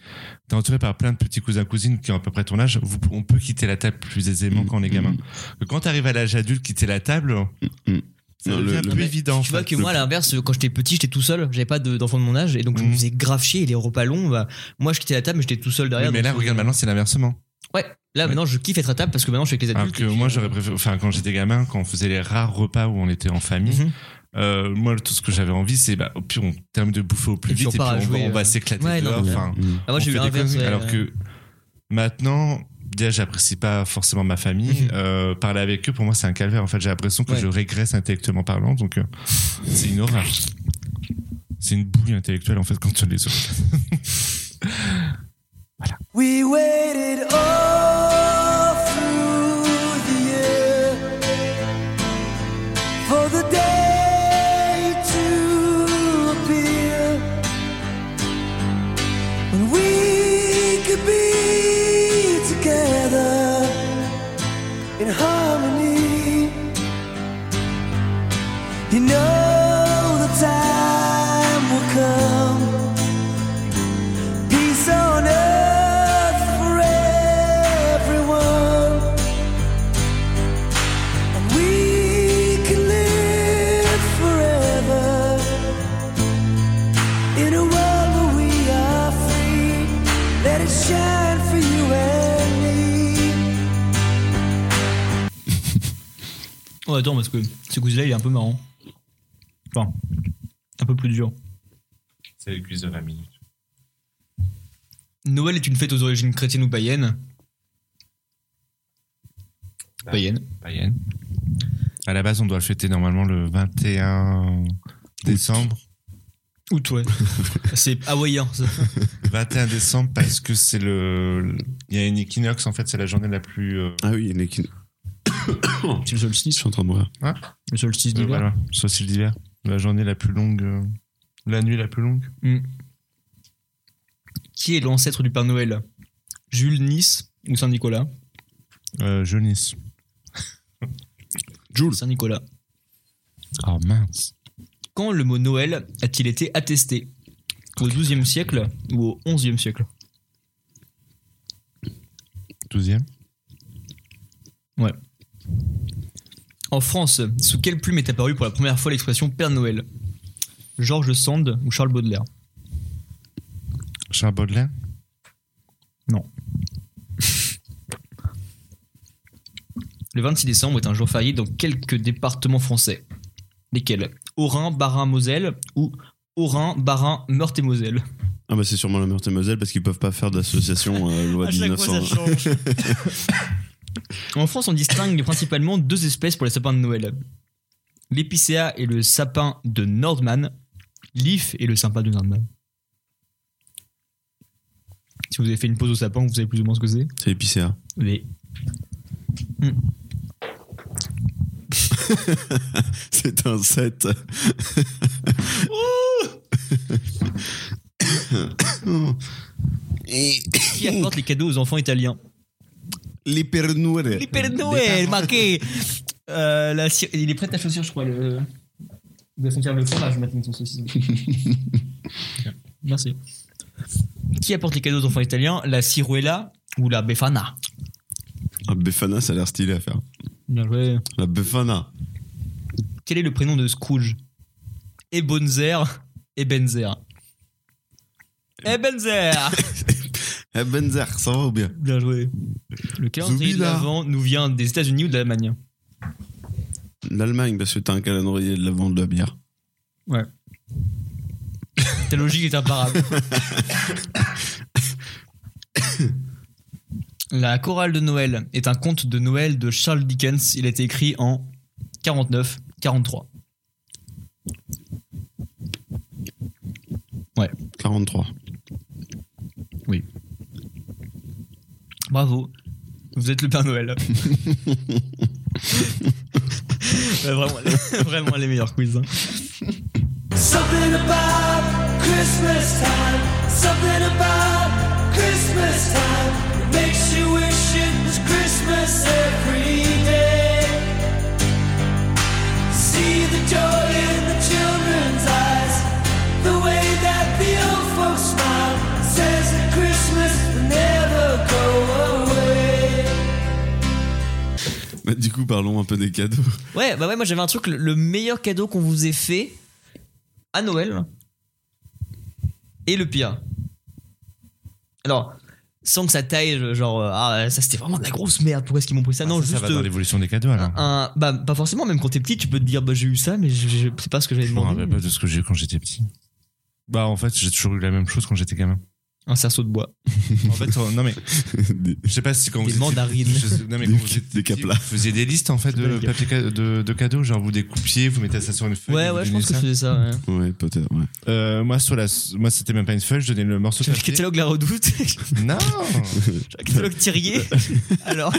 [SPEAKER 3] t'es entouré par plein de petits cousins cousines qui ont à peu près ton âge. Vous, on peut quitter la table plus
[SPEAKER 4] Mm,
[SPEAKER 3] aisément quand on est gamin. Que Quand t'arrives à l'âge adulte, quitter la table,
[SPEAKER 4] mmh.
[SPEAKER 3] ça
[SPEAKER 4] Non, le-
[SPEAKER 3] devient
[SPEAKER 4] le-
[SPEAKER 3] plus évident. en
[SPEAKER 2] Tu vois
[SPEAKER 3] fait.
[SPEAKER 2] que moi, à l'inverse, quand j'étais petit, j'étais tout seul. J'avais pas de- d'enfant de mon âge et donc je me
[SPEAKER 3] Mhm.
[SPEAKER 2] faisais grave chier. Et les repas longs, bah, moi, je quittais la table, mais j'étais tout seul
[SPEAKER 3] Oui,
[SPEAKER 2] derrière.
[SPEAKER 3] mais là,
[SPEAKER 2] donc,
[SPEAKER 3] regarde, maintenant, c'est l'inversement.
[SPEAKER 2] Ouais, là, maintenant, je kiffe être à table parce que maintenant, je suis avec les
[SPEAKER 3] Alors
[SPEAKER 2] adultes.
[SPEAKER 3] que
[SPEAKER 2] et puis,
[SPEAKER 3] moi,
[SPEAKER 2] euh,
[SPEAKER 3] j'aurais préféré. Enfin, quand j'étais gamin, quand on faisait les rares repas où on était en famille,
[SPEAKER 2] Mhm.
[SPEAKER 3] euh, moi, tout ce que j'avais envie, c'est bah, au pire, on termine de bouffer au plus
[SPEAKER 2] Et puis
[SPEAKER 3] vite
[SPEAKER 2] on
[SPEAKER 3] et puis
[SPEAKER 2] part
[SPEAKER 3] on,
[SPEAKER 2] à jouer,
[SPEAKER 3] va- on
[SPEAKER 2] euh.
[SPEAKER 3] va s'éclater
[SPEAKER 2] Ouais, non,
[SPEAKER 3] dehors.
[SPEAKER 2] mais-
[SPEAKER 3] enfin,
[SPEAKER 4] Mmh.
[SPEAKER 2] Ah, moi,
[SPEAKER 3] on
[SPEAKER 2] j'ai eu
[SPEAKER 3] fait des
[SPEAKER 2] l'inverse.
[SPEAKER 3] conneries.
[SPEAKER 2] ouais,
[SPEAKER 3] Alors
[SPEAKER 2] ouais.
[SPEAKER 3] que maintenant, déjà, j'apprécie pas forcément ma famille.
[SPEAKER 2] Mhm.
[SPEAKER 3] Euh, parler avec eux, pour moi, c'est un calvaire. En fait, j'ai l'impression que
[SPEAKER 2] Ouais.
[SPEAKER 3] je régresse intellectuellement parlant. Donc, euh, c'est une horreur. C'est une bouille intellectuelle, en fait, quand tu les autres.
[SPEAKER 5] We waited all through the year for the day to appear when we could be together in harmony. You know the time will come peace on earth for everyone. And we can live forever in a world where we are free. Let it shine for you and me.
[SPEAKER 2] Oh, attends, parce que ce cousin-là, il est un peu marrant. Enfin, un peu plus dur.
[SPEAKER 3] C'est les cuisses de 20 minutes.
[SPEAKER 2] Noël est une fête aux origines chrétiennes ou païennes. Païennes.
[SPEAKER 3] Païenne. À la base, on doit le fêter normalement le 21 décembre.
[SPEAKER 2] Août, ouais. c'est hawaïen, ça.
[SPEAKER 3] 21 décembre parce que c'est le. Il y a une équinoxe, en fait, c'est la journée la plus. euh,
[SPEAKER 4] Ah oui, il y en a qui-
[SPEAKER 2] C'est le
[SPEAKER 4] Je
[SPEAKER 2] solstice.
[SPEAKER 4] suis en train de mourir.
[SPEAKER 3] Ah,
[SPEAKER 2] Le solstice
[SPEAKER 3] euh,
[SPEAKER 2] d'hiver.
[SPEAKER 3] voilà, solstice d'hiver. La journée la plus longue. euh, La nuit la plus longue.
[SPEAKER 2] Qui est l'ancêtre du Père Noël Jules Nice ou Saint-Nicolas
[SPEAKER 3] Euh, Jeunesse.
[SPEAKER 2] Jules. Saint-Nicolas.
[SPEAKER 3] Oh mince.
[SPEAKER 2] Quand le mot Noël a-t-il été attesté Au XIIe siècle ou au XIe siècle
[SPEAKER 3] 12e.
[SPEAKER 2] En France, sous quelle plume est apparue pour la première fois l'expression Père Noël Georges Sand ou Charles Baudelaire
[SPEAKER 3] Charles Baudelaire
[SPEAKER 2] Le 26 décembre est un jour férié dans quelques départements français. Lesquels Haut-Rhin, Bas-Rhin-Moselle ou Haut-Rhin, Bas-Rhin, Meurthe-et-Moselle
[SPEAKER 4] Ah bah c'est sûrement la Meurthe-et-Moselle parce qu'ils peuvent pas faire d'association euh, loi 1900.
[SPEAKER 2] change. en France, on distingue principalement deux espèces pour les sapins de Noël. L'épicéa et le sapin de Nordman, l'if et le sapin de Nordman. Si vous avez fait une pause au sapin, vous savez plus ou moins ce que c'est.
[SPEAKER 4] c'est épicéa.
[SPEAKER 2] Les
[SPEAKER 4] C'est un 7.
[SPEAKER 2] qui apportent les cadeaux aux enfants italiens.
[SPEAKER 4] Les Pères
[SPEAKER 2] Les Pères Noël, marqué Euh, la cir- Il est prêt ta chaussure, je crois. Le... Il doit sentir le fond, là, je vais mettre une saucisse. Merci. Qui apporte les cadeaux aux enfants italiens La ciruela ou la befana
[SPEAKER 4] Ah, Befana, ça a l'air stylé à faire.
[SPEAKER 2] Bien joué.
[SPEAKER 4] La Befana.
[SPEAKER 2] Quel est le prénom de Scrooge Ebenzer Ebenzer. Ebenzer
[SPEAKER 4] Eh Benzer, ça va ou bien
[SPEAKER 2] Bien joué. Le calendrier de
[SPEAKER 4] Zoubida.
[SPEAKER 2] l'Avent nous vient des États-Unis ou de l'Allemagne
[SPEAKER 4] L'Allemagne, parce que t'as un calendrier de la vente de la bière.
[SPEAKER 2] Ta logique est imparable. La chorale de Noël est un conte de Noël de Charles Dickens. Il a été écrit en 49-43.
[SPEAKER 4] 43.
[SPEAKER 2] Bravo. Vous êtes le Père Noël. Ouais, vraiment, les- vraiment les meilleurs quiz. hein.
[SPEAKER 5] Something about Christmas time. Something about Christmas time. It makes you wish it was Christmas every day. See the joy in the children's eyes. The way that the old folks smile says that Christmas will never go away.
[SPEAKER 4] Bah, du coup, parlons un peu des cadeaux.
[SPEAKER 2] Ouais, bah ouais, moi j'avais un truc, le- le meilleur cadeau qu'on vous ait fait à Noël et le pire. Alors, sans que ça taille, genre, euh, ah, ça c'était vraiment de la grosse merde, pourquoi est-ce qu'ils m'ont pris ça Non,
[SPEAKER 3] ça,
[SPEAKER 2] juste.
[SPEAKER 3] Ah, ça va dans
[SPEAKER 2] euh,
[SPEAKER 3] l'évolution des cadeaux alors.
[SPEAKER 2] un, bah, pas forcément, même quand t'es petit, tu peux te dire, bah j'ai eu ça, mais je, je sais pas ce que j'avais
[SPEAKER 3] je me
[SPEAKER 2] demandé.
[SPEAKER 3] rappelle pas de ce que j'ai eu quand j'étais petit. Bah en fait, j'ai toujours eu la même chose quand j'étais gamin.
[SPEAKER 2] Un cerceau de bois.
[SPEAKER 3] En fait, on- non mais
[SPEAKER 4] Des-
[SPEAKER 3] je sais pas si quand
[SPEAKER 2] Des
[SPEAKER 3] vous étiez-
[SPEAKER 2] mandarines.
[SPEAKER 3] je sais- non, mais
[SPEAKER 4] Des-
[SPEAKER 3] quand vous étiez
[SPEAKER 4] des
[SPEAKER 3] petit,
[SPEAKER 4] caplas.
[SPEAKER 3] Vous faisiez des listes en fait
[SPEAKER 2] pas
[SPEAKER 3] de
[SPEAKER 2] les
[SPEAKER 3] papier ca- de, de cadeaux, genre vous découpiez, vous mettez ça sur une feuille.
[SPEAKER 2] Ouais,
[SPEAKER 3] vous
[SPEAKER 2] ouais, je
[SPEAKER 3] donnez
[SPEAKER 2] pense que je
[SPEAKER 3] ça.
[SPEAKER 2] faisais ça, ouais.
[SPEAKER 4] Ouais, peut-être, ouais.
[SPEAKER 3] Euh, moi sur la moi c'était même pas une feuille, je donnais le morceau de
[SPEAKER 2] J'avais le
[SPEAKER 3] papier.
[SPEAKER 2] catalogue La Redoute, j'avais
[SPEAKER 3] Non.
[SPEAKER 2] le catalogue Thierrier. Alors,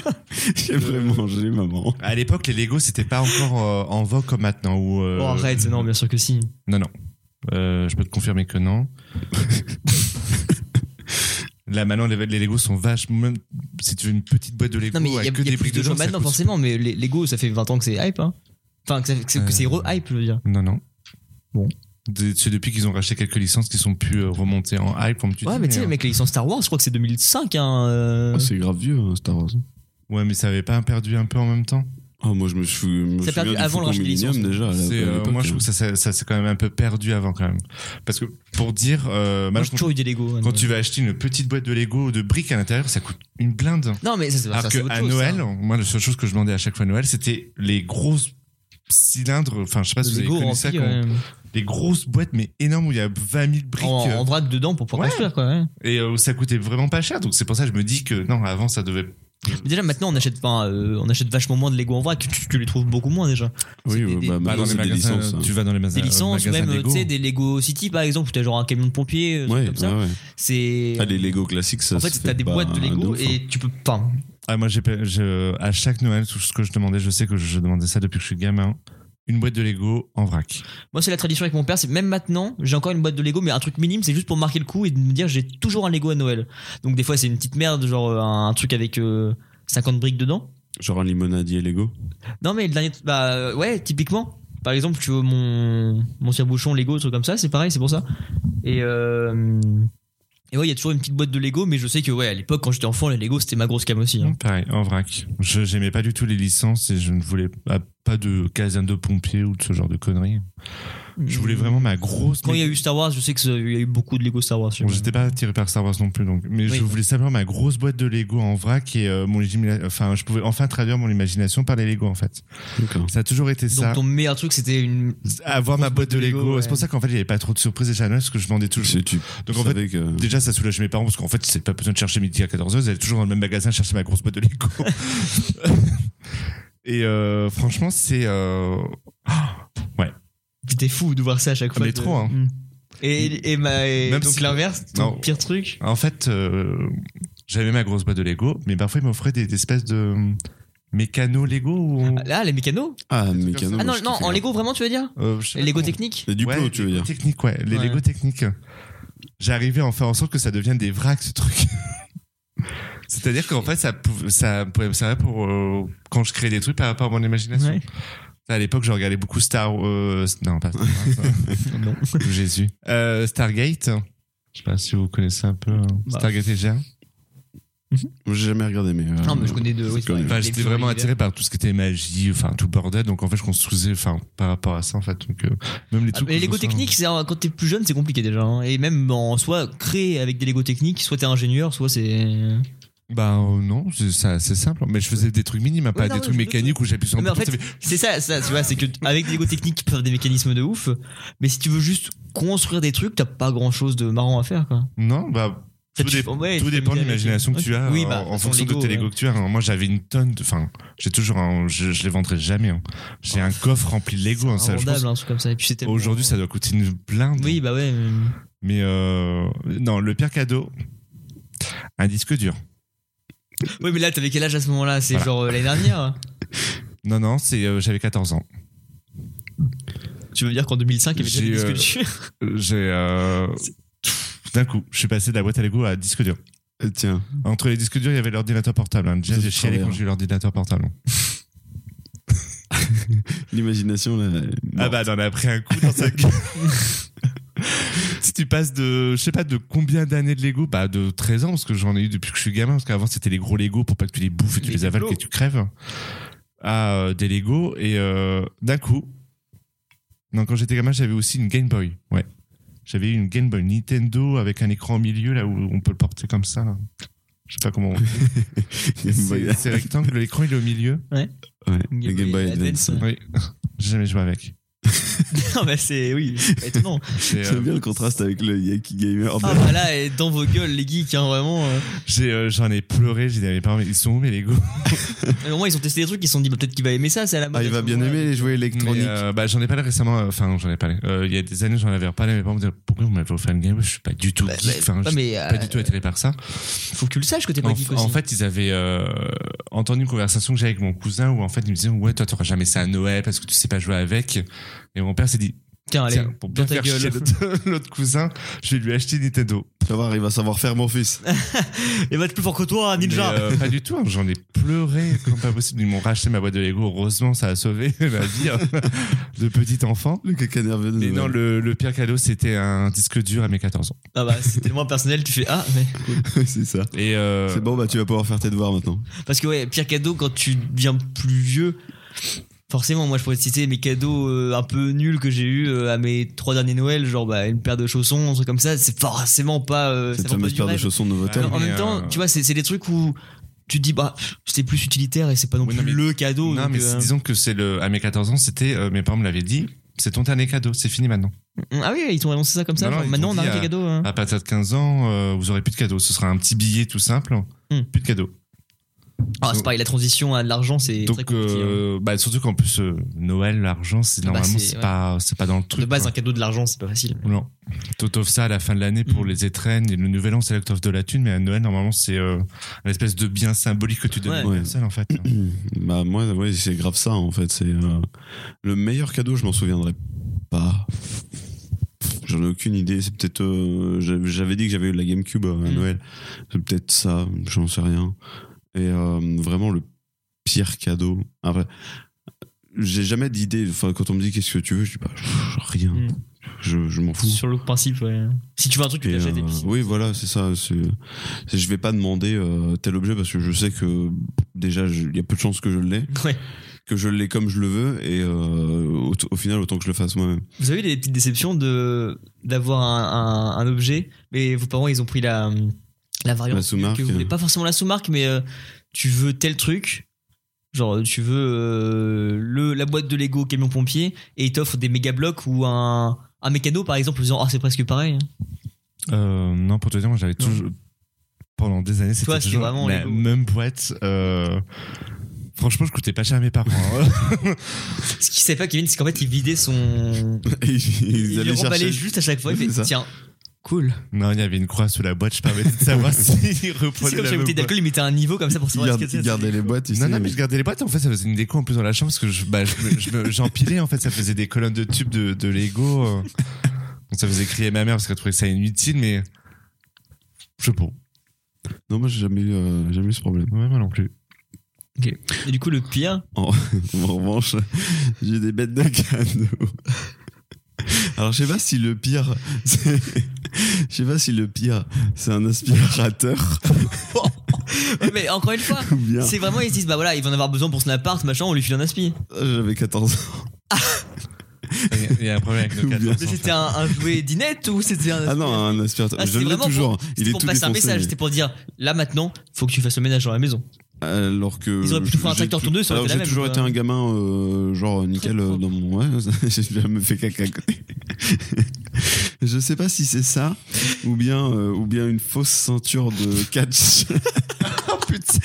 [SPEAKER 4] J'ai vraiment mangé, maman.
[SPEAKER 3] À l'époque, les Lego c'était pas encore euh, en vogue comme maintenant ou euh,
[SPEAKER 2] bon, Oh, arrête, non, bien sûr que si.
[SPEAKER 3] Non, non. Euh, je peux te confirmer que non. Là, maintenant, les, les Lego sont vachement. Même si tu veux une petite boîte de Lego,
[SPEAKER 2] Non, mais il y a,
[SPEAKER 3] avec que
[SPEAKER 2] il y a
[SPEAKER 3] des
[SPEAKER 2] plus
[SPEAKER 3] briques
[SPEAKER 2] de gens
[SPEAKER 3] dedans, ça
[SPEAKER 2] maintenant,
[SPEAKER 3] coûte-
[SPEAKER 2] forcément, mais les- Lego, ça fait 20 ans que c'est hype, hein. Enfin, que, ça- que c'est- que c'est
[SPEAKER 3] Euh.
[SPEAKER 2] re-hype, je veux dire.
[SPEAKER 3] Non, non.
[SPEAKER 2] Bon.
[SPEAKER 3] De- C'est depuis qu'ils ont racheté quelques licences qui sont pu euh, remonter en hype, comme tu
[SPEAKER 2] ouais,
[SPEAKER 3] dis.
[SPEAKER 2] mais tu sais,
[SPEAKER 3] euh,
[SPEAKER 2] mec, les licences Star Wars, je crois que c'est 2005, hein. euh.
[SPEAKER 4] Oh, c'est grave vieux, hein, Star Wars.
[SPEAKER 3] euh, Ouais, mais ça avait pas perdu un peu en même temps
[SPEAKER 4] Oh, moi, je me suis. me
[SPEAKER 2] Ça a
[SPEAKER 4] souviens
[SPEAKER 2] perdu
[SPEAKER 4] du
[SPEAKER 2] avant le
[SPEAKER 4] Faucon
[SPEAKER 2] rachat des
[SPEAKER 4] Millenium,
[SPEAKER 2] licences.
[SPEAKER 4] déjà. à la-
[SPEAKER 3] C'est,
[SPEAKER 4] à
[SPEAKER 3] euh,
[SPEAKER 4] l'époque,
[SPEAKER 3] Moi, je
[SPEAKER 4] hein.
[SPEAKER 3] trouve que ça, ça, ça s'est quand même un peu perdu avant, quand même. Parce que, pour dire, euh,
[SPEAKER 2] Moi,
[SPEAKER 3] maintenant,
[SPEAKER 2] j'ai toujours eu des Lego. ouais,
[SPEAKER 3] quand
[SPEAKER 2] mais-
[SPEAKER 3] tu vas acheter une petite boîte de Lego ou de briques à l'intérieur, ça coûte une blinde.
[SPEAKER 2] Non, mais ça, c'est
[SPEAKER 3] Alors
[SPEAKER 2] ça, c'est autre
[SPEAKER 3] qu'à
[SPEAKER 2] chose,
[SPEAKER 3] Noël,
[SPEAKER 2] ça.
[SPEAKER 3] moi, la seule chose que je demandais à chaque fois à Noël, c'était les grosses cylindres, enfin, je sais pas si
[SPEAKER 2] Le
[SPEAKER 3] vous avez
[SPEAKER 2] Lego
[SPEAKER 3] connu
[SPEAKER 2] rempli,
[SPEAKER 3] ça, quand-
[SPEAKER 2] ouais.
[SPEAKER 3] les grosses boîtes, mais énormes, où il y a 20 000 briques,
[SPEAKER 2] en, en
[SPEAKER 3] euh,
[SPEAKER 2] vrac dedans pour pouvoir
[SPEAKER 3] Ouais.
[SPEAKER 2] construire, quoi. ouais.
[SPEAKER 3] et euh, où ça coûtait vraiment pas cher. Donc, c'est pour ça que je me dis que, non, avant, ça devait.
[SPEAKER 2] Mais Déjà, maintenant, on achète pas, euh, on achète vachement moins de Lego en vrac, tu, tu les trouves beaucoup moins déjà.
[SPEAKER 4] Oui,
[SPEAKER 2] c'est des-
[SPEAKER 4] ouais,
[SPEAKER 2] des-
[SPEAKER 3] Euh,
[SPEAKER 4] bah,
[SPEAKER 2] Bah,
[SPEAKER 4] maintenant, c'est des licences. hein.
[SPEAKER 3] tu vas dans les
[SPEAKER 2] Des
[SPEAKER 3] magasins.
[SPEAKER 2] licences, ou même, euh, tu sais, des Lego City par exemple, où t'as genre un camion de pompier, euh,
[SPEAKER 4] Ouais,
[SPEAKER 2] comme ça.
[SPEAKER 4] ouais, ouais.
[SPEAKER 2] C'est.
[SPEAKER 4] Ah, les Lego classiques, ça
[SPEAKER 2] En
[SPEAKER 4] se
[SPEAKER 2] fait, t'as des
[SPEAKER 4] pas
[SPEAKER 2] boîtes de
[SPEAKER 4] de
[SPEAKER 2] Lego
[SPEAKER 4] ouf, hein.
[SPEAKER 2] et tu peux. Enfin,
[SPEAKER 3] Ah, moi, j'ai, pas- je- à chaque Noël, tout ce que je demandais, je sais que je demandais ça depuis que je suis gamin. Une boîte de Lego en vrac.
[SPEAKER 2] Moi, c'est la tradition avec mon père. C'est même maintenant, j'ai encore une boîte de Lego, mais un truc minime, c'est juste pour marquer le coup et de me dire j'ai toujours un Lego à Noël. Donc des fois, c'est une petite merde, genre euh, un truc avec euh, 50 briques dedans.
[SPEAKER 4] Genre un limonadier Lego.
[SPEAKER 2] Non, mais le dernier, bah euh, ouais, typiquement. Par exemple, tu veux mon mon tire-bouchon Lego, truc comme ça, c'est pareil, c'est pour ça. Et euh, et ouais, il y a toujours une petite boîte de Lego, mais je sais que ouais, à l'époque, quand j'étais enfant, les Lego c'était ma grosse cam aussi. hein.
[SPEAKER 3] Non, Pareil, en vrac. Je j'aimais pas du tout les licences et je ne voulais pas, pas de caserne de pompiers ou de ce genre de conneries. Je voulais vraiment ma grosse.
[SPEAKER 2] Mmh. Quand il y a eu Star Wars, je sais que ça- il y a eu beaucoup de Lego Star Wars. je sais
[SPEAKER 3] Bon,
[SPEAKER 2] pas.
[SPEAKER 3] j'étais pas attiré par Star Wars non plus, donc. Mais
[SPEAKER 2] Oui.
[SPEAKER 3] je voulais simplement ma grosse boîte de Lego en vrac et euh, mon imagina- Enfin, je pouvais enfin traduire mon imagination par les Lego en fait.
[SPEAKER 4] D'accord.
[SPEAKER 3] Ça a toujours été
[SPEAKER 2] Donc
[SPEAKER 3] ça.
[SPEAKER 2] ton meilleur truc, c'était une
[SPEAKER 3] Avoir ma boîte de Lego.
[SPEAKER 2] ouais.
[SPEAKER 3] C'est pour ça qu'en fait, il y avait pas trop de surprises à Noël parce que je vendais toujours.
[SPEAKER 4] C'est tu.
[SPEAKER 3] Donc, en fait,
[SPEAKER 4] savais que-
[SPEAKER 3] Déjà, ça soulage mes parents parce qu'en fait, c'est pas besoin de chercher midi à 14h, j'allais toujours dans le même magasin chercher ma grosse boîte de Lego. Et euh, franchement, c'est. euh,
[SPEAKER 2] C'était fou de voir ça à chaque fois.
[SPEAKER 3] mais
[SPEAKER 2] de-
[SPEAKER 3] trop, hein.
[SPEAKER 2] Mm. Et, et, ma- et
[SPEAKER 3] Même
[SPEAKER 2] donc
[SPEAKER 3] si-
[SPEAKER 2] l'inverse, ton
[SPEAKER 3] Non.
[SPEAKER 2] pire truc.
[SPEAKER 3] En fait, euh, j'avais ma grosse boîte de Lego, mais parfois, ils m'offraient des, des espèces de euh, mécanos Lego. Ou...
[SPEAKER 2] Là, les mécanos
[SPEAKER 4] Ah, mécano.
[SPEAKER 2] Ah non,
[SPEAKER 4] moi, je
[SPEAKER 2] non,
[SPEAKER 4] kiffais
[SPEAKER 2] en
[SPEAKER 4] grave.
[SPEAKER 2] Lego vraiment, tu veux dire
[SPEAKER 3] euh, je sais pas
[SPEAKER 2] Lego
[SPEAKER 3] comment-
[SPEAKER 2] technique
[SPEAKER 4] Les duplos,
[SPEAKER 3] Ouais,
[SPEAKER 4] tu veux
[SPEAKER 3] Lego
[SPEAKER 4] dire.
[SPEAKER 3] technique, ouais, les
[SPEAKER 2] Ouais.
[SPEAKER 3] Lego techniques. J'arrivais à en faire en sorte que ça devienne des vracs, ce truc. C'est-à-dire qu'en fait, ça, pouvait- ça pouvait me servir pour euh, quand je crée des trucs par rapport à mon imagination.
[SPEAKER 2] Ouais.
[SPEAKER 3] À l'époque, je regardais beaucoup Star. euh, non, pas Star Wars. euh,
[SPEAKER 2] Non.
[SPEAKER 3] Jésus. Euh, Stargate. Je sais pas si vous connaissez un peu. hein.
[SPEAKER 2] Bah.
[SPEAKER 3] Stargate Asia.
[SPEAKER 4] Moi, J'ai jamais regardé, mais. euh,
[SPEAKER 2] Non, mais je connais deux. oui, c'est
[SPEAKER 4] connu.
[SPEAKER 2] vrai.
[SPEAKER 3] Enfin,
[SPEAKER 2] Les
[SPEAKER 3] j'étais
[SPEAKER 2] vieux
[SPEAKER 3] vraiment
[SPEAKER 2] univers.
[SPEAKER 3] attiré par tout ce qui était magie, enfin tout le bordel. Donc en fait, je construisais, enfin par rapport à ça, en fait. Donc euh, même les
[SPEAKER 2] Ah,
[SPEAKER 3] trucs.
[SPEAKER 2] mais les
[SPEAKER 3] que je hein.
[SPEAKER 2] Lego
[SPEAKER 3] reçois-
[SPEAKER 2] techniques, c'est quand t'es plus jeune, c'est compliqué déjà. hein. Et même en soit créer avec des Lego techniques, soit t'es ingénieur, soit c'est.
[SPEAKER 3] Bah euh, non, c'est ça- c'est simple. Mais je faisais des trucs minimes, pas
[SPEAKER 2] non,
[SPEAKER 3] des
[SPEAKER 2] mais
[SPEAKER 3] trucs
[SPEAKER 2] je-
[SPEAKER 3] mécaniques où j'appuie sur un
[SPEAKER 2] Mais en
[SPEAKER 3] bouton.
[SPEAKER 2] fait,
[SPEAKER 3] ça fait-
[SPEAKER 2] c'est ça, ça, tu vois, c'est que avec des Lego techniques, tu peux faire des mécanismes de ouf. Mais si tu veux juste construire des trucs, t'as pas grand chose de marrant à faire, quoi.
[SPEAKER 3] Non, bah.
[SPEAKER 2] Ça,
[SPEAKER 3] Tout,
[SPEAKER 2] tu-
[SPEAKER 3] dé-
[SPEAKER 2] ouais, tu
[SPEAKER 3] tout
[SPEAKER 2] peux
[SPEAKER 3] dépend de
[SPEAKER 2] m'aider avec-
[SPEAKER 3] l'imagination que tu as
[SPEAKER 2] Oui,
[SPEAKER 3] en-
[SPEAKER 2] bah,
[SPEAKER 3] en,
[SPEAKER 2] façon
[SPEAKER 3] fonction
[SPEAKER 2] Lego,
[SPEAKER 3] de tes Lego
[SPEAKER 2] ouais.
[SPEAKER 3] que tu as. hein. Moi, j'avais une tonne de. Enfin, j'ai toujours. un- je, je les vendrai jamais. hein. J'ai
[SPEAKER 2] Oh,
[SPEAKER 3] un coffre rempli de Lego. hein, ça, je pense.
[SPEAKER 2] Invendable, un truc comme ça. Et puis c'était.
[SPEAKER 3] Aujourd'hui, ça doit coûter une blinde.
[SPEAKER 2] Oui, bah ouais. euh,
[SPEAKER 3] Mais euh, non, le pire cadeau, un disque dur.
[SPEAKER 2] Oui, mais là, t'avais quel âge à ce moment-là C'est
[SPEAKER 3] Voilà.
[SPEAKER 2] genre euh, l'année dernière
[SPEAKER 3] Non, non, c'est euh, j'avais 14 ans.
[SPEAKER 2] Tu veux dire qu'en 2005, il y avait déjà
[SPEAKER 3] J'ai,
[SPEAKER 2] des disques durs
[SPEAKER 3] Euh, J'ai euh, d'un coup, je suis passé de la boîte à Lego à disque dur.
[SPEAKER 4] Euh, Tiens,
[SPEAKER 3] Entre les disques durs, il y avait l'ordinateur portable. hein. Déjà,
[SPEAKER 4] Ça,
[SPEAKER 3] j'ai
[SPEAKER 4] c'est
[SPEAKER 3] chialé
[SPEAKER 4] trop
[SPEAKER 3] quand
[SPEAKER 4] bien.
[SPEAKER 3] j'ai eu l'ordinateur portable.
[SPEAKER 4] l'imagination là. elle est
[SPEAKER 3] Ah
[SPEAKER 4] morte.
[SPEAKER 3] bah, t'en as pris un coup dans sa gueule. Si tu passes de, je sais pas, de combien d'années de Lego Bah, de 13 ans, parce que j'en ai eu depuis que je suis gamin. Parce qu'avant, c'était les gros Lego pour pas que tu les bouffes et tu
[SPEAKER 2] Les
[SPEAKER 3] les avales
[SPEAKER 2] Lego.
[SPEAKER 3] et tu crèves. À euh, des Lego. Et euh, d'un coup. Non, quand j'étais gamin, j'avais aussi une Game Boy. Ouais. J'avais eu une Game Boy Nintendo avec un écran au milieu, là où on peut le porter comme ça. là. Je sais pas comment. on- C'est c'est rectangle, l'écran il est au milieu.
[SPEAKER 4] Ouais,
[SPEAKER 2] Game
[SPEAKER 4] le Game
[SPEAKER 2] Boy
[SPEAKER 4] Boy
[SPEAKER 2] Advance.
[SPEAKER 4] Advance.
[SPEAKER 3] Oui. J'ai jamais joué avec.
[SPEAKER 2] Non, bah c'est. Oui, c'est pas étonnant.
[SPEAKER 3] J'ai, euh,
[SPEAKER 4] J'aime bien le contraste avec le Yaki Gamer.
[SPEAKER 2] Ah, bah là, et dans vos gueules, les geeks, hein, vraiment. euh.
[SPEAKER 3] j'ai, euh, J'en ai, pleuré, j'ai dit à mes parents, mais ils sont où mes Lego
[SPEAKER 2] Mais Au moins, ils ont testé des trucs, ils se sont dit, bah, peut-être qu'il va aimer ça, c'est à la mode.
[SPEAKER 4] Ah, il
[SPEAKER 2] à
[SPEAKER 4] va
[SPEAKER 2] ce
[SPEAKER 4] bien
[SPEAKER 2] moment-là.
[SPEAKER 4] aimer les jouets électroniques.
[SPEAKER 3] Mais, euh, bah, j'en ai parlé récemment, euh, enfin non, j'en ai parlé. Euh, il y a des années, j'en avais reparlé, mais pas me dire pourquoi vous m'avez offert une Game Boy Je suis pas du tout
[SPEAKER 2] Bah,
[SPEAKER 3] geek, enfin,
[SPEAKER 2] bah,
[SPEAKER 3] je suis
[SPEAKER 2] mais, euh,
[SPEAKER 3] pas du tout attiré par ça.
[SPEAKER 2] Faut que tu le saches que t'es pas
[SPEAKER 3] En,
[SPEAKER 2] geek
[SPEAKER 3] en
[SPEAKER 2] aussi.
[SPEAKER 3] fait, ils avaient euh, entendu une conversation que j'avais avec mon cousin où en fait, il me disait Ouais, toi, t'auras jamais ça à Noël parce que tu sais pas jouer avec. Et mon père s'est dit
[SPEAKER 2] tiens, allez,
[SPEAKER 3] Tiens, pour
[SPEAKER 2] dans
[SPEAKER 3] bien
[SPEAKER 2] ta gueule.
[SPEAKER 3] faire chier l'autre- l'autre cousin, je vais lui acheter une Nintendo.
[SPEAKER 4] Tu vas voir, il va savoir faire mon fils.
[SPEAKER 2] Il va être plus fort que toi, Ninja.
[SPEAKER 3] Mais, euh, pas du tout, hein, j'en ai pleuré comme pas possible. Ils m'ont racheté ma boîte de Lego, heureusement ça a sauvé ma vie hein, de petit enfant.
[SPEAKER 4] Le caca nerveux de
[SPEAKER 3] Mais non,
[SPEAKER 4] Noël.
[SPEAKER 3] le, le pire cadeau c'était un disque dur à mes 14 ans.
[SPEAKER 2] Ah bah, c'est tellement personnel, tu fais ah, mais.
[SPEAKER 4] c'est ça.
[SPEAKER 3] Et euh,
[SPEAKER 4] C'est bon, bah tu vas pouvoir faire tes devoirs maintenant.
[SPEAKER 2] Parce que, ouais, pire cadeau quand tu deviens plus vieux. Forcément, moi je pourrais te citer mes cadeaux euh, un peu nuls que j'ai eu à mes trois derniers Noël, genre bah, une paire de chaussons, un truc comme ça, c'est forcément pas. euh, ça
[SPEAKER 4] Cette
[SPEAKER 2] vend pas
[SPEAKER 4] fameuse
[SPEAKER 2] du
[SPEAKER 4] paire de
[SPEAKER 2] rêve.
[SPEAKER 4] chaussons de Novotel.
[SPEAKER 2] Alors, en
[SPEAKER 3] Mais,
[SPEAKER 2] même temps,
[SPEAKER 3] euh,
[SPEAKER 2] tu vois, c'est c'est des trucs où tu te dis, bah, pff, c'est plus utilitaire et c'est pas non
[SPEAKER 3] Oui,
[SPEAKER 2] plus
[SPEAKER 3] non, mais-
[SPEAKER 2] le cadeau.
[SPEAKER 3] non,
[SPEAKER 2] donc,
[SPEAKER 3] mais
[SPEAKER 2] euh,
[SPEAKER 3] c'est- disons que c'est le à mes 14 ans, c'était euh, mes parents me l'avaient dit, c'est ton dernier cadeau, c'est fini maintenant.
[SPEAKER 2] Ah oui, ils t'ont annoncé ça comme ça.
[SPEAKER 3] Non,
[SPEAKER 2] genre,
[SPEAKER 3] non, ils
[SPEAKER 2] maintenant,
[SPEAKER 3] t'ont
[SPEAKER 2] on arrête
[SPEAKER 3] dit,
[SPEAKER 2] les
[SPEAKER 3] euh,
[SPEAKER 2] cadeaux. hein.
[SPEAKER 3] À partir de 15 ans, euh, vous aurez plus de cadeaux, ce sera un petit billet tout simple,
[SPEAKER 2] Hmm.
[SPEAKER 3] plus de cadeaux.
[SPEAKER 2] Ah, c'est pareil, la transition à de l'argent, c'est très
[SPEAKER 3] Donc
[SPEAKER 2] compliqué. hein.
[SPEAKER 3] euh, bah, surtout qu'en plus euh, Noël, l'argent, c'est
[SPEAKER 2] Bah,
[SPEAKER 3] normalement
[SPEAKER 2] c'est-
[SPEAKER 3] c'est
[SPEAKER 2] ouais.
[SPEAKER 3] pas c'est pas dans le truc.
[SPEAKER 2] De base,
[SPEAKER 3] quoi.
[SPEAKER 2] un cadeau de l'argent, c'est pas facile.
[SPEAKER 3] Non. T'offres ça à la fin de l'année pour
[SPEAKER 2] Mm.
[SPEAKER 3] les étrennes et le nouvel an, c'est là que t'offres de la thune, mais à Noël, normalement, c'est euh, une espèce de bien symbolique que tu donnes
[SPEAKER 2] Ouais.
[SPEAKER 3] aux
[SPEAKER 4] Ouais.
[SPEAKER 3] personnes, en fait.
[SPEAKER 4] Bah moi, ouais, c'est grave ça en fait. C'est euh, le meilleur cadeau, je m'en souviendrai pas. J'en ai aucune idée. C'est peut-être. euh, j'avais- J'avais dit que j'avais eu la GameCube euh, à
[SPEAKER 2] Mm.
[SPEAKER 4] Noël. C'est peut-être ça. J'en sais rien. Et euh, vraiment le pire cadeau. Après, j'ai jamais d'idée. Enfin, quand on me dit qu'est-ce que tu veux, je dis bah pff, rien.
[SPEAKER 2] Mm.
[SPEAKER 4] Je, je m'en fous.
[SPEAKER 2] Sur le principe, ouais. Si tu veux un truc, tu
[SPEAKER 4] Et,
[SPEAKER 2] l'achètes. et
[SPEAKER 4] euh,
[SPEAKER 2] puis c'est-
[SPEAKER 4] oui, voilà, c'est ça. c'est- c'est- Je vais pas demander euh, tel objet parce que je sais que déjà, je- il y a peu de chances que je l'ai
[SPEAKER 2] Ouais.
[SPEAKER 4] que je l'ai comme je le veux et euh, au, au final autant que je le fasse moi-même.
[SPEAKER 2] Vous avez eu des petites déceptions de d'avoir un, un- un objet, mais vos parents ils ont pris la la variante
[SPEAKER 4] La sous-marque.
[SPEAKER 2] que
[SPEAKER 4] euh.
[SPEAKER 2] vous voulez pas forcément la sous-marque, mais euh, tu veux tel truc, genre tu veux euh, le la boîte de Lego camion pompier et ils t'offrent des méga blocs ou un un mécano par exemple en disant ah c'est presque pareil.
[SPEAKER 3] Euh, non, pour te dire, moi, j'avais
[SPEAKER 2] Non.
[SPEAKER 3] toujours. Pendant des années,
[SPEAKER 2] Toi,
[SPEAKER 3] c'était
[SPEAKER 2] c'était
[SPEAKER 3] toujours
[SPEAKER 2] vraiment
[SPEAKER 3] la
[SPEAKER 2] Lego.
[SPEAKER 3] même boîte. euh, Franchement, je coûtais pas cher à mes parents. hein.
[SPEAKER 2] Ce qu'ils savaient pas Kevin c'est qu'en fait ils vidaient son
[SPEAKER 4] Et ils,
[SPEAKER 2] ils le
[SPEAKER 4] allaient
[SPEAKER 2] remballaient
[SPEAKER 4] chercher.
[SPEAKER 2] juste à chaque fois. Ils
[SPEAKER 4] C'est
[SPEAKER 2] faisaient
[SPEAKER 4] ça.
[SPEAKER 2] tiens cool.
[SPEAKER 3] non, il y avait une croix sous la boîte, je permettais de savoir s'ils
[SPEAKER 2] C'est
[SPEAKER 3] reprenaient
[SPEAKER 2] comme
[SPEAKER 3] la
[SPEAKER 2] si la
[SPEAKER 3] même
[SPEAKER 2] bouteille
[SPEAKER 3] boîte.
[SPEAKER 2] d'alcool ils mettaient un niveau comme ça pour
[SPEAKER 4] Ils
[SPEAKER 2] savoir
[SPEAKER 4] gardent-
[SPEAKER 2] ce que
[SPEAKER 4] ils
[SPEAKER 2] c'est.
[SPEAKER 4] gardaient les boîtes. ils
[SPEAKER 3] Non,
[SPEAKER 4] sais,
[SPEAKER 3] non, mais je gardais les boîtes. En fait, ça faisait une déco en plus dans la chambre parce que je- bah, je- je me- j'empilais. en fait, ça faisait des colonnes de tubes de, de Lego. euh. Donc, ça faisait crier ma mère parce qu'elle trouvait ça inutile, mais je sais pas. Ouais,
[SPEAKER 4] Non, moi j'ai jamais, eu, euh, jamais eu ce problème.
[SPEAKER 3] moi non plus.
[SPEAKER 2] Et du coup le pire
[SPEAKER 4] En revanche, j'ai eu des bêtes de cadeaux. Alors je sais pas si le pire, c'est- je sais pas si le pire, c'est un aspirateur
[SPEAKER 2] Ouais, mais encore une fois
[SPEAKER 4] ou bien.
[SPEAKER 2] C'est vraiment, ils se disent, bah voilà, ils vont en avoir besoin pour son appart, machin, on lui file un aspi.
[SPEAKER 4] J'avais 14 ans.
[SPEAKER 3] Et Il y a un problème avec nos
[SPEAKER 4] Ou bien-
[SPEAKER 2] Mais
[SPEAKER 3] 400.
[SPEAKER 2] c'était un, un jouet dinette ou c'était un.
[SPEAKER 4] Ah non, un aspirateur.
[SPEAKER 2] Ah,
[SPEAKER 4] je
[SPEAKER 2] c'était
[SPEAKER 4] l'ai
[SPEAKER 2] vraiment
[SPEAKER 4] toujours.
[SPEAKER 2] pour-
[SPEAKER 4] il
[SPEAKER 2] c'était
[SPEAKER 4] est
[SPEAKER 2] pour
[SPEAKER 4] tout
[SPEAKER 2] passer un
[SPEAKER 4] défoncé.
[SPEAKER 2] message, c'était pour dire là maintenant, faut que tu fasses le ménage dans la maison.
[SPEAKER 4] Alors que.
[SPEAKER 2] Ils auraient pu
[SPEAKER 4] je-
[SPEAKER 2] faire un
[SPEAKER 4] j'ai
[SPEAKER 2] tracteur
[SPEAKER 4] tout-
[SPEAKER 2] tourneuse, ça aurait
[SPEAKER 4] alors
[SPEAKER 2] été la
[SPEAKER 4] J'ai
[SPEAKER 2] même,
[SPEAKER 4] toujours
[SPEAKER 2] quoi.
[SPEAKER 4] été un gamin, euh, genre nickel euh,
[SPEAKER 2] propre.
[SPEAKER 4] dans mon. Ouais, j'ai jamais fait caca à côté. Je sais pas si c'est ça ou bien euh, ou bien une fausse ceinture de catch. Oh, putain.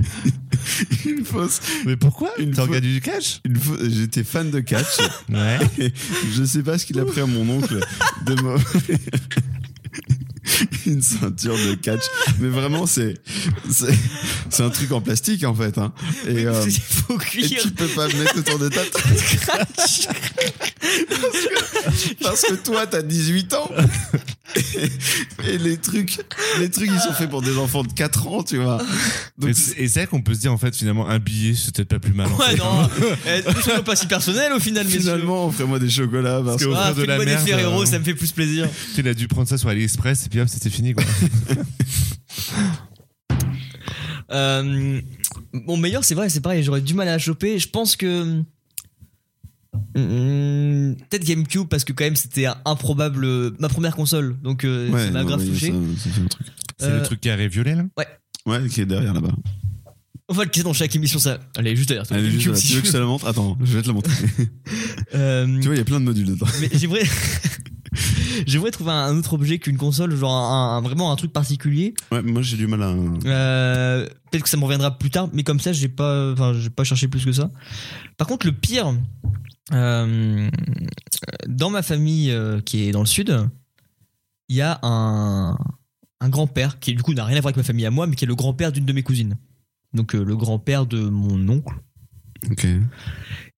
[SPEAKER 4] une fausse.
[SPEAKER 3] Mais pourquoi
[SPEAKER 4] Une
[SPEAKER 3] T'as
[SPEAKER 4] fois-
[SPEAKER 3] regardé du catch
[SPEAKER 4] Une fausse- J'étais fan de catch.
[SPEAKER 3] Ouais.
[SPEAKER 4] Je sais pas ce qu'il a pris à mon oncle de me- une ceinture de catch. Mais vraiment, c'est c'est c'est un truc en plastique en fait. hein. Et, euh,
[SPEAKER 2] Il faut
[SPEAKER 4] et
[SPEAKER 2] cuire.
[SPEAKER 4] tu peux pas le mettre autour de ta tête. Parce que toi, t'as 18 ans. Et, et les trucs, les trucs, ils sont faits pour des enfants de 4 ans, tu vois. Donc,
[SPEAKER 3] Et c'est et c'est vrai qu'on peut se dire, en fait, finalement, un billet, c'est peut-être pas plus mal. en
[SPEAKER 2] Ouais,
[SPEAKER 3] fait, hein.
[SPEAKER 2] non. Eh, tout ça pas si personnel au final, messieurs.
[SPEAKER 4] finalement, offrez-moi des chocolats. Parce
[SPEAKER 3] que-
[SPEAKER 2] Ah,
[SPEAKER 3] Offrir de la
[SPEAKER 2] faites-moi des
[SPEAKER 3] merde,
[SPEAKER 2] Ferrero,
[SPEAKER 3] euh,
[SPEAKER 2] ça me fait plus plaisir.
[SPEAKER 3] Il a dû prendre ça sur AliExpress et puis hop, c'était fini quoi.
[SPEAKER 2] Euh, mon meilleur, c'est vrai, c'est pareil, j'aurais du mal à choper. Je pense que. Hmm, Peut-être GameCube, parce que quand même, c'était un- improbable. euh, Ma première console, donc euh,
[SPEAKER 4] Ouais,
[SPEAKER 2] ça m'a
[SPEAKER 4] non,
[SPEAKER 2] grave
[SPEAKER 4] mais
[SPEAKER 2] touché.
[SPEAKER 4] ça- ça fait un truc.
[SPEAKER 3] C'est
[SPEAKER 2] Euh,
[SPEAKER 3] le truc carré violet là
[SPEAKER 4] Ouais, qui est derrière là-bas.
[SPEAKER 2] On va le casser dans chaque émission, ça. Allez, juste derrière. toi,
[SPEAKER 4] Allez,
[SPEAKER 2] GameCube,
[SPEAKER 4] juste,
[SPEAKER 2] si
[SPEAKER 4] tu veux
[SPEAKER 2] tu
[SPEAKER 4] que je te la montre Attends, je vais te la montrer.
[SPEAKER 2] veux. Euh,
[SPEAKER 4] tu vois, il y a plein de modules dedans.
[SPEAKER 2] mais j'aimerais. J'aimerais trouver un autre objet qu'une console, genre un- un- vraiment un truc particulier.
[SPEAKER 4] Ouais, moi j'ai du mal à.
[SPEAKER 2] Euh, Peut-être que ça me reviendra plus tard, mais comme ça, j'ai pas, enfin, j'ai pas cherché plus que ça. Par contre, le pire, euh, dans ma famille euh, qui est dans le sud, il y a un, un grand-père qui, du coup, n'a rien à voir avec ma famille à moi, mais qui est le grand-père d'une de mes cousines. Donc, euh, le grand-père de mon oncle.
[SPEAKER 4] Ok.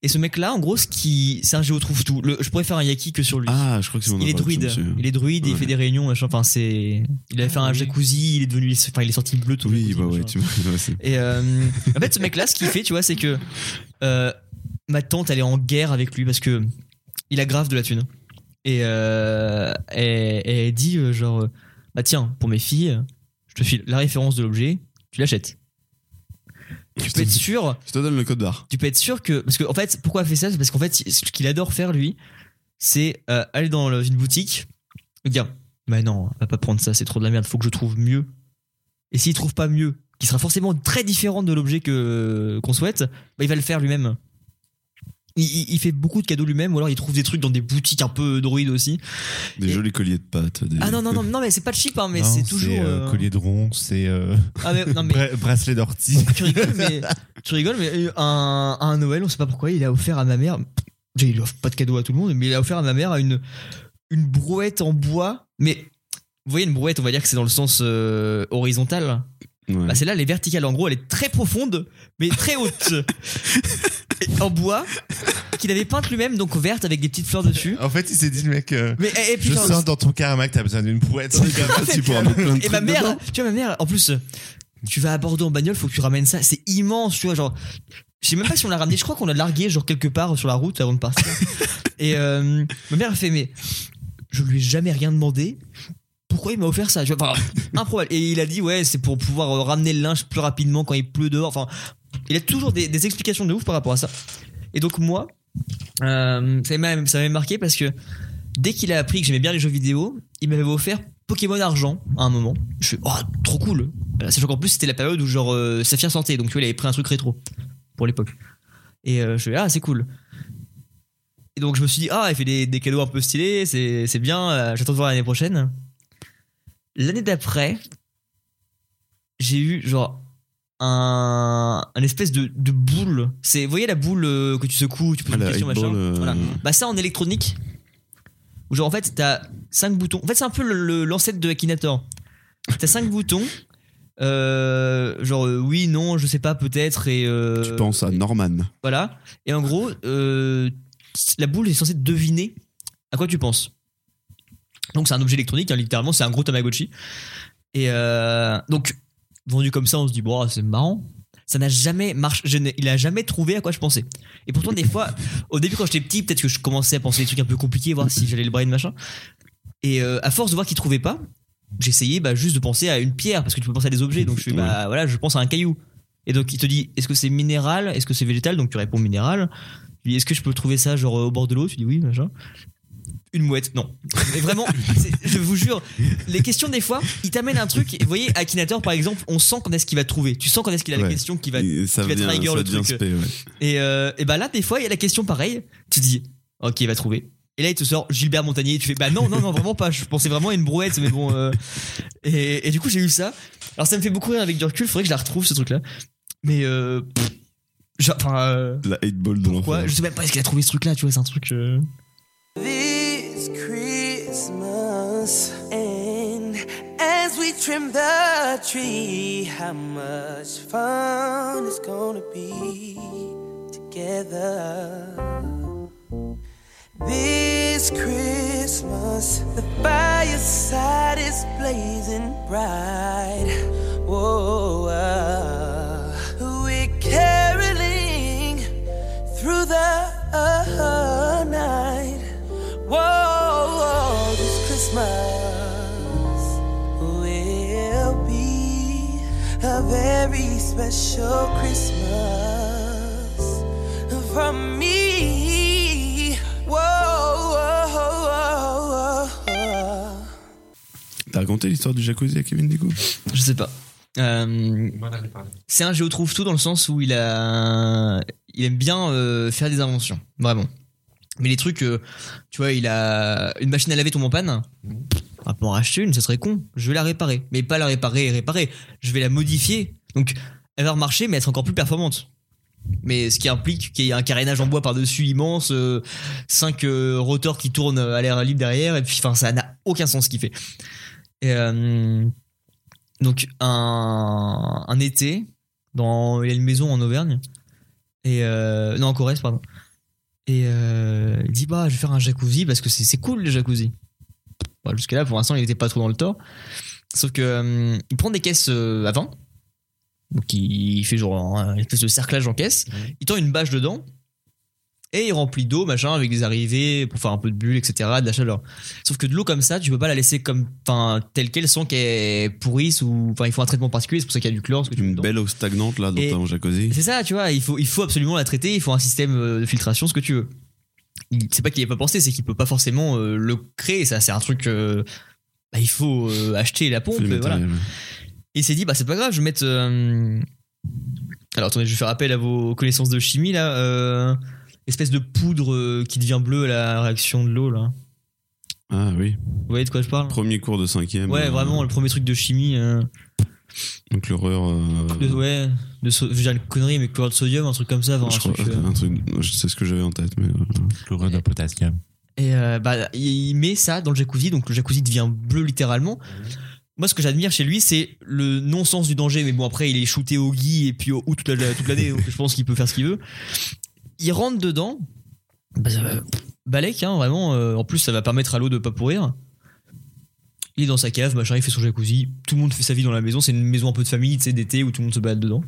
[SPEAKER 2] Et ce mec-là, en gros, ce qui, c'est un géo trouve tout. Le- je pourrais faire un yaki que sur lui.
[SPEAKER 4] Ah, je crois que c'est mon
[SPEAKER 2] Il est druide, il est druide, il
[SPEAKER 4] Ouais.
[SPEAKER 2] fait des réunions, machin. Enfin, c'est, il a fait un jacuzzi, il est devenu, enfin, il est sorti bleu tout.
[SPEAKER 4] Oui,
[SPEAKER 2] jacuzzi,
[SPEAKER 4] bah ouais,
[SPEAKER 2] machin.
[SPEAKER 4] tu vois. ouais, c'est-
[SPEAKER 2] Et euh, en fait, ce mec-là, ce qu'il fait, tu vois, c'est que euh, ma tante, elle est en guerre avec lui parce que il a grave de la thune. Et, euh, et- et elle dit, euh, genre, euh, bah tiens, pour mes filles, je te file la référence de l'objet, tu l'achètes. Tu peux être sûr,
[SPEAKER 4] Je te donne le code barre.
[SPEAKER 2] tu peux être sûr que. Parce que, en fait, pourquoi elle fait ça C'est parce qu'en fait, ce qu'il adore faire, lui, c'est euh, aller dans le- une boutique et dire, bah non, on va pas prendre ça, c'est trop de la merde, faut que je trouve mieux. Et s'il trouve pas mieux, qui sera forcément très différent de l'objet que qu'on souhaite, bah, il va le faire lui-même. Il, il- il fait beaucoup de cadeaux lui-même, ou alors il trouve des trucs dans des boutiques un peu droïdes aussi.
[SPEAKER 4] Des
[SPEAKER 2] Et-
[SPEAKER 4] jolis colliers de pâtes. des-
[SPEAKER 2] Ah non, non, non, non mais c'est pas cheap, hein, mais
[SPEAKER 3] Non,
[SPEAKER 2] c'est toujours.
[SPEAKER 3] euh,
[SPEAKER 2] euh,
[SPEAKER 3] collier de rond, c'est euh,
[SPEAKER 2] Ah, mais, non, mais
[SPEAKER 3] bra- bracelet d'ortie.
[SPEAKER 2] tu rigoles, mais, tu rigoles, mais euh, un, un Noël, on sait pas pourquoi, il a offert à ma mère. Déjà, Il offre pas de cadeau à tout le monde, mais il a offert à ma mère une, une brouette en bois. Mais vous voyez, une brouette, on va dire que c'est dans le sens euh, horizontal.
[SPEAKER 4] Ouais.
[SPEAKER 2] Bah,
[SPEAKER 3] Mm.
[SPEAKER 2] celle-là, elle est verticale. En gros, elle est très profonde, mais très haute. Et en bois, qu'il avait peinte lui-même, donc verte avec des petites fleurs dessus.
[SPEAKER 3] En fait, il s'est dit, le mec, euh,
[SPEAKER 2] Mais et, et
[SPEAKER 3] je
[SPEAKER 2] putain,
[SPEAKER 3] sens dans ton karma que t'as besoin d'une brouette.
[SPEAKER 4] Tu pourras mettre plein de
[SPEAKER 2] et ma
[SPEAKER 4] trucs
[SPEAKER 2] mère,
[SPEAKER 4] dedans.
[SPEAKER 2] tu vois, ma mère, en plus, euh, tu vas à Bordeaux en bagnole, faut que tu ramènes ça. C'est immense, tu vois, genre. Je sais même pas si on l'a ramené, je crois qu'on l'a largué, genre quelque part sur la route avant de partir. Et euh, ma mère a fait, mais je lui ai jamais rien demandé. Pourquoi il m'a offert ça Tu vois, enfin, Improbable. Et il a dit, ouais, c'est pour pouvoir euh, ramener le linge plus rapidement quand il pleut dehors. Enfin, il a toujours des, des explications de ouf par rapport à ça. Et donc, moi, euh, ça m'a- ça m'avait marqué parce que dès qu'il a appris que j'aimais bien les jeux vidéo, il m'avait offert Pokémon Argent à un moment. Je suis oh trop cool. Voilà, Sachant qu'en plus c'était la période où genre euh, Saphir sortait, donc tu vois il avait pris un truc rétro pour l'époque. Et euh, je suis ah c'est cool. Et donc je me suis dit ah il fait des, des cadeaux un peu stylés, c'est c'est bien. euh, J'attends de voir l'année prochaine. L'année d'après, j'ai eu genre un, un espèce de, de boule. C'est vous voyez la boule euh, que tu secoues, tu peux
[SPEAKER 4] Ah, la
[SPEAKER 2] question machin.
[SPEAKER 4] eight ball, euh,
[SPEAKER 2] Voilà. Bah ça en électronique, où genre en fait t'as 5 boutons. En fait c'est un peu le- le- l'ancêtre de Akinator. T'as 5 boutons. euh, genre euh, oui, non, je sais pas, peut-être et euh,
[SPEAKER 4] Tu penses à Norman.
[SPEAKER 2] voilà. Et en gros, euh, la boule est censée deviner à quoi tu penses. Donc c'est un objet électronique, hein, littéralement, c'est un gros Tamagotchi. Et euh, donc, vendu comme ça, on se dit, bon, c'est marrant. Ça n'a jamais marché. je n'ai- il a jamais trouvé à quoi je pensais. Et pourtant, des fois, au début, quand j'étais petit, peut-être que je commençais à penser des trucs un peu compliqués, voir si j'allais le brain, machin. Et euh, à force de voir qu'il trouvait pas, j'essayais bah, juste de penser à une pierre, parce que tu peux penser à des objets. Donc je suis, bah voilà, je pense à un caillou. Et donc il te dit est-ce que c'est minéral, est-ce que c'est végétal Donc tu réponds minéral. Tu dis, est-ce que je peux trouver ça genre au bord de l'eau Tu dis oui, machin. Une mouette, non. Mais vraiment, c'est- je vous jure, les questions des fois, ils t'amènent un truc. Et vous voyez, Akinator par exemple, on sent quand est-ce qu'il va trouver. Tu sens quand est-ce qu'il a la
[SPEAKER 4] Ouais.
[SPEAKER 2] question qui va.
[SPEAKER 4] Et ça
[SPEAKER 2] qui va
[SPEAKER 4] devient-
[SPEAKER 2] trigger
[SPEAKER 4] ça
[SPEAKER 2] le
[SPEAKER 4] devient
[SPEAKER 2] truc.
[SPEAKER 4] spé, ouais.
[SPEAKER 2] Et, euh, et bah là, des fois, il y a la question pareille. Tu dis, ok, il va trouver. Et là, il te sort Gilbert Montagnier. Et tu fais, bah non, non, non, vraiment pas. Je pensais vraiment à une brouette, mais bon. euh. Et, et du coup, j'ai eu ça. Alors, ça me fait beaucoup rire avec du recul. Faudrait que je la retrouve, ce truc-là. Mais. euh, pff, j'a- Enfin. euh,
[SPEAKER 4] La 8 ball de
[SPEAKER 2] Quoi
[SPEAKER 4] l'enfer.
[SPEAKER 2] Je sais même pas est-ce qu'il a trouvé ce truc là, tu vois, c'est un truc. euh,
[SPEAKER 10] This Christmas, and as we trim the tree, how much fun it's gonna be together. This Christmas, the fireside is blazing bright. Whoa, uh, we're caroling through the uh, night. Whoa, this Christmas will be a very special Christmas for me. Whoa,
[SPEAKER 4] T'as raconté l'histoire du jacuzzi à Kevin du coup
[SPEAKER 2] Je sais pas. Euh, c'est un géotrouve tout dans le sens où il a il aime bien euh, faire des inventions vraiment mais les trucs euh, tu vois il a une machine à laver tombe en panne on va pas en racheter une ça serait con je vais la réparer mais pas la réparer et réparer je vais la modifier donc elle va remarcher mais être encore plus performante mais ce qui implique qu'il y a un carénage en bois par-dessus immense, euh, cinq euh, rotors qui tournent à l'air libre derrière, et puis enfin ça n'a aucun sens ce qu'il fait. Et, euh, donc un, un été, dans, il y a une maison en Auvergne, et euh, non en Corrèze pardon. Et euh, il dit bah je vais faire un jacuzzi parce que c'est c'est cool le jacuzzi. Bon, Jusque là pour l'instant il n'était pas trop dans le tort. Sauf que euh, il prend des caisses euh, à vin, donc il fait genre un, une espèce de cerclage en caisse. Il tend une bâche dedans et il remplit d'eau machin avec des arrivées pour faire un peu de bulles etc de la chaleur. Sauf que de l'eau comme ça, tu peux pas la laisser comme, enfin, telle qu'elle sans qu'elle pourrisse ou, enfin, il faut un traitement particulier, c'est pour ça qu'il y a du chlore. parce que tu mets
[SPEAKER 4] Une
[SPEAKER 2] dedans.
[SPEAKER 4] belle eau stagnante là dans
[SPEAKER 2] Et-
[SPEAKER 4] ton jacuzzi.
[SPEAKER 2] C'est ça, tu vois, il faut, il faut absolument la traiter, il faut un système euh, de filtration, ce que tu veux. Il- C'est pas qu'il n'y ait pas pensé, c'est qu'il peut pas forcément euh, le créer, ça, c'est un truc. euh, bah, il faut euh, acheter la pompe,
[SPEAKER 4] C'est le
[SPEAKER 2] euh, voilà.
[SPEAKER 4] matériel, ouais.
[SPEAKER 2] Et il s'est dit, bah c'est pas grave, je vais mettre. euh, Alors attendez, je vais faire appel à vos connaissances de chimie là. euh, Espèce de poudre euh, qui devient bleue à la réaction de l'eau là.
[SPEAKER 4] Ah oui.
[SPEAKER 2] Vous voyez de quoi je parle
[SPEAKER 4] Premier cours de cinquième.
[SPEAKER 2] Ouais,
[SPEAKER 4] euh,
[SPEAKER 2] vraiment, le premier truc de chimie. euh,
[SPEAKER 4] Donc l'horreur. euh,
[SPEAKER 2] de- ouais, de so- je veux dire une connerie, mais chlorure de sodium, un truc comme ça. enfin,
[SPEAKER 4] je
[SPEAKER 2] un
[SPEAKER 4] crois-
[SPEAKER 2] truc, euh,
[SPEAKER 4] un truc- je sais ce que j'avais en tête, mais. euh,
[SPEAKER 3] Chlorure de potassium.
[SPEAKER 2] Et euh, bah, il met ça dans le jacuzzi, donc le jacuzzi devient bleu littéralement. Moi, ce que j'admire chez lui, c'est le non-sens du danger. Mais bon, après, il est shooté au gui et puis au août toute la- toute l'année, donc je pense qu'il peut faire ce qu'il veut. Il rentre dedans, bah, euh, balèque, hein, vraiment. euh, en plus, ça va permettre à l'eau de pas pourrir. Il est dans sa cave, machin, il fait son jacuzzi. Tout le monde fait sa vie dans la maison. C'est une maison un peu de famille, tu sais, d'été où tout le monde se balade dedans.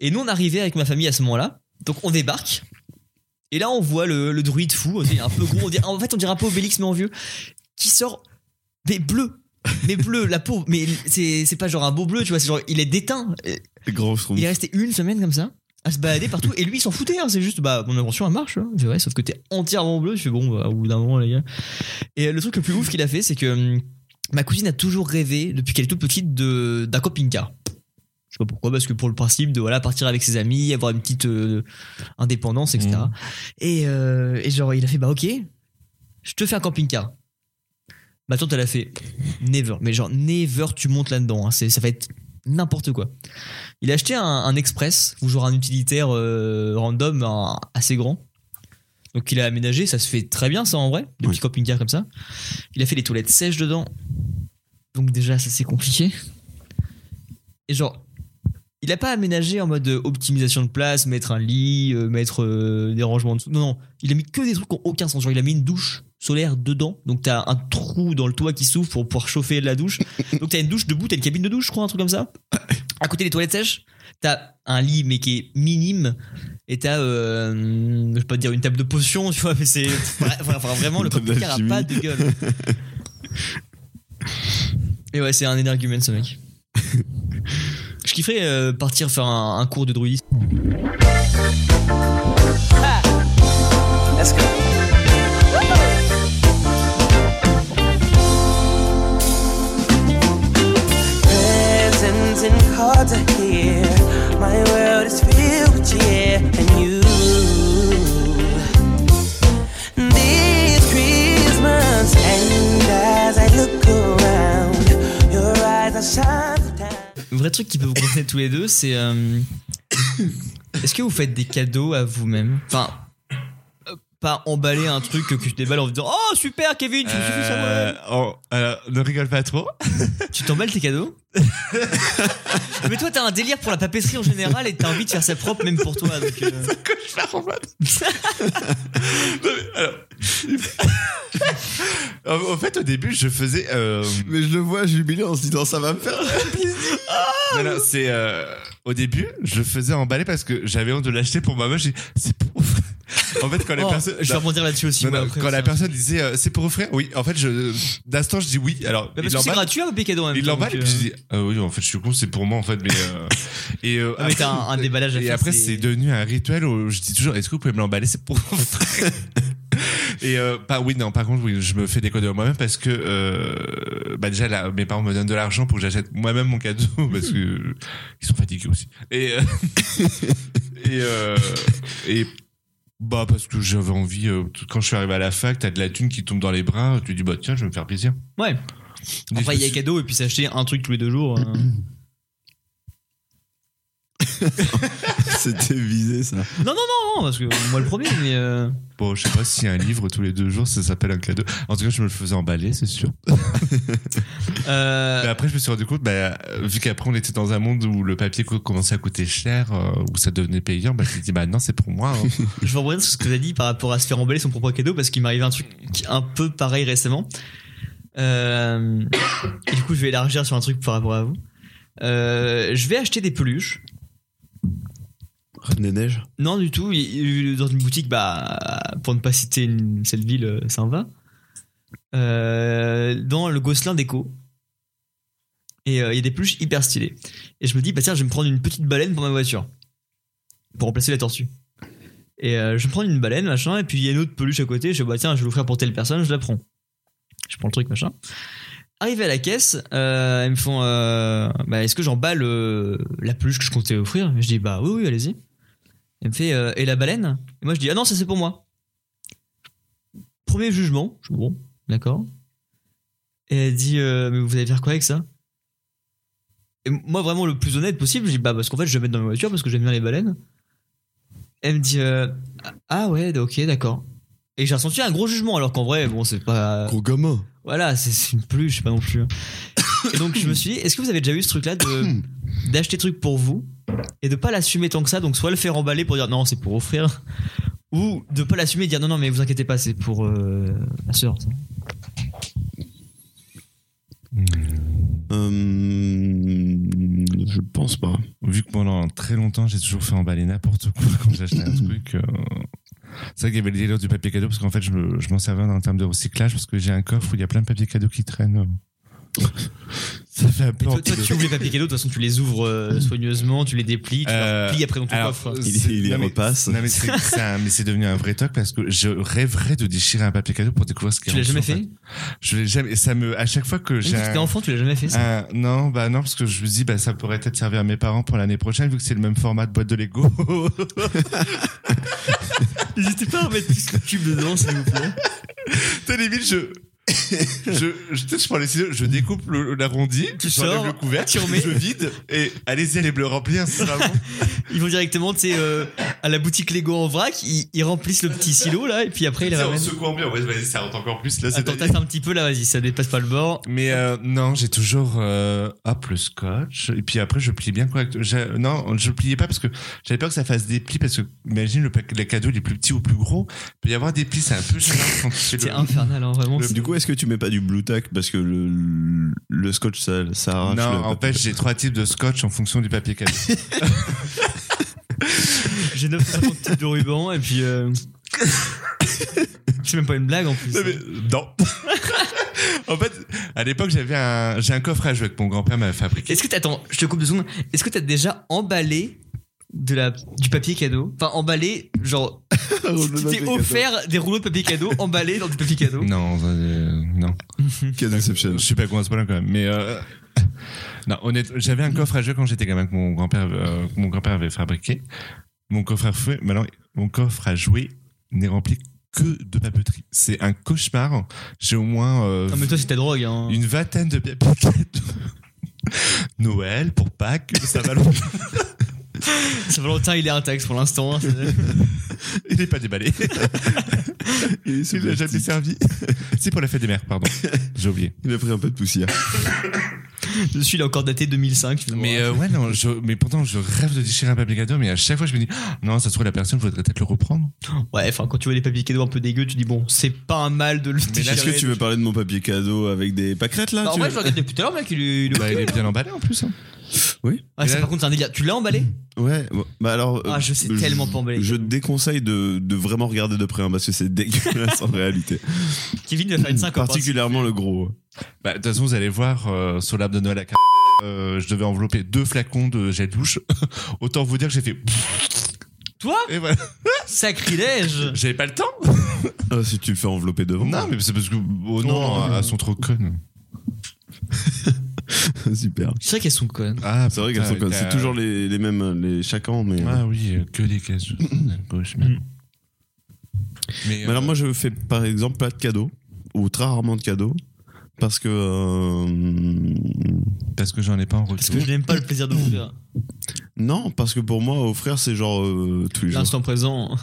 [SPEAKER 2] Et nous, on arrivait avec ma famille à ce moment-là. Donc, on débarque. Et là, on voit le, le druide fou, il est un peu gros. on dirait- en fait, on dirait un peu Obélix, mais en vieux, qui sort, mais bleu. Mais bleu, la peau. Mais c'est c'est pas genre un beau bleu, tu vois. C'est genre, il est déteint.
[SPEAKER 4] Grand schtroumpf.
[SPEAKER 2] Il est resté une semaine comme ça, à se balader partout. Et lui, il s'en foutait. hein, C'est juste, bah, mon invention, elle marche. hein. Je fais, ouais, sauf que t'es entièrement bleu. Je fais, bon, bah, au bout d'un moment, les gars. Et euh, le truc le plus ouf qu'il a fait, c'est que hum, ma cousine a toujours rêvé, depuis qu'elle est toute petite, de- d'un camping-car. Je sais pas pourquoi, parce que pour le principe de voilà, partir avec ses amis, avoir une petite euh, indépendance, etc.
[SPEAKER 3] Mhm.
[SPEAKER 2] Et, euh, et genre, il a fait, bah, ok, je te fais un camping-car. Ma tante, elle a fait never. Mais genre, never, tu montes là-dedans. hein. C'est- Ça va être n'importe quoi. Il a acheté un, un express, ou genre un utilitaire euh, random un- assez grand. Donc il a aménagé, ça se fait très bien ça en vrai, des
[SPEAKER 4] Ouais.
[SPEAKER 2] petits camping-cars comme ça. Il a fait les toilettes sèches dedans. Donc déjà ça c'est compliqué. Et genre, il a pas aménagé en mode euh, optimisation de place, mettre un lit, euh, mettre euh, des rangements dessous. Non, non, il a mis que des trucs qui ont aucun sens. Genre il a mis une douche solaire dedans. Donc t'as un trou dans le toit qui s'ouvre pour pouvoir chauffer la douche. Donc t'as une douche debout, t'as une cabine de douche, je crois, un truc comme ça. À côté des toilettes sèches, t'as un lit mais qui est minime et t'as, euh, je vais pas te dire une table de potion, tu vois, mais c'est vra- vra- vra- vraiment le
[SPEAKER 4] Une table
[SPEAKER 2] camping-car a
[SPEAKER 4] d'alchimie.
[SPEAKER 2] pas de gueule. Et ouais, c'est un énergumène ce mec. Je kifferais euh, partir faire un, un cours de druidisme.
[SPEAKER 10] Let's go. Presents and cards are here. My world is filled with cheer and you. This Christmas, and as I look around, your eyes are shining down.
[SPEAKER 2] Le vrai truc qui peut vous concerner tous les deux, c'est euh, est-ce que vous faites des cadeaux à vous-même Enfin, euh, pas emballer un truc que tu déballes en disant Oh super Kevin, tu me suis fait ça moi-même.
[SPEAKER 3] Euh, oh, ne rigole pas trop. Euh.
[SPEAKER 2] Tu t'emballes tes cadeaux Mais toi, t'as un délire pour la papeterie en général et t'as envie de faire ça propre même pour toi. Donc, euh,
[SPEAKER 3] Au fait, au début, je faisais. euh,
[SPEAKER 4] Mais je le vois jubilé en se disant ça va me faire.
[SPEAKER 3] non, non, c'est. euh, au début, je faisais emballer parce que j'avais honte de l'acheter pour ma meuf. J'ai dit, c'est pour. en fait, quand les
[SPEAKER 2] oh,
[SPEAKER 3] personnes.
[SPEAKER 2] je vais
[SPEAKER 3] Non,
[SPEAKER 2] rebondir là-dessus aussi.
[SPEAKER 3] non,
[SPEAKER 2] moi,
[SPEAKER 3] non,
[SPEAKER 2] après,
[SPEAKER 3] quand la
[SPEAKER 2] ça. Bah,
[SPEAKER 3] personne disait euh, c'est pour offrir, oui, en fait, je. D'instant, je dis oui. Alors,
[SPEAKER 2] Mais
[SPEAKER 3] il
[SPEAKER 2] parce que c'est
[SPEAKER 3] l'emballe.
[SPEAKER 2] gratuit hein, à payer cadeau en même
[SPEAKER 3] Il
[SPEAKER 2] temps,
[SPEAKER 3] l'emballe et
[SPEAKER 2] donc,
[SPEAKER 3] puis je
[SPEAKER 2] euh,
[SPEAKER 3] dis ah oui en fait je suis con c'est pour moi en fait mais euh, et euh,
[SPEAKER 2] Ah, mais t'as un, un déballage à
[SPEAKER 3] et
[SPEAKER 2] faire,
[SPEAKER 3] après,
[SPEAKER 2] c'est-
[SPEAKER 3] c'est devenu un rituel où je dis toujours, est-ce que vous pouvez me l'emballer C'est pour mon frère. Et euh, pas oui non par contre oui je me fais des cadeaux moi-même parce que euh, bah déjà là, mes parents me donnent de l'argent pour que j'achète moi-même mon cadeau parce que euh, ils sont fatigués aussi et euh, et, euh, et bah parce que j'avais envie euh, tout- quand je suis arrivé à la fac t'as de la thune qui tombe dans les bras tu dis bah tiens je vais me faire plaisir
[SPEAKER 2] Ouais. Après, il y a cadeau et puis s'acheter un truc tous les deux jours. euh.
[SPEAKER 4] C'était visé ça.
[SPEAKER 2] Non, non, non, non, parce que moi le premier, mais. euh,
[SPEAKER 3] Bon, je sais pas si un livre tous les deux jours, ça s'appelle un cadeau. En tout cas, je me le faisais emballer, c'est sûr.
[SPEAKER 2] euh,
[SPEAKER 3] Mais après, je me suis rendu compte, bah, euh, vu qu'après, on était dans un monde où le papier co- commençait à coûter cher, euh, où ça devenait payant, bah, je me dis, bah non, c'est pour moi. hein.
[SPEAKER 2] Je vais rebondir sur ce que tu as dit par rapport à se faire emballer son propre cadeau parce qu'il m'est arrivé un truc qui- un peu pareil récemment. Euh, et du coup, je vais élargir sur un truc par rapport à vous. Euh, je vais acheter des peluches.
[SPEAKER 4] Reine des neiges.
[SPEAKER 2] Non, du tout. il- il- Dans une boutique, bah, pour ne pas citer une- cette ville, euh, ça en va. Euh, dans le Gosselin Déco. Et euh, il y a des peluches hyper stylées. Et je me dis, bah tiens, je vais me prendre une petite baleine pour ma voiture. Pour remplacer la tortue. Et euh, je vais me prendre une baleine, machin. Et puis il y a une autre peluche à côté. Je dis, bah tiens, je vais l'offrir pour telle personne, je la prends. Je prends le truc, machin. Arrivé à la caisse, euh, ils me font, euh, bah est-ce que j'emballe euh, la peluche que je comptais offrir Et Je dis, bah oui, oui, allez-y. Elle me fait euh, et la baleine Et moi je dis ah non ça c'est pour moi. Premier jugement, je dis, bon d'accord. Et elle dit euh, mais vous allez faire quoi avec ça Et moi vraiment le plus honnête possible, je dis bah parce qu'en fait je vais mettre dans ma voiture parce que j'aime bien les baleines. Elle me dit euh, ah ouais ok d'accord. Et j'ai ressenti un gros jugement alors qu'en vrai bon c'est pas
[SPEAKER 4] Gros gamin.
[SPEAKER 2] voilà, c'est- c'est une pluie, je sais pas non plus. hein. Et donc je me suis dit, est-ce que vous avez déjà eu ce truc-là de d'acheter truc pour vous et de pas l'assumer tant que ça, donc soit le faire emballer pour dire non c'est pour offrir, ou de pas l'assumer et dire non non mais vous inquiétez pas c'est pour euh, ma sœur. ça.
[SPEAKER 4] Euh, je pense pas.
[SPEAKER 3] vu que pendant très longtemps, j'ai toujours fait emballer n'importe quoi quand j'achetais un truc. euh, C'est vrai qu'il y avait le délire du papier cadeau, parce qu'en fait, je, me- je m'en servais en termes de recyclage, parce que j'ai un coffre où il y a plein de papier cadeau qui traînent. euh. ça fait un peu
[SPEAKER 2] Mais toi,
[SPEAKER 3] anti-
[SPEAKER 2] toi, tu ouvres les papiers cadeaux, de toute façon tu les ouvres euh, soigneusement, tu les déplies, tu
[SPEAKER 3] Euh,
[SPEAKER 2] les replies après dans ton
[SPEAKER 3] alors, euh,
[SPEAKER 2] coffre.
[SPEAKER 4] Il-
[SPEAKER 3] c'est-
[SPEAKER 4] il les
[SPEAKER 3] non, mais-
[SPEAKER 4] repasse.
[SPEAKER 3] non, mais c'est c'est un- mais c'est devenu un vrai toc parce que je rêverais de déchirer un papier cadeau pour découvrir ce qu'il y
[SPEAKER 2] Tu
[SPEAKER 3] a
[SPEAKER 2] l'as
[SPEAKER 3] en
[SPEAKER 2] jamais
[SPEAKER 3] dessous, en
[SPEAKER 2] fait
[SPEAKER 3] fait. Je l'ai jamais. Et ça me. À chaque fois que
[SPEAKER 2] Même
[SPEAKER 3] j'ai.
[SPEAKER 2] quand t'étais
[SPEAKER 3] un-
[SPEAKER 2] enfant, tu l'as jamais fait ça.
[SPEAKER 3] un- non, bah non, parce que je me dis, bah ça pourrait peut-être servir à mes parents pour l'année prochaine, vu que c'est le même format de boîte de Lego.
[SPEAKER 2] N'hésitez pas à remettre tout ce cube dedans s'il vous plaît.
[SPEAKER 3] T'as limite, je. je, je, peut-être je prends les ciseaux, je découpe le- l'arrondi,
[SPEAKER 2] Tu
[SPEAKER 3] j'enlève
[SPEAKER 2] sors,
[SPEAKER 3] le couvercle,
[SPEAKER 2] tu remets.
[SPEAKER 3] je vide, et allez-y, allez me le remplir, c'est vraiment.
[SPEAKER 2] Ils vont directement tu sais, euh, à la boutique Lego en vrac, ils, ils remplissent le petit silo là et puis après ils les
[SPEAKER 3] on
[SPEAKER 2] ramènent.
[SPEAKER 3] secoue bien, ouais, vas-y, ça rentre encore plus, là, c'est
[SPEAKER 2] Attends, tâte un petit peu là, vas-y, ça dépasse pas le bord.
[SPEAKER 3] Mais euh, non, j'ai toujours euh, hop le scotch et puis après je plie bien correct. J'ai- Non, je le pliais pas parce que j'avais peur que ça fasse des plis parce que imagine le, pa- le cadeau il est plus petit ou plus gros, il peut y avoir des plis, c'est un peu gênant quand tu fais
[SPEAKER 2] C'est
[SPEAKER 3] le-
[SPEAKER 2] infernal, hein, vraiment.
[SPEAKER 3] le-
[SPEAKER 2] c'est-
[SPEAKER 4] Du coup, est-ce que tu mets pas du blue tack parce que le, le scotch ça, ça arrache
[SPEAKER 3] Non,
[SPEAKER 4] le
[SPEAKER 3] en fait, j'ai trois types de scotch en fonction du papier cadeau.
[SPEAKER 2] J'ai 950 types de ruban et puis. euh, C'est même pas une blague en plus.
[SPEAKER 3] Non, mais- non. en fait, à l'époque, j'avais un, j'ai un coffre à jouer que mon grand-père m'avait fabriqué.
[SPEAKER 2] Est-ce que t'attends, je te coupe deux secondes. Est-ce que t'as déjà emballé de la, du papier cadeau. Enfin, emballé, genre, qui t'est offert des rouleaux de papier cadeau emballés dans du papier cadeau.
[SPEAKER 3] Non, ça, euh, non.
[SPEAKER 4] Quelle déception.
[SPEAKER 3] Je sais pas comment c'est pas là quand même. Mais euh, non, honnêtement, j'avais un coffre à jeux quand j'étais gamin que mon grand-père, euh, que mon grand-père avait fabriqué. Mon coffre à fouet, maintenant, mon coffre à jouer n'est rempli que de papeterie. C'est un cauchemar. J'ai au moins euh,
[SPEAKER 2] Non, mais toi, c'est ta drogue, hein.
[SPEAKER 3] une vingtaine de papiers cadeaux. Noël pour Pâques, ça va longtemps.
[SPEAKER 2] Saint-Valentin, il est intact pour l'instant. hein,
[SPEAKER 3] Il n'est pas déballé. Il n'a jamais servi. C'est pour la fête des mères, pardon. J'ai oublié.
[SPEAKER 4] Il a pris un peu de poussière.
[SPEAKER 2] Je suis, il est encore daté 2005, finalement.
[SPEAKER 3] Mais euh, ouais, non, je, mais pourtant, je rêve de déchirer un papier cadeau, mais à chaque fois, je me dis, Ah, non, ça se trouve, la personne voudrait peut-être le reprendre.
[SPEAKER 2] Ouais, enfin, quand tu vois des papiers cadeaux un peu dégueux, tu dis, bon, c'est pas un mal de le
[SPEAKER 4] Mais là, est-ce que
[SPEAKER 2] déchirer.
[SPEAKER 4] tu veux parler de mon papier cadeau avec des pâquerettes là
[SPEAKER 2] Bah, en
[SPEAKER 4] tu
[SPEAKER 2] vrai,
[SPEAKER 4] veux
[SPEAKER 2] je regarde depuis tout à l'heure, mec, il est. il est-
[SPEAKER 3] Bah, il est bien emballé en plus. hein.
[SPEAKER 2] Ah, ça,
[SPEAKER 3] là-
[SPEAKER 2] par contre, c'est un délire. Tu l'as emballé
[SPEAKER 4] Ouais, bon, bah alors.
[SPEAKER 2] Ah,
[SPEAKER 4] euh,
[SPEAKER 2] je sais tellement pas emballer.
[SPEAKER 4] Je te déconseille de, de vraiment regarder de près, hein, parce que c'est dégueulasse en réalité.
[SPEAKER 2] Kevin va faire une 5
[SPEAKER 4] Particulièrement le gros.
[SPEAKER 3] Bah, de toute façon, vous allez voir, euh, sur l'arbre de Noël à Car- euh, je devais envelopper deux flacons de gel douche. Autant vous dire que j'ai fait.
[SPEAKER 2] Toi
[SPEAKER 3] Et voilà.
[SPEAKER 2] Sacrilège
[SPEAKER 3] J'avais pas le temps.
[SPEAKER 4] Ah, si tu le fais envelopper devant.
[SPEAKER 3] Non, mais c'est parce que. Oh
[SPEAKER 4] Oh,
[SPEAKER 3] non,
[SPEAKER 4] non.
[SPEAKER 3] elles sont trop connes.
[SPEAKER 4] Super.
[SPEAKER 2] C'est vrai qu'elles sont connes.
[SPEAKER 3] Ah,
[SPEAKER 4] C'est vrai qu'elles sont connes. C'est toujours les, les mêmes, hein, les chacun, mais.
[SPEAKER 3] Ah oui, euh, que des cases à gauche, même. Mais,
[SPEAKER 4] Mais alors moi je fais par exemple pas de cadeaux ou très rarement de cadeaux parce que euh,
[SPEAKER 3] parce que j'en ai pas en retour.
[SPEAKER 2] Je n'aime pas le plaisir de vous faire.
[SPEAKER 4] non parce que pour moi offrir c'est genre euh, tous les jours.
[SPEAKER 2] L'instant présent,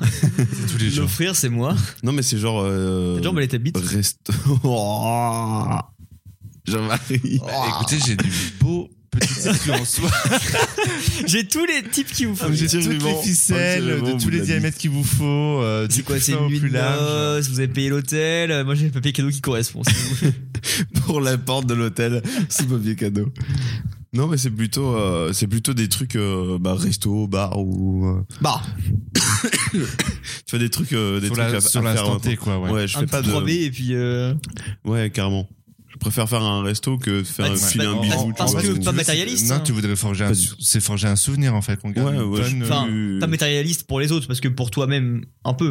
[SPEAKER 3] Tous les jours.
[SPEAKER 2] l'offrir, c'est moi.
[SPEAKER 4] Non mais c'est genre euh,
[SPEAKER 2] T'as déjà emballé ta bite
[SPEAKER 4] resto. Oh, Jean-Marie.
[SPEAKER 3] Bah, écoutez, j'ai du beau petit tissu en soie.
[SPEAKER 2] J'ai tous les types qui vous
[SPEAKER 4] Ah,
[SPEAKER 2] font.
[SPEAKER 3] J'ai toutes
[SPEAKER 4] Absolument.
[SPEAKER 3] les ficelles
[SPEAKER 4] Absolument,
[SPEAKER 3] de tous
[SPEAKER 4] vous
[SPEAKER 3] les
[SPEAKER 4] l'avez
[SPEAKER 3] diamètres qu'il vous faut. euh, du
[SPEAKER 2] C'est quoi,
[SPEAKER 3] plus
[SPEAKER 2] c'est
[SPEAKER 3] fin
[SPEAKER 2] une
[SPEAKER 3] au
[SPEAKER 2] nuit
[SPEAKER 3] plus
[SPEAKER 2] de
[SPEAKER 3] large.
[SPEAKER 2] noces, vous avez payé l'hôtel, euh, moi j'ai le papier cadeau qui correspond. c'est vous.
[SPEAKER 4] pour la porte de l'hôtel sous papier cadeau. Non mais c'est plutôt euh, c'est plutôt des trucs euh, bah, resto bar ou euh,
[SPEAKER 2] bah,
[SPEAKER 4] tu vois des trucs euh, des
[SPEAKER 3] Sur
[SPEAKER 4] trucs
[SPEAKER 3] la-
[SPEAKER 4] à-
[SPEAKER 3] sur
[SPEAKER 4] à faire
[SPEAKER 3] l'instant T,
[SPEAKER 4] maintenant.
[SPEAKER 3] quoi. Ouais.
[SPEAKER 4] Ouais, je
[SPEAKER 2] un
[SPEAKER 4] fais
[SPEAKER 2] petit
[SPEAKER 4] pas de
[SPEAKER 2] 3B et puis... euh,
[SPEAKER 4] Ouais, carrément. Je préfère faire un resto que de faire
[SPEAKER 2] Ouais,
[SPEAKER 4] un
[SPEAKER 2] c'est
[SPEAKER 4] filer
[SPEAKER 2] pas-
[SPEAKER 4] un
[SPEAKER 2] parce-
[SPEAKER 4] bisou. tu
[SPEAKER 2] parce
[SPEAKER 4] vois,
[SPEAKER 2] que
[SPEAKER 4] ce
[SPEAKER 2] pas
[SPEAKER 4] tu veux.
[SPEAKER 2] matérialiste, hein.
[SPEAKER 3] Non, tu voudrais forger un,
[SPEAKER 4] Pas du-
[SPEAKER 3] c'est forger un souvenir en fait qu'on garde.
[SPEAKER 4] Ouais,
[SPEAKER 3] une
[SPEAKER 4] ouais, je-
[SPEAKER 3] bonne,
[SPEAKER 2] Enfin,
[SPEAKER 4] Euh,
[SPEAKER 2] pas matérialiste pour les autres, parce que pour toi-même, un peu.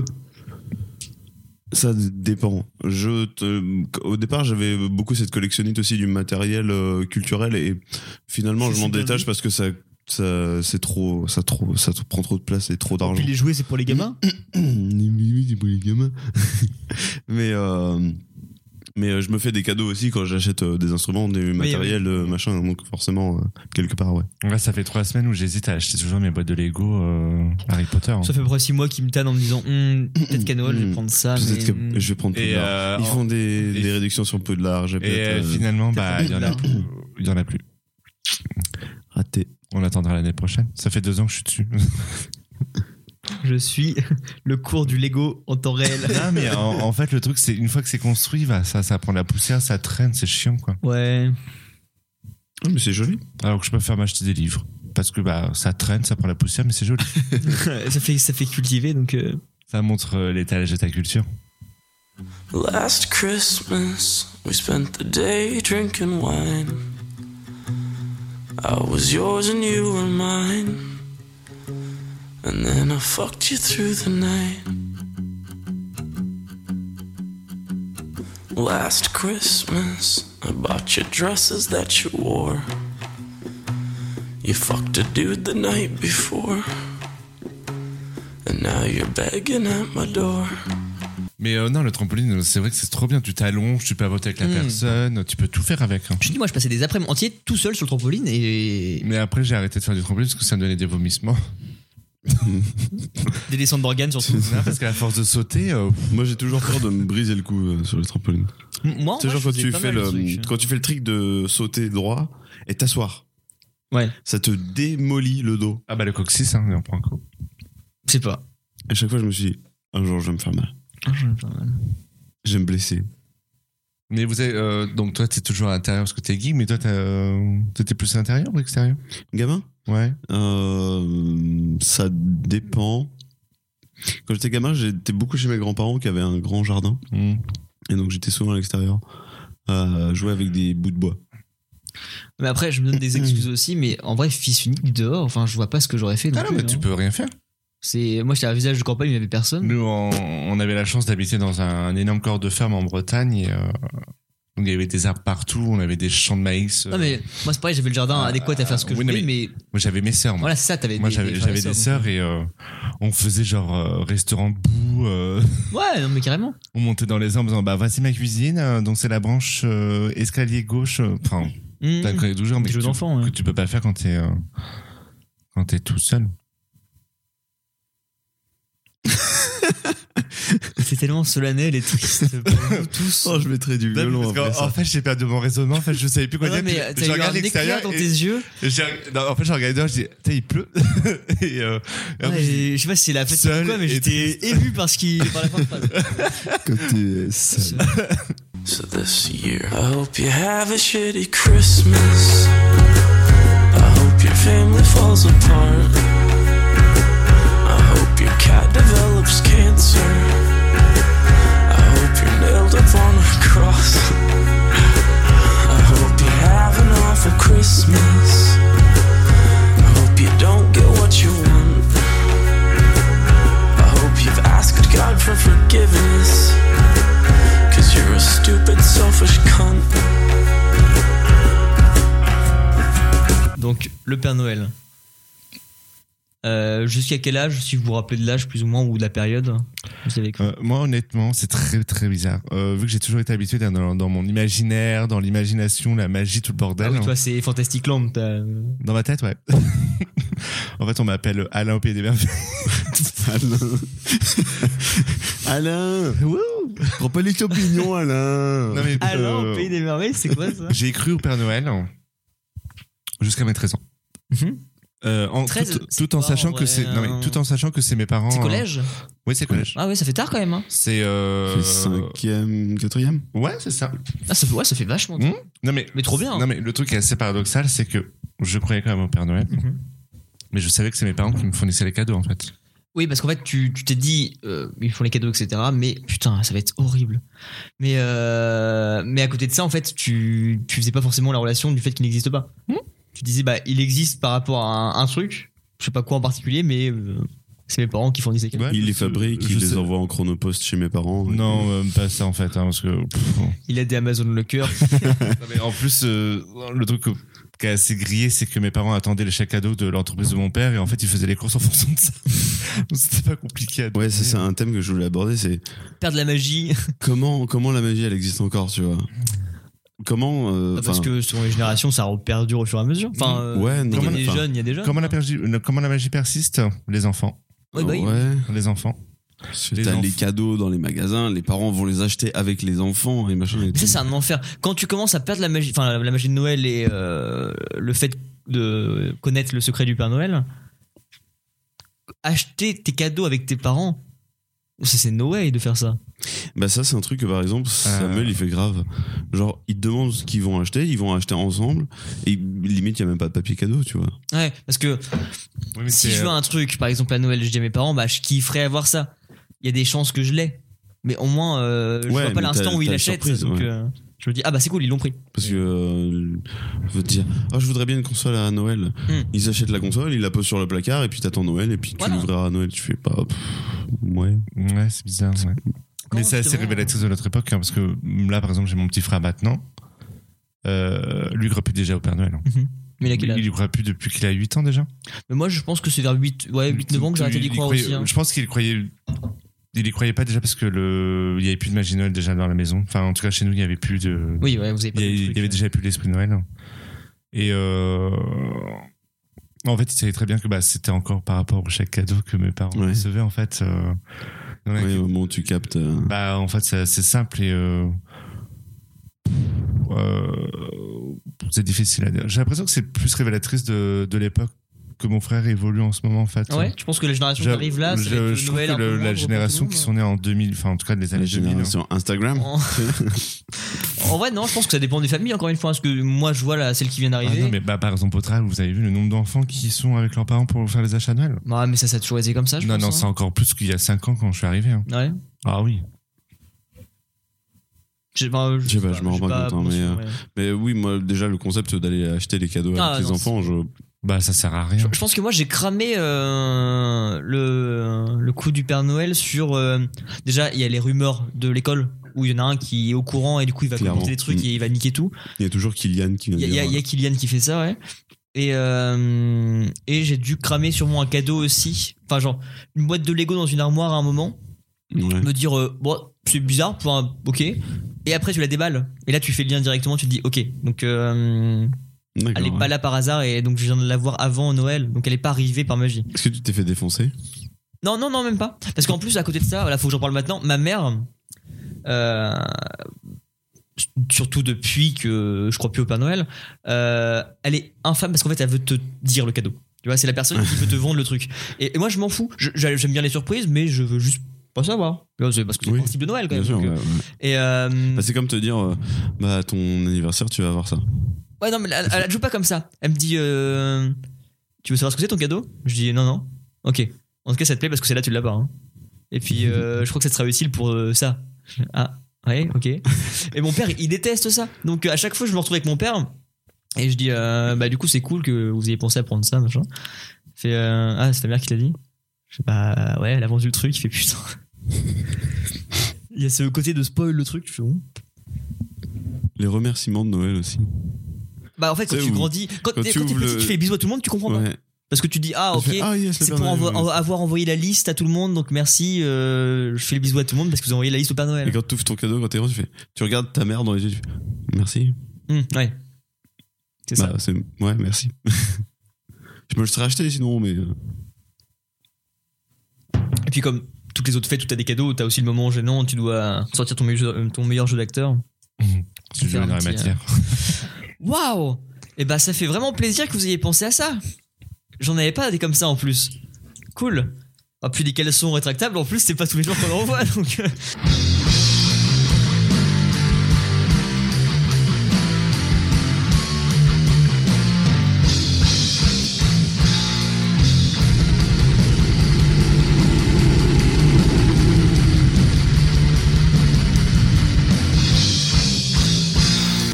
[SPEAKER 4] Ça d- dépend. Je te... Au départ, j'avais beaucoup cette collectionnite aussi du matériel euh, culturel et finalement,
[SPEAKER 2] C'est
[SPEAKER 4] je m'en
[SPEAKER 2] super
[SPEAKER 4] détache
[SPEAKER 2] bien.
[SPEAKER 4] parce que ça, ça c'est trop, ça trop, ça te prend trop de place et trop d'argent.
[SPEAKER 2] Puis les jouets, c'est pour les gamins.
[SPEAKER 4] Mais oui, c'est pour les gamins. mais euh, mais euh, je me fais des cadeaux aussi quand j'achète euh, des instruments, des matériels, euh, machin. Donc forcément, euh, quelque part, ouais.
[SPEAKER 3] Là, ça fait trois semaines où j'hésite à acheter toujours mes boîtes de Lego euh, Harry Potter. hein.
[SPEAKER 2] Ça fait à peu près 6 mois qu'ils me tannent en me disant Hum, peut-être qu'à Noël, je vais prendre ça.
[SPEAKER 4] Peut-être
[SPEAKER 2] Mais... hum,
[SPEAKER 4] que je vais prendre
[SPEAKER 3] Et,
[SPEAKER 4] Poudlard.
[SPEAKER 3] euh,
[SPEAKER 4] Ils font des,
[SPEAKER 3] et-
[SPEAKER 4] des réductions sur Poudlard. J'ai
[SPEAKER 3] Et
[SPEAKER 4] peut-être
[SPEAKER 3] euh,
[SPEAKER 4] euh,
[SPEAKER 3] finalement,
[SPEAKER 2] t'as
[SPEAKER 3] bah,
[SPEAKER 2] pas
[SPEAKER 3] il y en a
[SPEAKER 2] de
[SPEAKER 3] plus. Il y en a plus.
[SPEAKER 4] raté.
[SPEAKER 3] On attendra l'année prochaine. Ça fait deux ans que je suis dessus.
[SPEAKER 2] Je suis le cours du Lego en temps réel.
[SPEAKER 3] non, mais en, en fait, le truc, c'est une fois que c'est construit, bah, ça, ça prend de la poussière, ça traîne, c'est chiant, quoi.
[SPEAKER 2] Ouais.
[SPEAKER 4] Ah, mais c'est joli.
[SPEAKER 3] Alors que je préfère m'acheter des livres. Parce que bah, ça traîne, ça prend la poussière, mais c'est joli.
[SPEAKER 2] ça, fait, ça fait cultiver, donc. euh,
[SPEAKER 3] Ça montre euh, l'étalage de ta culture.
[SPEAKER 10] Last Christmas, we spent the day drinking wine. I was yours and you were mine. And then I fucked you through the night. Last Christmas, I bought you dresses that you wore. You fucked a dude the night before. And now you're begging at my door.
[SPEAKER 3] Mais euh, non, le trampoline, c'est vrai que c'est trop bien. Tu t'allonges, tu peux voter avec la
[SPEAKER 2] Mm.
[SPEAKER 3] personne, tu peux tout faire avec. hein.
[SPEAKER 2] Je te dis, moi, je passais des après-midi entiers tout seul sur le trampoline et
[SPEAKER 3] Mais après, j'ai arrêté de faire du trampoline parce que ça me donnait des vomissements.
[SPEAKER 2] des descentes d'organes surtout.
[SPEAKER 3] Non, parce qu'à force de sauter, euh,
[SPEAKER 4] Moi, j'ai toujours peur de me briser le cou euh, sur les trampolines.
[SPEAKER 2] M- Moi, en
[SPEAKER 4] C'est
[SPEAKER 2] vrai,
[SPEAKER 4] genre
[SPEAKER 2] je
[SPEAKER 4] quand
[SPEAKER 2] faisais
[SPEAKER 4] tu,
[SPEAKER 2] pas
[SPEAKER 4] fais
[SPEAKER 2] mal de
[SPEAKER 4] le,
[SPEAKER 2] trucs.
[SPEAKER 4] quand tu fais le trick de sauter droit et t'asseoir.
[SPEAKER 2] Ouais.
[SPEAKER 4] Ça te démolit le dos.
[SPEAKER 3] ah bah le coccyx, hein, on prend un coup.
[SPEAKER 2] Je sais pas.
[SPEAKER 4] À chaque fois, je me suis dit, un jour, je vais me faire mal.
[SPEAKER 3] Ah,
[SPEAKER 4] Je vais me blesser.
[SPEAKER 3] Mais vous avez, euh, donc toi, t'es toujours à l'intérieur parce que t'es geek, mais toi, t'as, euh, t'étais plus à l'intérieur ou extérieur
[SPEAKER 4] Gamin
[SPEAKER 3] Ouais.
[SPEAKER 4] Euh, Ça dépend. Quand j'étais gamin, j'étais beaucoup chez mes grands-parents qui avaient un grand jardin.
[SPEAKER 3] Mm.
[SPEAKER 4] Et donc, j'étais souvent à l'extérieur. Euh, jouer avec des bouts de bois.
[SPEAKER 2] Mais après, je me donne des excuses aussi, mais en vrai, fils unique dehors, enfin, je vois pas ce que j'aurais fait. Non
[SPEAKER 3] Ah non,
[SPEAKER 2] plus,
[SPEAKER 3] mais tu
[SPEAKER 2] hein.
[SPEAKER 3] peux rien faire.
[SPEAKER 2] C'est moi, j'étais à un village de campagne, il n'y avait personne.
[SPEAKER 3] Nous, on, on avait la chance d'habiter dans un, un énorme corps de ferme en Bretagne. et, euh, donc, il y avait des arbres partout, on avait des champs de maïs. euh,
[SPEAKER 2] Non Ah, mais moi c'est pareil, j'avais le jardin adéquat à faire ce que je
[SPEAKER 3] oui, non,
[SPEAKER 2] voulais, mais,
[SPEAKER 3] Moi, j'avais mes sœurs. Moi,
[SPEAKER 2] voilà, c'est ça, t'avais
[SPEAKER 3] moi
[SPEAKER 2] des,
[SPEAKER 3] j'avais
[SPEAKER 2] des frères et
[SPEAKER 3] j'avais des sœurs et euh, on faisait genre euh, restaurant boue. euh,
[SPEAKER 2] donc. Ouais, non mais carrément.
[SPEAKER 3] on montait dans les arbres en disant Bah, voici ma cuisine. euh, donc, c'est la branche euh, escalier gauche. euh, Enfin,
[SPEAKER 2] Mmh.
[SPEAKER 3] t'as connu 12 ans, mais
[SPEAKER 2] Des
[SPEAKER 3] que
[SPEAKER 2] jeux
[SPEAKER 3] tu,
[SPEAKER 2] d'enfants, ouais.
[SPEAKER 3] que tu peux pas faire quand t'es euh, quand t'es tout seul.
[SPEAKER 2] C'est tellement solennel et triste pour nous tous.
[SPEAKER 4] Oh, je mettrais du violon
[SPEAKER 3] Parce qu'en-
[SPEAKER 4] après ça.
[SPEAKER 3] en fait, j'ai perdu mon raisonnement. En fait, je savais plus quoi
[SPEAKER 2] Ouais,
[SPEAKER 3] dire.
[SPEAKER 2] mais euh,
[SPEAKER 3] puis
[SPEAKER 2] t'as
[SPEAKER 3] je
[SPEAKER 2] eu un
[SPEAKER 3] regarde
[SPEAKER 2] éclair
[SPEAKER 3] l'extérieur.
[SPEAKER 2] dans tes
[SPEAKER 3] et-
[SPEAKER 2] yeux.
[SPEAKER 3] et j'ai- non, en fait, je regardais dehors, je dis, Putain, il pleut. et euh, et après,
[SPEAKER 2] Ouais,
[SPEAKER 3] je dis,
[SPEAKER 2] je sais pas si c'est la fatigue
[SPEAKER 3] Seul
[SPEAKER 2] ou quoi, mais
[SPEAKER 3] et
[SPEAKER 2] j'étais ému par, ce qui, par la fin de phrase.
[SPEAKER 4] Côté euh, sale.
[SPEAKER 10] So this year, I hope you have a shitty Christmas. I hope your family falls apart. I hope your cat develops cancer. I hope you're nailed up on a cross. I hope you have an awful Christmas. I hope you don't get what you want. I hope you've asked God for forgiveness. Cause you're a stupid, selfish cunt.
[SPEAKER 2] Donc, le Père Noël. Euh, Jusqu'à quel âge, si vous vous rappelez de l'âge plus ou moins ou de la période hein, Vous savez quoi
[SPEAKER 3] Euh, moi, honnêtement, c'est très très bizarre. Euh, vu que j'ai toujours été habitué d'être dans, dans mon imaginaire, dans l'imagination, la magie, tout le
[SPEAKER 2] Ah
[SPEAKER 3] bordel.
[SPEAKER 2] oui, toi, c'est Fantastic Land. t'as-
[SPEAKER 3] dans ma tête, ouais. en fait, on m'appelle Alain au Pays des Merveilles.
[SPEAKER 4] Alain Prends pas les opinions, Alain
[SPEAKER 3] Non, mais,
[SPEAKER 2] Alors,
[SPEAKER 3] euh,
[SPEAKER 2] Ah Pays des Merveilles, c'est quoi ça
[SPEAKER 3] J'ai cru au Père Noël jusqu'à mes 13 ans.
[SPEAKER 2] Mhm.
[SPEAKER 3] Euh, en,
[SPEAKER 2] 13,
[SPEAKER 3] tout,
[SPEAKER 2] c'est
[SPEAKER 3] tout en
[SPEAKER 2] pas en
[SPEAKER 3] sachant
[SPEAKER 2] vrai
[SPEAKER 3] que c'est non,
[SPEAKER 2] un-
[SPEAKER 3] mais tout en sachant que c'est mes parents.
[SPEAKER 2] C'est collège
[SPEAKER 3] Oui, c'est collège.
[SPEAKER 2] Ah ouais, ça fait tard quand même. hein.
[SPEAKER 3] C'est euh...
[SPEAKER 4] C'est cinquième, quatrième
[SPEAKER 3] Ouais, c'est ça.
[SPEAKER 2] Ah, ça fait, ouais, ça fait vachement.
[SPEAKER 3] Mmh. Non mais,
[SPEAKER 2] Mais trop bien.
[SPEAKER 3] Non mais le truc qui est assez paradoxal, c'est que je croyais quand même au Père Noël,
[SPEAKER 2] Mhm.
[SPEAKER 3] mais je savais que c'est mes parents qui me fournissaient les cadeaux en fait.
[SPEAKER 2] Oui, parce qu'en fait, tu tu t'es dit, euh, ils font les cadeaux, etc. Mais putain, ça va être horrible. Mais, euh, mais à côté de ça, en fait, tu, tu faisais pas forcément la relation du fait qu'il n'existe pas. Tu disais, bah, il existe par rapport à un, un truc, je sais pas quoi en particulier, mais euh, c'est mes parents qui fournissent les cadeaux.
[SPEAKER 3] Ouais,
[SPEAKER 4] Il les
[SPEAKER 3] parce que
[SPEAKER 4] fabrique,
[SPEAKER 3] je
[SPEAKER 4] il les
[SPEAKER 3] sais-
[SPEAKER 4] envoie en chronopost chez mes parents.
[SPEAKER 3] Non, euh, pas ça en fait, hein, parce que. pff, non.
[SPEAKER 2] Il a des Amazon le cœur.
[SPEAKER 3] Non, mais en plus, euh, le truc que- qui est assez grillé, c'est que mes parents attendaient les chèques cadeaux de l'entreprise de mon père et en fait, ils faisaient les courses en fonction de ça. Donc, C'était pas compliqué. à
[SPEAKER 4] Ouais,
[SPEAKER 3] deviner.
[SPEAKER 4] c'est ça, un thème que je voulais aborder, c'est
[SPEAKER 2] Père de la magie.
[SPEAKER 4] comment, comment la magie, elle existe encore, tu vois Comment... euh,
[SPEAKER 2] Enfin, Ah, parce
[SPEAKER 4] enfin,
[SPEAKER 2] que selon les générations, ça perdure au fur et à mesure. Enfin, euh,
[SPEAKER 4] Ouais,
[SPEAKER 2] dès
[SPEAKER 4] non,
[SPEAKER 2] qu'il y a
[SPEAKER 4] mais
[SPEAKER 2] des
[SPEAKER 4] enfin,
[SPEAKER 2] jeunes, il y a des jeunes.
[SPEAKER 3] Comment la, pergi- le- comment la magie persiste Les enfants.
[SPEAKER 2] Ouais, bah oui.
[SPEAKER 4] ouais.
[SPEAKER 3] Les enfants.
[SPEAKER 4] Parce que
[SPEAKER 3] Les
[SPEAKER 4] T'as
[SPEAKER 3] enfants.
[SPEAKER 4] les cadeaux dans les magasins, les parents vont les acheter avec les enfants et machin. Et
[SPEAKER 2] Mais Ça,
[SPEAKER 4] tout.
[SPEAKER 2] c'est un enfer. Quand tu commences à perdre la magie, enfin, la, la magie de Noël et euh, le fait de connaître le secret du Père Noël, acheter tes cadeaux avec tes parents, c'est c'est no way de faire ça.
[SPEAKER 4] Bah ça c'est un truc que par exemple Samuel
[SPEAKER 3] Euh.
[SPEAKER 4] il fait grave. Genre ils te demandent ce qu'ils vont acheter, ils vont acheter ensemble et limite il y a même pas de papier cadeau, tu vois.
[SPEAKER 2] Ouais, parce que
[SPEAKER 3] Oui, mais
[SPEAKER 2] si
[SPEAKER 3] c'est,
[SPEAKER 2] je veux
[SPEAKER 3] euh,
[SPEAKER 2] un truc, par exemple à Noël, je dis à mes parents, bah, je kifferais avoir ça. Il y a des chances que je l'ai. Mais au moins, euh, je
[SPEAKER 4] Ouais,
[SPEAKER 2] vois pas
[SPEAKER 4] mais
[SPEAKER 2] l'instant
[SPEAKER 4] t'as-
[SPEAKER 2] où il
[SPEAKER 4] t'as la
[SPEAKER 2] achète.
[SPEAKER 4] surprise,
[SPEAKER 2] donc,
[SPEAKER 4] ouais.
[SPEAKER 2] euh, je me dis, ah bah c'est cool, ils l'ont pris.
[SPEAKER 4] Parce que euh, faut te dire "Oh, je voudrais bien une console à Noël."
[SPEAKER 2] Hmm.
[SPEAKER 4] Ils achètent la console, ils la posent sur le placard et puis t'attends Noël et puis tu
[SPEAKER 2] Voilà.
[SPEAKER 4] l'ouvriras à Noël, tu fais pas pff, ouais.
[SPEAKER 3] euh, Ouais, c'est bizarre. ouais.
[SPEAKER 2] Comment
[SPEAKER 3] Mais c'est assez
[SPEAKER 2] justement-
[SPEAKER 3] révélatrice de notre époque, hein, parce que là, par exemple, j'ai mon petit frère maintenant. Euh, lui, il croit plus déjà au Père Noël. hein.
[SPEAKER 2] Mais il a
[SPEAKER 3] Il,
[SPEAKER 2] quel âge
[SPEAKER 3] il y croit plus depuis qu'il a 8 ans déjà.
[SPEAKER 2] Mais moi, je pense que c'est vers 8, ouais, 8 9 ans que j'ai arrêté
[SPEAKER 3] Il-
[SPEAKER 2] d'y
[SPEAKER 3] il
[SPEAKER 2] croire
[SPEAKER 3] croyait-
[SPEAKER 2] aussi. hein.
[SPEAKER 3] Je pense qu'il croyait. Il y croyait pas déjà parce que le il y avait plus de magie Noël déjà dans la maison. Enfin en tout cas chez nous il y avait plus de
[SPEAKER 2] Oui, ouais, vous avez pas
[SPEAKER 3] il y,
[SPEAKER 2] le
[SPEAKER 3] a- il
[SPEAKER 2] truc,
[SPEAKER 3] y avait
[SPEAKER 2] euh.
[SPEAKER 3] déjà plus l'esprit de Noël. hein. Et euh, en fait, il savait très bien que bah, c'était encore par rapport au chèque cadeau que mes parents
[SPEAKER 4] Ouais.
[SPEAKER 3] recevaient. En fait, euh, il y en a
[SPEAKER 4] Ouais,
[SPEAKER 3] qui-
[SPEAKER 4] au moment où tu captes euh,
[SPEAKER 3] bah, en fait, c'est c'est simple et euh, euh, c'est difficile à dire. J'ai l'impression que c'est plus révélatrice de, de l'époque que mon frère évolue en ce moment. En fait,
[SPEAKER 2] Ah Ouais, tu penses que la génération qui
[SPEAKER 3] J'a-
[SPEAKER 2] arrive là, ça
[SPEAKER 3] je,
[SPEAKER 2] va être
[SPEAKER 3] je trouve
[SPEAKER 2] Noël
[SPEAKER 3] que
[SPEAKER 2] un peu
[SPEAKER 3] le-
[SPEAKER 2] moindre
[SPEAKER 3] la
[SPEAKER 2] pour tout
[SPEAKER 3] génération
[SPEAKER 2] le
[SPEAKER 3] qui
[SPEAKER 2] monde. hein.
[SPEAKER 3] sont nés en 2000, enfin en tout cas des
[SPEAKER 4] la
[SPEAKER 3] années hein. 2000.
[SPEAKER 4] génération Instagram.
[SPEAKER 2] En- En vrai, non, je pense que ça dépend des familles, encore une fois. Parce que moi, je vois là, celles qui viennent
[SPEAKER 3] Ah
[SPEAKER 2] d'arriver.
[SPEAKER 3] non, mais bah, par exemple au travail, vous avez vu le nombre d'enfants qui sont avec leurs parents pour faire les achats de Noël.
[SPEAKER 2] Bah, mais ça, ça a toujours été comme ça, je
[SPEAKER 3] Non,
[SPEAKER 2] pense.
[SPEAKER 3] non,
[SPEAKER 2] hein.
[SPEAKER 3] c'est Ah encore plus qu'il y a 5 ans quand je suis arrivé. hein.
[SPEAKER 2] Ouais.
[SPEAKER 3] Ah oui.
[SPEAKER 2] J'ai- enfin,
[SPEAKER 4] Je sais pas, je me rends
[SPEAKER 2] j'ai
[SPEAKER 4] pas compte, hein,
[SPEAKER 2] bon
[SPEAKER 4] mais,
[SPEAKER 2] souvenir,
[SPEAKER 4] euh,
[SPEAKER 2] ouais.
[SPEAKER 4] Mais oui, moi, déjà, le concept d'aller acheter des cadeaux
[SPEAKER 2] Ah,
[SPEAKER 4] à tes
[SPEAKER 2] non,
[SPEAKER 4] enfants, je.
[SPEAKER 3] Bah, ça sert à rien.
[SPEAKER 2] Je pense que moi j'ai cramé euh, le, le coup du Père Noël sur euh, déjà il y a les rumeurs de l'école où il y en a un qui est au courant et du coup il va
[SPEAKER 4] Clairement.
[SPEAKER 2] commenter des trucs
[SPEAKER 4] Mm.
[SPEAKER 2] et il va niquer tout.
[SPEAKER 4] Il y a toujours Kylian qui vient
[SPEAKER 2] Il y, a- il y a-
[SPEAKER 4] dire,
[SPEAKER 2] il y a Kylian qui fait ça ouais. Et, euh, et j'ai dû cramer sûrement un cadeau aussi. Enfin genre une boîte de Lego dans une armoire à un moment.
[SPEAKER 4] Ouais.
[SPEAKER 2] Me dire euh, bon c'est bizarre pour un ok. Et après tu la déballes. Et là tu fais le lien directement tu te dis ok donc euh,
[SPEAKER 4] D'accord,
[SPEAKER 2] elle est
[SPEAKER 4] ouais.
[SPEAKER 2] pas là par hasard et donc je viens de la voir avant Noël donc elle est pas arrivée par magie.
[SPEAKER 4] Est-ce que tu t'es fait défoncer
[SPEAKER 2] Non, non, non, même pas. Parce qu'en plus, à côté de ça, voilà, faut que j'en parle maintenant. Ma mère, euh, surtout depuis que je crois plus au Père Noël, euh, elle est infâme parce qu'en fait, elle veut te dire le cadeau. Tu vois, c'est la personne qui veut te vendre le truc. Et, et moi, je m'en fous. Je- j'a- J'aime bien les surprises, mais je veux juste pas savoir. Tu vois, C'est parce que c'est
[SPEAKER 4] Oui,
[SPEAKER 2] le principe de Noël, quand
[SPEAKER 4] Bien
[SPEAKER 2] même.
[SPEAKER 4] sûr.
[SPEAKER 2] Donc,
[SPEAKER 4] ouais,
[SPEAKER 2] euh,
[SPEAKER 4] ouais.
[SPEAKER 2] Et euh,
[SPEAKER 4] Bah, c'est comme te dire, euh, bah, à ton anniversaire, tu vas avoir ça.
[SPEAKER 2] ouais, non, mais elle, elle joue pas comme ça. Elle me dit, euh, tu veux savoir ce que c'est ton cadeau Je dis, non, non. Ok. En tout cas, ça te plaît parce que c'est là, tu l'as pas. hein. Et puis, euh, je crois que ça te sera utile pour euh, ça. Ah, ouais, ok. Et mon père, il déteste ça. Donc, euh, à chaque fois, je me retrouve avec mon père. Et je dis, euh, bah, du coup, c'est cool que vous ayez pensé à prendre ça, machin. Il Fait, euh, ah, c'est ta mère qui l'a dit Je sais pas, ouais, elle a vendu le truc. Il fait, putain. il y a ce côté de spoil le truc. Je fais, bon.
[SPEAKER 4] Les remerciements de Noël aussi.
[SPEAKER 2] Bah, en fait, quand
[SPEAKER 4] C'est
[SPEAKER 2] tu
[SPEAKER 4] où
[SPEAKER 2] grandis, quand,
[SPEAKER 4] Quand
[SPEAKER 2] t'es
[SPEAKER 4] tu
[SPEAKER 2] quand t'es
[SPEAKER 4] ouvres
[SPEAKER 2] petit,
[SPEAKER 4] le-
[SPEAKER 2] tu fais bisous à tout le monde, tu comprends pas.
[SPEAKER 4] Ouais.
[SPEAKER 2] Parce que tu dis, Oh, bah, ah, ok.
[SPEAKER 4] Fait, ah, yes, le
[SPEAKER 2] C'est
[SPEAKER 4] Père
[SPEAKER 2] pour
[SPEAKER 4] Noël,
[SPEAKER 2] envo-
[SPEAKER 4] ouais.
[SPEAKER 2] avoir envoyé la liste à tout le monde, donc merci, euh, je fais le bisou à tout le monde parce que vous envoyez la liste au Père Noël.
[SPEAKER 4] Et quand tu ouvres ton cadeau, quand t'es grand, tu fais. Tu regardes ta mère dans les yeux, tu fais. Merci.
[SPEAKER 2] Hum, ouais. C'est ça.
[SPEAKER 4] Bah, c'est- Ouais, merci. Je me le serais acheté sinon, mais. euh,
[SPEAKER 2] Et puis comme toutes les autres fêtes où t'as des cadeaux, t'as aussi le moment gênant, où tu dois sortir ton meilleur, jeu- euh, ton meilleur jeu d'acteur.
[SPEAKER 3] Mmh. Si tu veux
[SPEAKER 2] Faire un
[SPEAKER 3] dans la
[SPEAKER 2] petit, euh,
[SPEAKER 3] matière.
[SPEAKER 2] Waouh Et bah ça fait vraiment plaisir que vous ayez pensé à ça. J'en avais pas des comme ça en plus. Cool. Ah, puis des caleçons rétractables, en plus c'est pas tous les jours qu'on en voit donc... euh.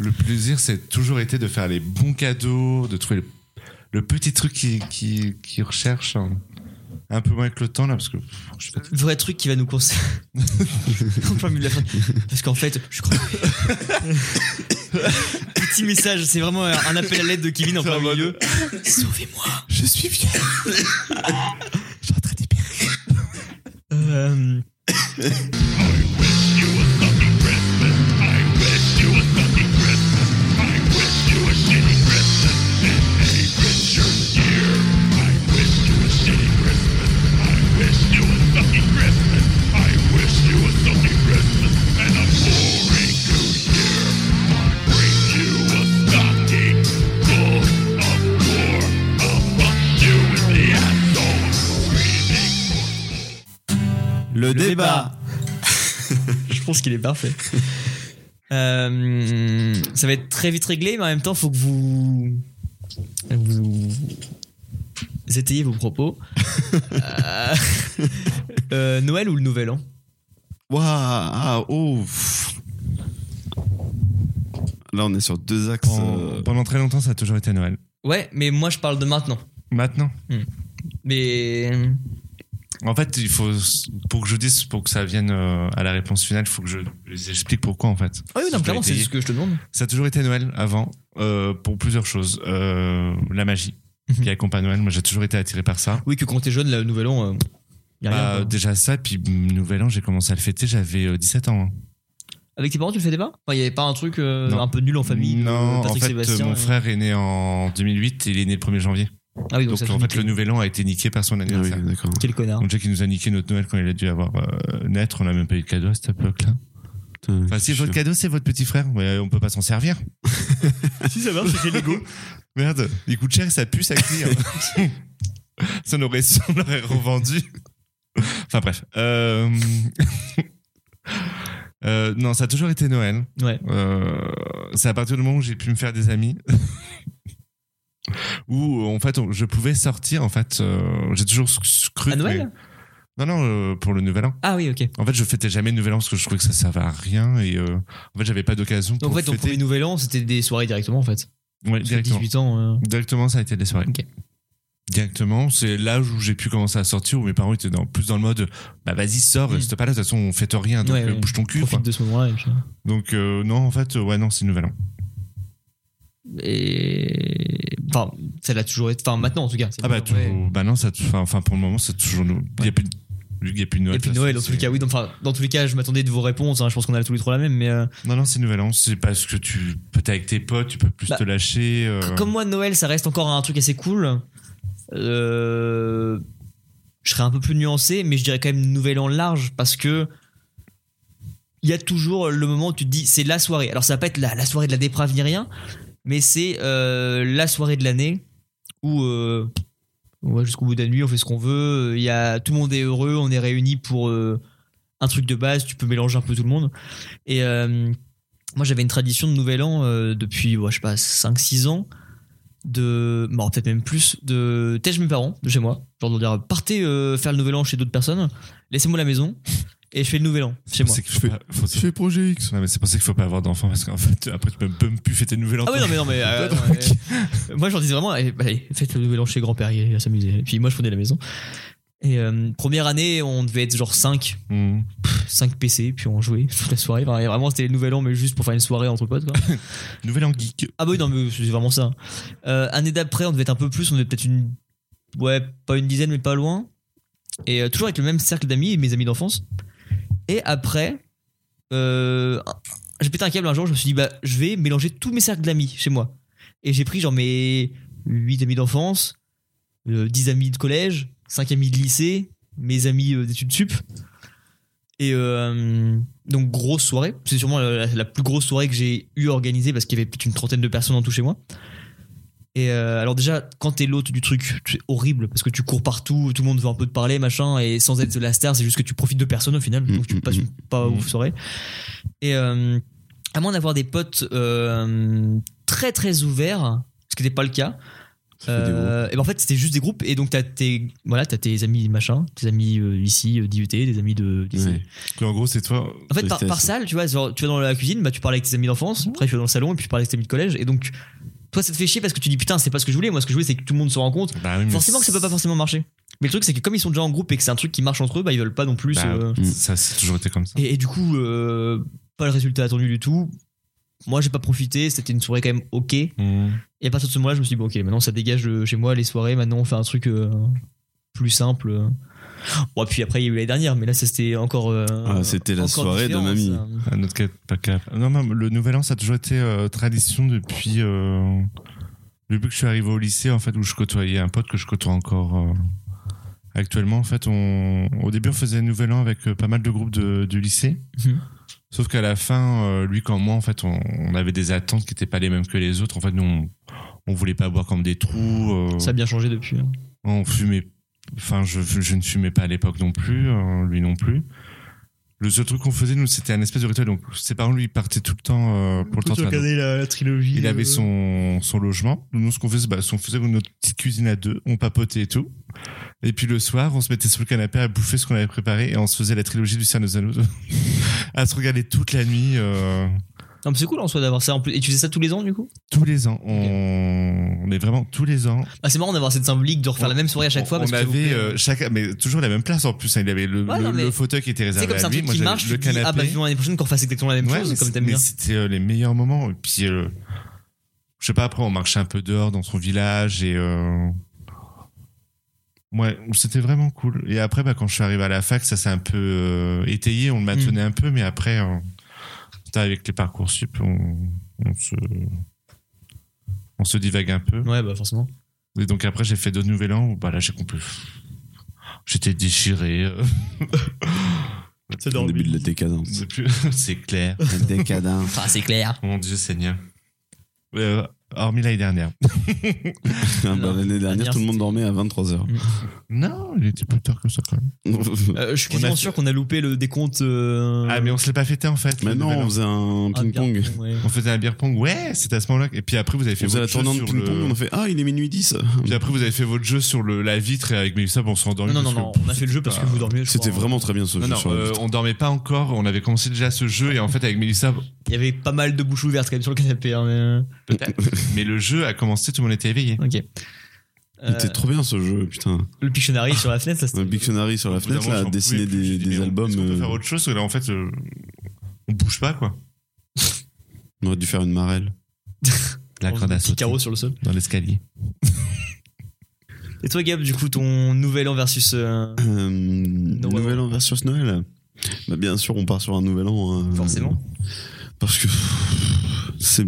[SPEAKER 3] Le plaisir, c'est toujours été de faire les bons cadeaux, de trouver le, le petit truc qui, qui, qui recherche hein. un peu moins que le temps là, parce que pff, je fais-
[SPEAKER 2] Vrai truc qui va nous concerner. En plein milieu de la phrase. Parce qu'en fait, je crois. Petit message, c'est vraiment un un appel à l'aide de Kevin en plein milieu. Sauvez-moi.
[SPEAKER 3] je suis fier.
[SPEAKER 2] Euh,
[SPEAKER 4] Le,
[SPEAKER 2] bah, je pense qu'il est parfait. Euh, ça va être très vite réglé, mais en même temps, faut que vous. Vous. étayez vos propos. Euh, euh, Noël ou le Nouvel An
[SPEAKER 4] Waouh ah, oh, pff. Là, on est sur deux axes. euh,
[SPEAKER 2] Oh.
[SPEAKER 3] Pendant, pendant très longtemps, ça a toujours été Noël.
[SPEAKER 2] Ouais, mais moi je parle de maintenant.
[SPEAKER 3] Maintenant,
[SPEAKER 2] Mais.
[SPEAKER 3] en fait, il faut pour que je dise, pour que ça vienne euh, à la réponse finale, il faut que je les explique pourquoi en fait.
[SPEAKER 2] Ah oui, non,
[SPEAKER 3] Je
[SPEAKER 2] clairement,
[SPEAKER 3] vais
[SPEAKER 2] c'est
[SPEAKER 3] étayer.
[SPEAKER 2] ce que je te demande.
[SPEAKER 3] Ça a toujours été Noël avant, euh, pour plusieurs choses. Euh, la magie
[SPEAKER 2] Mhm.
[SPEAKER 3] qui accompagne Noël, moi j'ai toujours été attiré par ça.
[SPEAKER 2] Oui, que quand t'es jeune, le nouvel an, euh, y a rien.
[SPEAKER 3] Bah,
[SPEAKER 2] quoi.
[SPEAKER 3] déjà ça, puis mm, Nouvel An, j'ai commencé à le fêter, j'avais euh, 17 ans. hein.
[SPEAKER 2] Avec tes parents, tu le fêtais pas Enfin, Il y avait pas un truc euh,
[SPEAKER 3] Non.
[SPEAKER 2] un peu nul en famille
[SPEAKER 3] Non,
[SPEAKER 2] euh, Patrick
[SPEAKER 3] en fait,
[SPEAKER 2] Sébastien
[SPEAKER 3] mon
[SPEAKER 2] et-
[SPEAKER 3] frère est né en 2008 et il est né le 1er janvier.
[SPEAKER 2] Ah oui, donc,
[SPEAKER 3] Donc,
[SPEAKER 2] ça
[SPEAKER 3] en
[SPEAKER 2] fait
[SPEAKER 3] fait, le nouvel an a été niqué par son
[SPEAKER 4] Ah oui,
[SPEAKER 3] anniversaire.
[SPEAKER 4] d'accord.
[SPEAKER 2] Quel connard.
[SPEAKER 3] Donc, Jack, il nous a niqué notre Noël quand il a dû avoir euh, naître. On n'a même pas eu de cadeau à cette époque-là.
[SPEAKER 4] Putain,
[SPEAKER 3] Enfin, si
[SPEAKER 4] je-
[SPEAKER 3] votre cadeau, c'est votre petit frère, mais on peut pas s'en servir. si ça marche, c'est Lego. Merde, il coûte cher, et ça pue, ça crie. hein. ça n'aurait, on l'aurait revendu. Enfin bref. Euh, euh, non, ça a toujours été Noël.
[SPEAKER 2] Ouais.
[SPEAKER 3] Euh, c'est à partir du moment où j'ai pu me faire des amis. où en fait on- je pouvais sortir en fait euh, j'ai toujours s- s- cru
[SPEAKER 2] À
[SPEAKER 3] que-
[SPEAKER 2] Noël
[SPEAKER 3] Non, non, euh, pour le nouvel an.
[SPEAKER 2] Ah oui, ok.
[SPEAKER 3] En fait, je fêtais jamais le nouvel an parce que je trouvais que ça servait à rien et euh, en fait, j'avais pas d'occasion
[SPEAKER 2] Donc
[SPEAKER 3] pour
[SPEAKER 2] en fait, ton premier
[SPEAKER 3] fêter.
[SPEAKER 2] nouvel an, c'était des soirées directement en fait.
[SPEAKER 3] Ouais,
[SPEAKER 2] Parce que
[SPEAKER 3] directement.
[SPEAKER 2] 18 ans. euh,
[SPEAKER 3] Directement, ça a été des soirées.
[SPEAKER 2] Ok.
[SPEAKER 3] Directement, c'est l'âge où j'ai pu commencer à sortir, où mes parents étaient dans- plus dans le mode bah vas-y, sors,
[SPEAKER 2] Mm.
[SPEAKER 3] reste pas là, de toute façon, on fête rien, donc
[SPEAKER 2] Ouais,
[SPEAKER 3] euh,
[SPEAKER 2] ouais.
[SPEAKER 3] bouge ton cul.
[SPEAKER 2] profite
[SPEAKER 3] quoi.
[SPEAKER 2] de ce moment-là. et puis-
[SPEAKER 3] Donc, euh, non, en fait, euh, ouais, non, c'est le nouvel an.
[SPEAKER 2] Et. Enfin, ça l'a toujours été. Enfin, maintenant en tout cas. c'est
[SPEAKER 3] Ah bah,
[SPEAKER 2] toujours-
[SPEAKER 3] toujours-
[SPEAKER 2] ouais.
[SPEAKER 3] bah non, ça, enfin, enfin, pour le moment, c'est toujours. nou- Il y a plus de- il y a plus de Noël.
[SPEAKER 2] Et puis
[SPEAKER 3] de toute
[SPEAKER 2] Noël, dans tous
[SPEAKER 3] façon,
[SPEAKER 2] les
[SPEAKER 3] c'est-
[SPEAKER 2] cas, oui. donc, Enfin, dans tous les cas, je m'attendais de vos réponses. hein, je pense qu'on a tous les trois la même, mais euh,
[SPEAKER 3] Non, non, c'est nouvel an. C'est parce que tu peux t'es avec tes potes, tu peux plus
[SPEAKER 2] Bah,
[SPEAKER 3] te lâcher. euh,
[SPEAKER 2] comme moi, Noël, ça reste encore un truc assez cool. Euh, je serais un peu plus nuancé, mais je dirais quand même Nouvel An large parce que il y a toujours le moment où tu te dis c'est la soirée. Alors ça va pas être la, la soirée de la déprave ni rien, mais c'est euh, la soirée de l'année où euh, on va jusqu'au bout de la nuit, on fait ce qu'on veut. Il y a tout le monde est heureux, on est réunis pour euh, un truc de base. Tu peux mélanger un peu tout le monde. Et euh, moi j'avais une tradition de Nouvel An euh, depuis ouais, je sais pas 5-6 ans de bon peut-être même plus de t'es chez mes parents de chez moi genre de dire partez euh, faire le nouvel an chez d'autres personnes laissez-moi la maison et je fais le nouvel an chez moi
[SPEAKER 3] c'est qu'il faut pas- faut-
[SPEAKER 4] Je fais projet X.
[SPEAKER 3] Non, mais c'est pour ça qu'il faut pas avoir d'enfants parce qu'en fait, après, tu peux même plus fêter le nouvel an.
[SPEAKER 2] ah oui non mais non mais euh, non, mais- euh, moi j'en disais vraiment allez, allez, faites le nouvel an chez grand-père il va s'amuser et puis moi je prenais la maison et euh, première année on devait être genre 5
[SPEAKER 3] Mm.
[SPEAKER 2] 5 PC puis on jouait toute la soirée Enfin, et vraiment c'était le nouvel an mais juste pour faire une soirée entre potes quoi.
[SPEAKER 3] Nouvel an geek.
[SPEAKER 2] Ah bah oui, non, mais c'est vraiment ça. Euh, année d'après, on devait être un peu plus, on devait peut-être une... Ouais, pas une dizaine, mais pas loin. Et euh, toujours avec le même cercle d'amis et mes amis d'enfance. Et après, euh, j'ai pété un câble un jour, je me suis dit, bah, je vais mélanger tous mes cercles d'amis chez moi. Et j'ai pris genre mes 8 amis d'enfance, euh, 10 amis de collège, 5 amis de lycée, mes amis euh, d'études sup. Et euh, donc, grosse soirée. C'est sûrement la, la- la plus grosse soirée que j'ai eu organisée parce qu'il y avait peut-être une trentaine de personnes en tout chez moi. Et euh, alors, déjà, quand t'es l'hôte du truc, c'est horrible parce que tu cours partout, tout le monde veut un peu te parler, machin, et sans être la star, c'est juste que tu profites de personne au final.
[SPEAKER 4] Mm,
[SPEAKER 2] Donc, tu
[SPEAKER 4] mm,
[SPEAKER 2] passes une pas ouf soirée. Et euh, à moins d'avoir des potes euh, très très ouverts, ce qui n'était pas le cas,
[SPEAKER 4] fait des
[SPEAKER 2] euh, et ben en fait c'était juste des groupes et donc t'as tes voilà t'as tes amis machin, tes amis euh, ici euh, d'IUT, des amis de. d'ici.
[SPEAKER 4] Ouais.
[SPEAKER 3] Que, En gros, c'est toi.
[SPEAKER 2] En fait par,
[SPEAKER 4] Tristesse.
[SPEAKER 2] par salle tu vois genre, tu vas dans la cuisine bah tu parles avec tes amis d'enfance, après tu vas dans le salon et puis tu parles avec tes amis de collège et donc toi ça te fait chier parce que tu dis putain c'est pas ce que je voulais moi ce que je voulais c'est que tout le monde se rencontre
[SPEAKER 3] Bah
[SPEAKER 4] Mm.
[SPEAKER 3] oui, mais
[SPEAKER 2] Ah, forcément que ça peut pas forcément marcher mais le truc c'est que comme ils sont déjà en groupe et que c'est un truc qui marche entre eux bah ils veulent pas non plus
[SPEAKER 3] Bah,
[SPEAKER 2] euh,
[SPEAKER 3] Ça, c'est toujours été comme ça.
[SPEAKER 2] et, et du coup, euh, pas le résultat attendu du tout. Moi, j'ai pas profité. C'était une soirée quand même ok. Et
[SPEAKER 3] Mm.
[SPEAKER 2] à partir de ce moment-là, je me suis dit, bon, ok, maintenant ça dégage de chez moi les soirées. Maintenant, on fait un truc euh, plus simple. Bon, puis après, il y a eu l'année dernière, mais là, ça c'était encore. euh,
[SPEAKER 4] Ah, c'était la
[SPEAKER 2] encore
[SPEAKER 4] soirée de
[SPEAKER 2] différent,
[SPEAKER 4] mamie.
[SPEAKER 2] ça.
[SPEAKER 3] Un autre Ah, cas, pas cas. Non, non, le nouvel an, ça a toujours été euh, tradition depuis. euh, depuis que je suis arrivé au lycée, en fait, où je côtoyais un pote que je côtoie encore. euh, actuellement, en fait, on, au début, on faisait le nouvel an avec euh, pas mal de groupes de- du lycée.
[SPEAKER 2] Mhm.
[SPEAKER 3] Sauf qu'à la fin, euh, lui comme moi, en fait, on, on avait des attentes qui n'étaient pas les mêmes que les autres. En fait, nous, on, on voulait pas boire comme des trous. euh,
[SPEAKER 2] Ça a bien changé depuis. hein.
[SPEAKER 3] On fumait. Enfin, je, je ne fumais pas à l'époque non plus, euh, lui non plus. Le seul truc qu'on faisait, nous, c'était un espèce de rituel. Donc, ses parents, lui, partaient tout le temps euh, pour le euh. temps.
[SPEAKER 2] la, trilogie. euh,
[SPEAKER 3] Il avait son, son logement. Nous, ce qu'on faisait, bah, on faisait notre petite cuisine à deux. On papotait et tout. Et puis le soir, on se mettait sur le canapé à bouffer ce qu'on avait préparé et on se faisait la trilogie du Seigneur des Anneaux. à se regarder toute la nuit. euh,
[SPEAKER 2] Non, mais c'est cool en soi d'avoir ça. En plus. Et tu faisais ça tous les ans, du coup
[SPEAKER 3] tous les ans. On, on est vraiment tous les ans.
[SPEAKER 2] ah, C'est marrant d'avoir cette symbolique de refaire
[SPEAKER 3] On-
[SPEAKER 2] la même soirée à chaque
[SPEAKER 3] on,
[SPEAKER 2] fois. Parce
[SPEAKER 3] on
[SPEAKER 2] que ça vous
[SPEAKER 3] avait
[SPEAKER 2] plaît. hein.
[SPEAKER 3] euh, chacun, mais toujours la même place en plus. hein. Il avait le,
[SPEAKER 2] Ouais,
[SPEAKER 3] le-
[SPEAKER 2] non, mais
[SPEAKER 3] le fauteuil qui était
[SPEAKER 2] c'est
[SPEAKER 3] réservé
[SPEAKER 2] comme c'est
[SPEAKER 3] à
[SPEAKER 2] un
[SPEAKER 3] lui.
[SPEAKER 2] truc
[SPEAKER 3] Moi,
[SPEAKER 2] qui
[SPEAKER 3] j'avais
[SPEAKER 2] marche.
[SPEAKER 3] le
[SPEAKER 2] tu te dis,
[SPEAKER 3] canapé.
[SPEAKER 2] ah, bah, vivons l'année prochaine qu'on fasse exactement la même
[SPEAKER 3] Ouais, mais
[SPEAKER 2] chose, comme
[SPEAKER 3] c'est-
[SPEAKER 2] t'aimes
[SPEAKER 3] mais
[SPEAKER 2] bien.
[SPEAKER 3] C'était euh, les meilleurs moments. Et puis, euh, je sais pas, après, on marchait un peu dehors dans son village et. euh, Ouais, c'était vraiment cool. Et après, bah, quand je suis arrivé à la fac, ça s'est un peu euh, étayé, on le maintenait
[SPEAKER 2] Hmm.
[SPEAKER 3] un peu, mais après, euh, putain, avec les parcours sup, on, on se. On se divague un peu.
[SPEAKER 2] Ouais, bah, forcément.
[SPEAKER 3] Et donc après, j'ai fait deux nouvel an où bah, là, j'ai compris. J'étais déchiré. euh,
[SPEAKER 4] Au début de la décadence.
[SPEAKER 3] c'est plus- C'est clair. Oh
[SPEAKER 4] Décadence.
[SPEAKER 2] Ah, c'est clair.
[SPEAKER 3] Mon Dieu Seigneur. Euh, Hormis l'année dernière.
[SPEAKER 4] Bah,
[SPEAKER 2] Non,
[SPEAKER 4] L'année dernière,
[SPEAKER 2] dernière,
[SPEAKER 4] tout le monde dormait à 23h.
[SPEAKER 3] Non, il était plus tard que ça quand même.
[SPEAKER 2] Euh, je suis
[SPEAKER 3] On
[SPEAKER 2] quasiment
[SPEAKER 3] a-
[SPEAKER 2] sûr qu'on a loupé le décompte. euh,
[SPEAKER 3] Ah, mais on se l'est pas fêté en fait. le
[SPEAKER 4] Maintenant,
[SPEAKER 3] nouvel an.
[SPEAKER 4] on faisait un
[SPEAKER 2] ah,
[SPEAKER 4] ping-pong.
[SPEAKER 2] bien, ouais.
[SPEAKER 3] on faisait un beer pong. Ouais, c'était à ce moment-là. Et puis après, vous avez fait
[SPEAKER 4] On faisait la
[SPEAKER 3] votre jeu
[SPEAKER 4] tournante
[SPEAKER 3] sur
[SPEAKER 4] ping-pong, on
[SPEAKER 3] le.
[SPEAKER 4] a fait Ah, il est minuit 10.
[SPEAKER 3] Puis après, vous avez fait votre jeu sur le, la vitre et avec Mélissa, on s'est endormi.
[SPEAKER 2] Non, non,
[SPEAKER 3] parce
[SPEAKER 2] non,
[SPEAKER 3] que-
[SPEAKER 2] on a fait le jeu parce que vous dormiez. je
[SPEAKER 4] C'était
[SPEAKER 2] crois. hein.
[SPEAKER 4] vraiment très bien ce
[SPEAKER 3] Non,
[SPEAKER 4] jeu.
[SPEAKER 3] non,
[SPEAKER 4] sur la
[SPEAKER 3] euh,
[SPEAKER 4] vitre.
[SPEAKER 3] on dormait pas encore. On avait commencé déjà ce jeu et en fait, avec Mélissa,
[SPEAKER 2] Il y avait pas mal de bouches ouvertes quand même sur le canapé. hein,
[SPEAKER 3] peut-être. mais le jeu a commencé, tout le monde était éveillé.
[SPEAKER 2] mais, Ok.
[SPEAKER 4] Il
[SPEAKER 2] Euh,
[SPEAKER 4] était trop bien ce jeu, putain.
[SPEAKER 2] le Pictionary sur la fenêtre, ça c'était.
[SPEAKER 4] Un Pictionary sur la
[SPEAKER 3] Au bout d'un
[SPEAKER 4] fenêtre,
[SPEAKER 3] moment,
[SPEAKER 4] là,
[SPEAKER 3] j'en
[SPEAKER 4] dessiner
[SPEAKER 3] pouvais plus. J'ai
[SPEAKER 4] des,
[SPEAKER 3] dit,
[SPEAKER 4] des
[SPEAKER 3] mais on-
[SPEAKER 4] albums.
[SPEAKER 3] Est-ce qu'on peut
[SPEAKER 4] euh,
[SPEAKER 3] faire autre chose Parce que là, en fait, euh, on bouge pas quoi.
[SPEAKER 4] On aurait dû faire une marelle.
[SPEAKER 3] La
[SPEAKER 2] dans
[SPEAKER 3] corde
[SPEAKER 2] un
[SPEAKER 3] à
[SPEAKER 2] petit
[SPEAKER 3] sauter
[SPEAKER 2] carreau sur le sol.
[SPEAKER 3] dans l'escalier.
[SPEAKER 2] Et toi, Gab, du coup, ton nouvel an versus. euh,
[SPEAKER 4] Euh, nouvel an versus Noël. Bah, bien sûr, on part sur un nouvel an. hein.
[SPEAKER 2] Forcément.
[SPEAKER 4] Parce que. c'est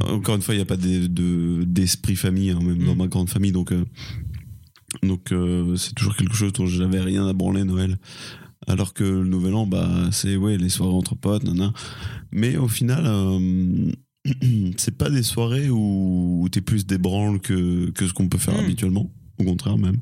[SPEAKER 4] Encore une fois, il n'y a pas des- de- d'esprit famille, hein, même
[SPEAKER 2] Mm.
[SPEAKER 4] dans ma grande famille. Donc, euh, donc euh, c'est toujours quelque chose dont j'avais rien à branler Noël. Alors que le nouvel an, bah, c'est ouais, les soirées entre potes, nana. Mais au final, euh, c'est pas des soirées où, où t'es plus débranle que, que ce qu'on peut faire
[SPEAKER 2] Mm.
[SPEAKER 4] habituellement. Au contraire, même.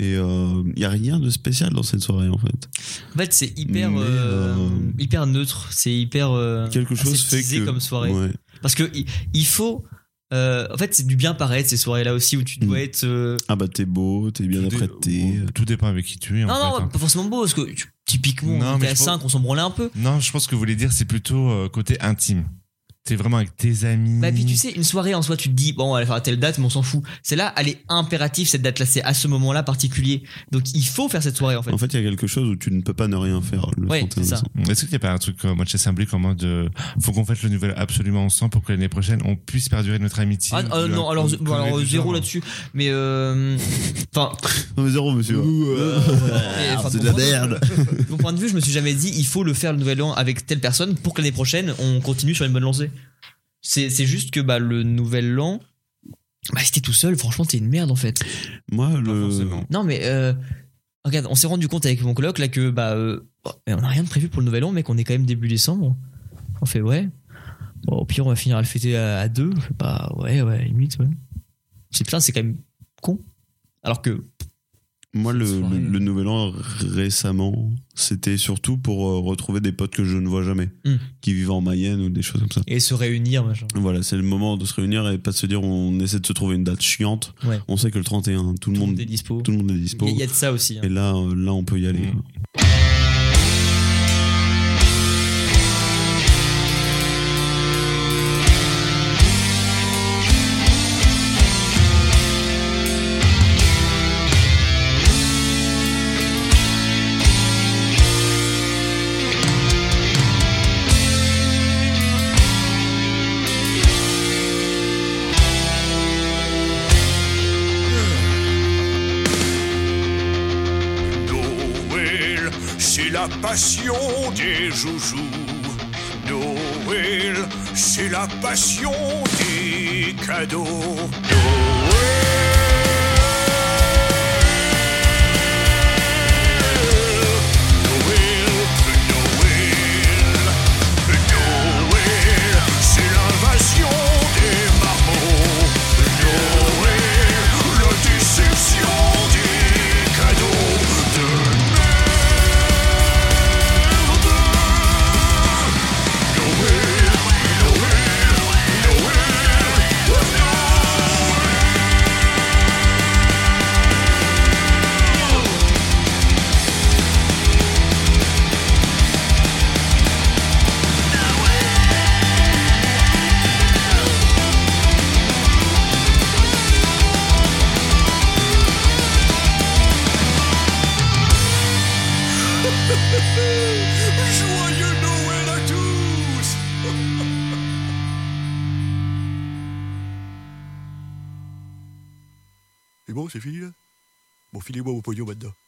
[SPEAKER 4] Et il n'y a rien de spécial dans cette soirée, en fait.
[SPEAKER 2] En fait, c'est hyper,
[SPEAKER 4] Mais,
[SPEAKER 2] euh,
[SPEAKER 4] euh,
[SPEAKER 2] hyper neutre. C'est hyper. euh,
[SPEAKER 4] Quelque chose fait
[SPEAKER 2] aseptisé
[SPEAKER 4] que.
[SPEAKER 2] comme soirée.
[SPEAKER 4] Ouais.
[SPEAKER 2] Parce que i- il faut. euh, en fait, c'est du bien paraître ces soirées-là aussi où tu dois
[SPEAKER 4] Mm.
[SPEAKER 2] être. euh,
[SPEAKER 4] Ah bah t'es beau, t'es bien
[SPEAKER 3] Tout dé-
[SPEAKER 4] apprêté. euh.
[SPEAKER 3] Tout dépend avec qui tu es. en
[SPEAKER 2] Non,
[SPEAKER 3] fait,
[SPEAKER 2] non,
[SPEAKER 3] hein.
[SPEAKER 2] pas forcément beau, parce que tu- typiquement,
[SPEAKER 3] Non,
[SPEAKER 2] on était
[SPEAKER 3] mais
[SPEAKER 2] à
[SPEAKER 3] je pense-
[SPEAKER 2] 5, on s'en branlait un peu.
[SPEAKER 3] Non, je pense que vous voulez dire, c'est plutôt euh, côté intime. T'es vraiment avec tes amis.
[SPEAKER 2] Bah, puis tu sais, une soirée en soi, tu te dis, bon, on va la faire à telle date, mais on s'en fout. C'est là, elle est impérative, cette date-là, c'est à ce moment-là particulier. Donc, il faut faire cette soirée, en fait. Ah,
[SPEAKER 4] En fait, il y a quelque chose où tu ne peux pas ne rien faire le
[SPEAKER 2] Ouais,
[SPEAKER 4] 31
[SPEAKER 2] c'est ça.
[SPEAKER 4] décembre.
[SPEAKER 3] Hum, Est-ce qu'il n'y a pas un truc euh, comme chez Saint-Blic en mode euh, faut qu'on fasse le nouvel absolument ensemble pour que l'année prochaine on puisse perdurer notre amitié
[SPEAKER 2] Ah,
[SPEAKER 3] ou
[SPEAKER 2] euh,
[SPEAKER 3] de-
[SPEAKER 2] non, alors,
[SPEAKER 3] de-
[SPEAKER 2] bon, alors,
[SPEAKER 3] de-
[SPEAKER 2] zéro
[SPEAKER 3] genre.
[SPEAKER 2] là-dessus. Mais, euh, enfin,
[SPEAKER 4] Non mais zéro monsieur. Ah,
[SPEAKER 2] mais, enfin,
[SPEAKER 4] c'est
[SPEAKER 2] de
[SPEAKER 4] de la
[SPEAKER 2] mon point
[SPEAKER 4] merde.
[SPEAKER 2] de- de mon point de vue, je me suis jamais dit, il faut le faire le nouvel an avec telle personne pour que l'année prochaine, on continue sur une bonne lancée. C'est c'est juste que, bah, le nouvel an, bah, si t'es tout seul, franchement, t'es une merde, en fait.
[SPEAKER 4] Moi
[SPEAKER 3] Pas
[SPEAKER 4] le
[SPEAKER 3] forcément.
[SPEAKER 2] Non, mais euh, regarde, on s'est rendu compte avec mon coloc là que bah euh, oh, mais on a rien de prévu pour le nouvel an, mais qu'on est quand même début décembre. On fait ouais. Bon, au pire, on va finir à le fêter à, à deux. Je fais bah ouais, ouais, limite, ouais. C'est putain, c'est quand même con. Alors que
[SPEAKER 4] moi le,
[SPEAKER 2] Cette soirée.
[SPEAKER 4] le- le nouvel an récemment, c'était surtout pour euh, retrouver des potes que je ne vois jamais
[SPEAKER 2] Hmm.
[SPEAKER 4] qui vivent en Mayenne ou des choses comme ça.
[SPEAKER 2] et se réunir, machin.
[SPEAKER 4] Voilà, c'est le moment de se réunir et pas de se dire on essaie de se trouver une date chiante.
[SPEAKER 2] Ouais.
[SPEAKER 4] On sait que le 31 tout le
[SPEAKER 2] Tout le
[SPEAKER 4] monde
[SPEAKER 2] monde est dispo.
[SPEAKER 4] tout le monde est dispo.
[SPEAKER 2] Il y, a de ça aussi. hein.
[SPEAKER 4] Et là euh, là on peut y aller.
[SPEAKER 3] Hmm.
[SPEAKER 5] Noël, c'est la passion des joujoux. Noël, c'est la passion des cadeaux. Noël, Noël, c'est l'invasion des marmots. Noël, la déception des cadeaux de Joyeux Noël à tous
[SPEAKER 11] C'est bon, c'est fini là Bon, filez-moi vos pognon maintenant.